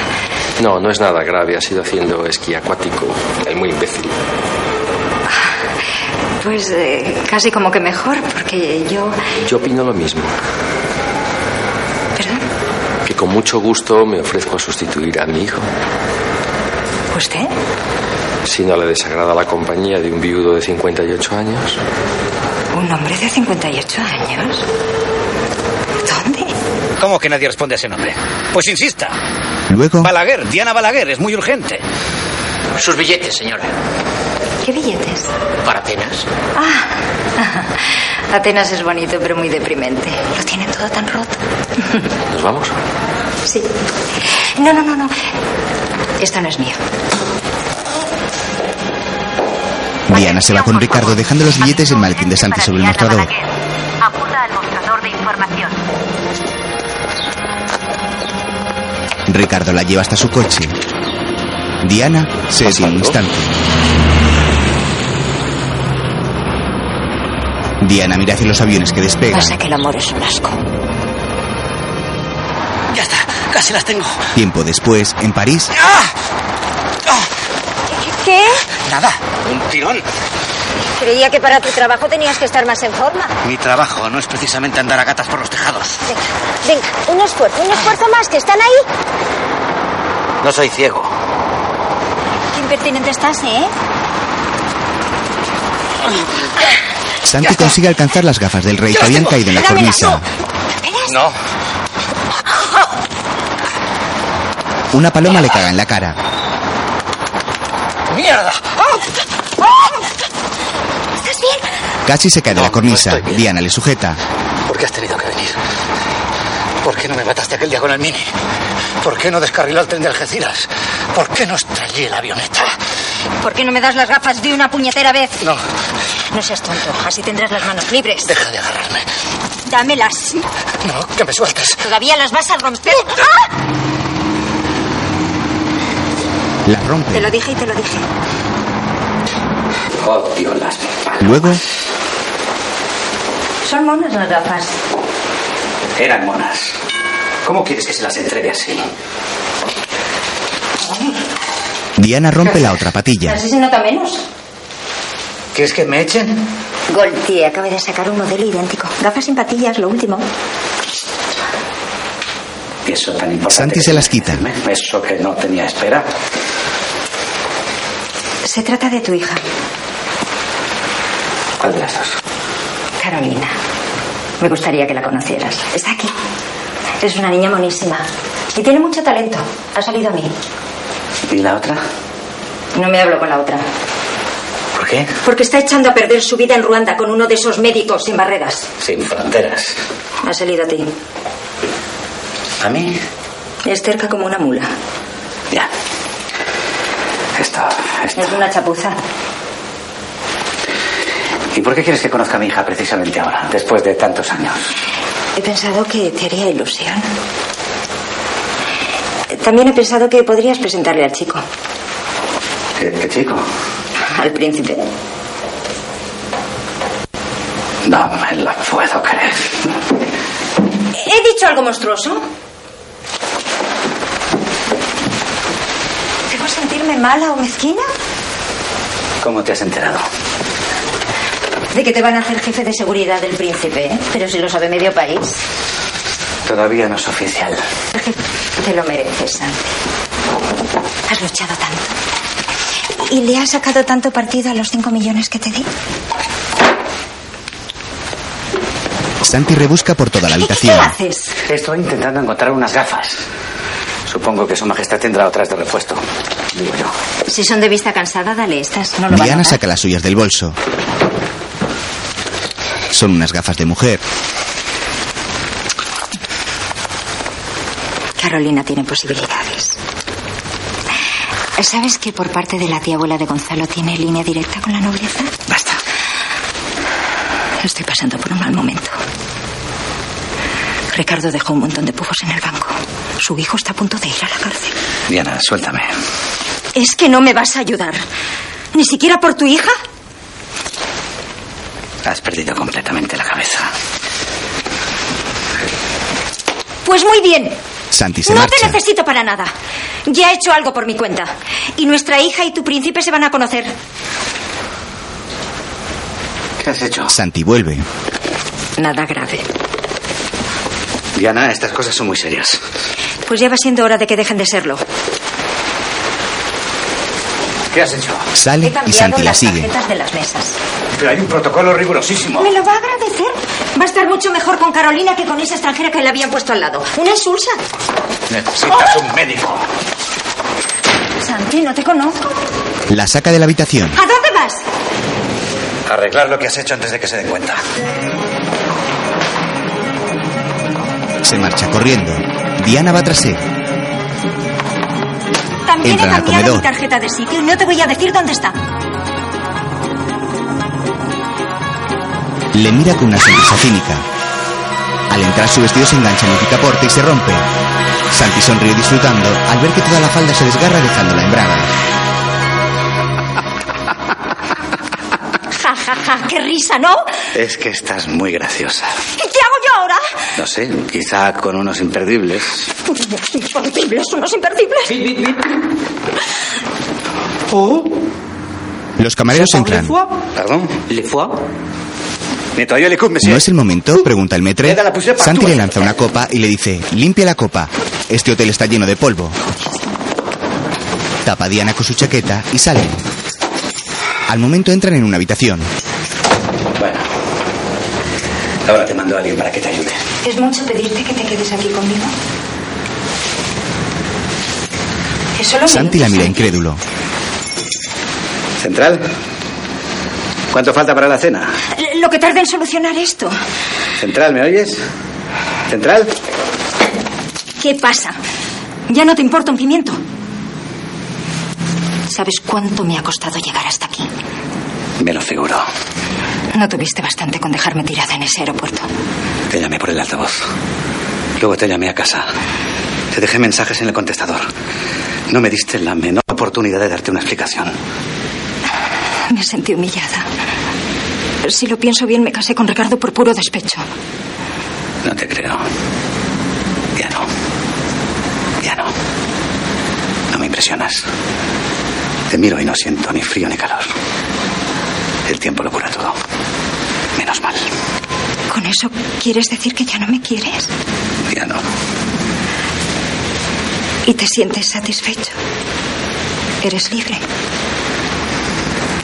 Speaker 5: No, no es nada grave, ha sido haciendo esquí acuático. Es muy imbécil.
Speaker 3: Pues eh, casi como que mejor, porque yo...
Speaker 5: Yo opino lo mismo,
Speaker 3: ¿Perdón?
Speaker 5: que con mucho gusto me ofrezco a sustituir a mi hijo.
Speaker 3: ¿Usted?
Speaker 5: Si no le desagrada la compañía de un viudo de 58 años,
Speaker 3: ¿Un hombre de 58 años? ¿Dónde?
Speaker 7: ¿Cómo que nadie responde a ese nombre? Pues insista.
Speaker 1: Luego.
Speaker 7: Balaguer, Diana Balaguer, es muy urgente.
Speaker 47: Sus billetes, señora.
Speaker 3: ¿Qué billetes?
Speaker 47: Para Atenas.
Speaker 3: Ah, Atenas es bonito, pero muy deprimente. Lo tienen todo tan roto.
Speaker 5: ¿nos vamos?
Speaker 3: Sí. No, no, no, no. Esto no es mío.
Speaker 1: Diana se va con Ricardo dejando los billetes y el maletín de Santi sobre el mostrador.
Speaker 44: Apunta al mostrador de información.
Speaker 1: Ricardo la lleva hasta su coche. Diana se detiene un instante. Diana mira hacia los aviones que
Speaker 9: Pues
Speaker 1: despegan.
Speaker 3: Pasa que el amor es un asco.
Speaker 7: Ya está, casi las tengo. ¡Ah!
Speaker 1: Tiempo después, en París,
Speaker 48: ¿Qué?
Speaker 7: Nada, un tirón.
Speaker 48: Creía que para tu trabajo tenías que estar más en forma.
Speaker 7: Mi trabajo no es precisamente andar a gatas por los tejados.
Speaker 48: Venga, venga, un esfuerzo, un esfuerzo más, que están ahí.
Speaker 7: No soy ciego.
Speaker 48: Qué impertinente estás, ¿eh?
Speaker 1: Santi consigue alcanzar las gafas del rey que habían caído en la cornisa.
Speaker 7: No,
Speaker 1: Una paloma le caga en la cara.
Speaker 7: mierda.
Speaker 48: ¿Estás bien?
Speaker 1: Casi se cae de la cornisa. Diana le sujeta.
Speaker 7: ¿Por qué has tenido que venir? ¿Por qué no me mataste aquel día con el mini? ¿Por qué no descarriló el tren de Algeciras? ¿Por qué no estrellé la avioneta?
Speaker 48: ¿Por qué no me das las gafas de una puñetera vez?
Speaker 7: No,
Speaker 48: No seas tonto, así tendrás las manos libres.
Speaker 7: deja de agarrarme.
Speaker 48: Dámelas.
Speaker 7: No, que me Eh, sueltes.
Speaker 48: Todavía las vas a romper. Ah,
Speaker 1: La rompe.
Speaker 48: Te lo dije y te lo dije.
Speaker 14: Oh,
Speaker 5: Odio las
Speaker 1: Luego,
Speaker 9: Son monas las gafas.
Speaker 35: Eran monas. ¿Cómo quieres que se las entregue así?
Speaker 1: Diana rompe la otra patilla.
Speaker 9: Así se nota menos.
Speaker 7: ¿Quieres que me echen?
Speaker 3: Goltier acaba de sacar un modelo idéntico. Gafas sin patillas, lo último.
Speaker 7: Eso tan importante.
Speaker 1: Santi se las quita.
Speaker 7: Eso que no tenía espera.
Speaker 49: Se trata de tu hija,
Speaker 7: ¿Cuál de las dos?
Speaker 49: Carolina. Me gustaría que la conocieras.
Speaker 3: Está aquí. Es una niña monísima. Y tiene mucho talento. Ha salido a mí.
Speaker 7: ¿Y la otra?
Speaker 3: No me hablo con la otra.
Speaker 7: ¿Por qué?
Speaker 3: Porque está echando a perder su vida en Ruanda con uno de esos médicos sin barreras.
Speaker 7: Sin fronteras.
Speaker 3: Ha salido a ti.
Speaker 7: ¿A mí?
Speaker 3: Es terca como una mula.
Speaker 7: Ya. Esto, esto.
Speaker 3: Es una chapuza.
Speaker 7: ¿Y por qué quieres que conozca a mi hija precisamente ahora, después de tantos años?
Speaker 3: He pensado que te haría ilusión. También he pensado que podrías presentarle al chico,
Speaker 7: ¿Qué, qué chico?
Speaker 3: al príncipe.
Speaker 7: No me la puedo creer.
Speaker 3: ¿He dicho algo monstruoso?
Speaker 49: ¿Debo sentirme mala o mezquina?
Speaker 7: ¿Cómo te has enterado?
Speaker 3: De que te van a hacer jefe de seguridad del príncipe, ¿eh? pero si lo sabe medio país.
Speaker 7: Todavía no es oficial.
Speaker 3: Te lo mereces, Santi.
Speaker 49: Has luchado tanto. ¿Y le has sacado tanto partido a los 5 millones que te di?
Speaker 1: Santi rebusca por toda la habitación.
Speaker 3: haces?
Speaker 7: Estoy intentando encontrar unas gafas. Supongo que su majestad tendrá otras de repuesto. Digo yo.
Speaker 3: Si son de vista cansada, dale estas. No lo va a
Speaker 1: Diana
Speaker 3: notar.
Speaker 1: saca las suyas del bolso. Son unas gafas de mujer.
Speaker 3: Carolina tiene posibilidades.
Speaker 49: ¿Sabes que por parte de la tía abuela de Gonzalo tiene línea directa con la nobleza?
Speaker 3: Basta. Estoy pasando por un mal momento. Ricardo dejó un montón de pujos en el banco. Su hijo está a punto de ir a la cárcel.
Speaker 7: Diana, suéltame.
Speaker 3: ¿Es que no me vas a ayudar? ¿Ni siquiera por tu hija?
Speaker 7: Has perdido completamente la cabeza.
Speaker 3: Pues muy bien.
Speaker 1: Santi se
Speaker 3: no te
Speaker 1: marcha.
Speaker 3: necesito para nada. Ya he hecho algo por mi cuenta. Y nuestra hija y tu príncipe se van a conocer.
Speaker 7: ¿Qué has hecho?
Speaker 1: Santi vuelve.
Speaker 3: Nada grave.
Speaker 7: Diana, estas cosas son muy serias.
Speaker 3: Pues ya va siendo hora de que dejen de serlo.
Speaker 7: ¿Qué has hecho?
Speaker 1: Sale y Santi la sigue.
Speaker 3: de las mesas.
Speaker 7: Pero hay un protocolo rigurosísimo.
Speaker 3: ¿Me lo va a agradecer? Va a estar mucho mejor con Carolina que con esa extranjera que le habían puesto al lado. Una insulsa. ¡Oh!
Speaker 7: Necesitas un médico.
Speaker 3: Santi, no te conozco.
Speaker 1: La saca de la habitación.
Speaker 3: ¿A dónde vas?
Speaker 7: Arreglar lo que has hecho antes de que se den cuenta.
Speaker 1: Se marcha corriendo. Diana va tras él.
Speaker 3: También
Speaker 1: Entran
Speaker 3: he
Speaker 1: al
Speaker 3: cambiado
Speaker 1: comedor.
Speaker 3: mi tarjeta de sitio y no te voy a decir dónde está.
Speaker 1: Le mira con una sonrisa cínica. Al entrar su vestido se engancha en el picaporte y se rompe. Santi sonríe disfrutando al ver que toda la falda se desgarra dejándola en bragas.
Speaker 3: Ja, ja, ja, qué risa, ¿no?
Speaker 7: Es que estás muy graciosa.
Speaker 3: ¿Y qué hago yo ahora?
Speaker 7: No sé, quizá con unos imperdibles.
Speaker 3: Imperdibles, unos imperdibles.
Speaker 7: Oh,
Speaker 1: Los camareros entran.
Speaker 7: Pardon Le foie Nettoyez les coupes,
Speaker 1: ¿No
Speaker 7: monsieur.
Speaker 1: es el momento? Pregunta el metre. Santi le lanza una copa y le dice, limpia la copa. Este hotel está lleno de polvo. Tapa a Diana con su chaqueta y sale. Al momento entran en una habitación.
Speaker 7: Bueno. Ahora te mando a alguien para que te ayude.
Speaker 49: ¿Es mucho pedirte que te quedes aquí conmigo? Eso lo
Speaker 1: Santi la mira incrédulo.
Speaker 7: ¿Central? ¿Cuánto falta para la cena?
Speaker 3: Lo que tarda en solucionar esto.
Speaker 7: ¿Central, me oyes? ¿Central?
Speaker 3: ¿Qué pasa? Ya no te importa un pimiento. ¿Sabes cuánto me ha costado llegar hasta aquí?
Speaker 7: Me lo figuro.
Speaker 3: No tuviste bastante con dejarme tirada en ese aeropuerto.
Speaker 7: Te llamé por el altavoz. Luego te llamé a casa. Te dejé mensajes en el contestador. No me diste la menor oportunidad de darte una explicación.
Speaker 3: Me sentí humillada. Si lo pienso bien, me casé con Ricardo por puro despecho.
Speaker 7: No te creo. Ya no. Ya no. No me impresionas. Te miro y no siento ni frío ni calor. El tiempo
Speaker 3: ¿Eso quieres decir que ya no me quieres?
Speaker 7: Ya no.
Speaker 3: ¿Y te sientes satisfecho? ¿Eres libre?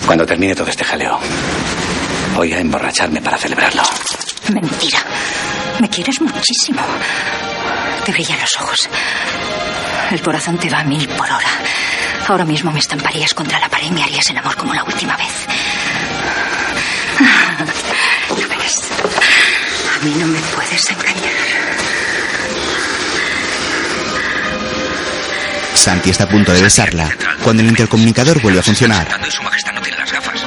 Speaker 7: Cuando termine todo este jaleo, voy a emborracharme para celebrarlo.
Speaker 3: Mentira. Me quieres muchísimo. Te brillan los ojos. El corazón te va a mil por hora. Ahora mismo me estamparías contra la pared y me harías el amor como la última vez. ¿Lo ves? A mí no me puedes engañar.
Speaker 1: Santi está a punto de besarla cuando el intercomunicador vuelve a funcionar.
Speaker 50: y su majestad no tiene las gafas.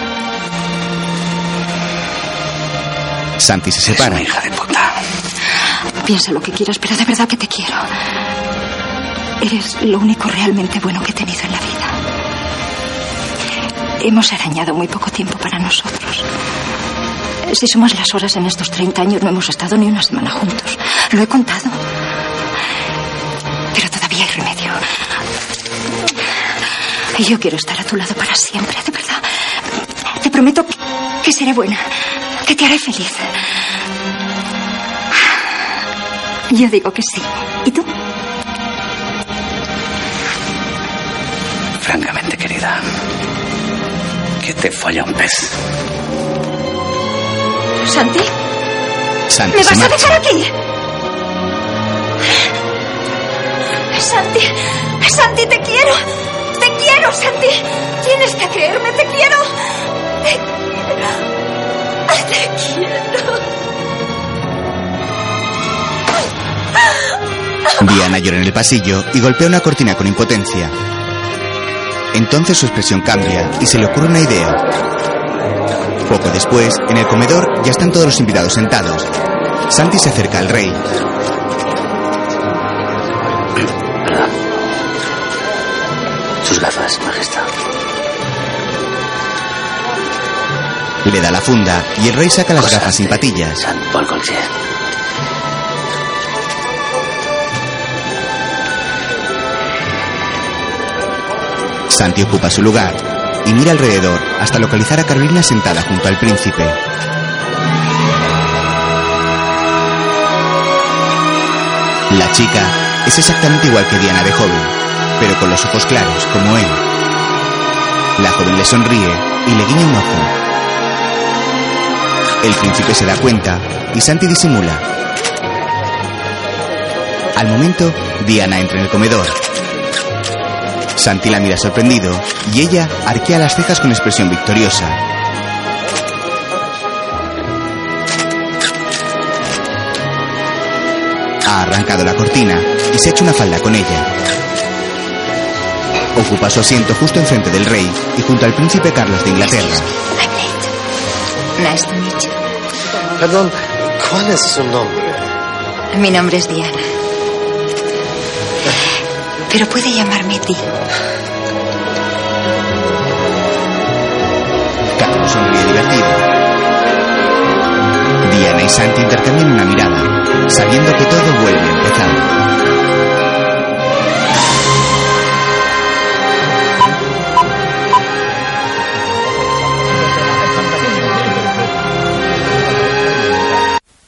Speaker 1: Santi se separa.
Speaker 3: Piensa lo que quieras, pero de verdad que te quiero. Eres lo único realmente bueno que he tenido en la vida. Hemos arañado muy poco tiempo para nosotros. Si sumas las horas en estos 30 años, no hemos estado ni una semana juntos. Lo he contado. Pero todavía hay remedio. Y yo quiero estar a tu lado para siempre, de verdad. Te prometo que, que seré buena, que te haré feliz. Yo digo que sí. ¿Y tú?
Speaker 7: Francamente, querida, que te folla un pez.
Speaker 3: Santi,
Speaker 1: Santi
Speaker 3: ¿me
Speaker 1: se
Speaker 3: vas a
Speaker 1: marcha.
Speaker 3: dejar aquí? Santi, Santi, te quiero.
Speaker 9: Te quiero, Santi. Tienes que creerme, te quiero. Te quiero.
Speaker 1: Diana llora en el pasillo y golpea una cortina con impotencia. Entonces su expresión cambia y se le ocurre una idea. Poco después, en el comedor ya están todos los invitados sentados. Santi se acerca al rey.
Speaker 50: Sus gafas, majestad.
Speaker 1: Le da la funda y el rey saca las gafas sin patillas.
Speaker 50: Paul Gaultier.
Speaker 1: Santi ocupa su lugar y mira alrededor hasta localizar a Carolina sentada junto al príncipe. La chica es exactamente igual que Diana de joven, pero con los ojos claros como él. La joven le sonríe y le guiña un ojo. El príncipe se da cuenta y Santi disimula. Al momento, Diana entra en el comedor. Santi la mira sorprendido y ella arquea las cejas con expresión victoriosa. Ha arrancado la cortina y se ha hecho una falda con ella. Ocupa su asiento justo enfrente del rey y junto al príncipe Carlos de Inglaterra.
Speaker 51: Nice to meet you.
Speaker 35: Perdón, ¿cuál es su nombre?
Speaker 51: Mi nombre es Diana. Pero puede llamarme Di.
Speaker 1: Carlos sonríe divertido. Diana y Santi intercambian una mirada, sabiendo que todo vuelve a empezar.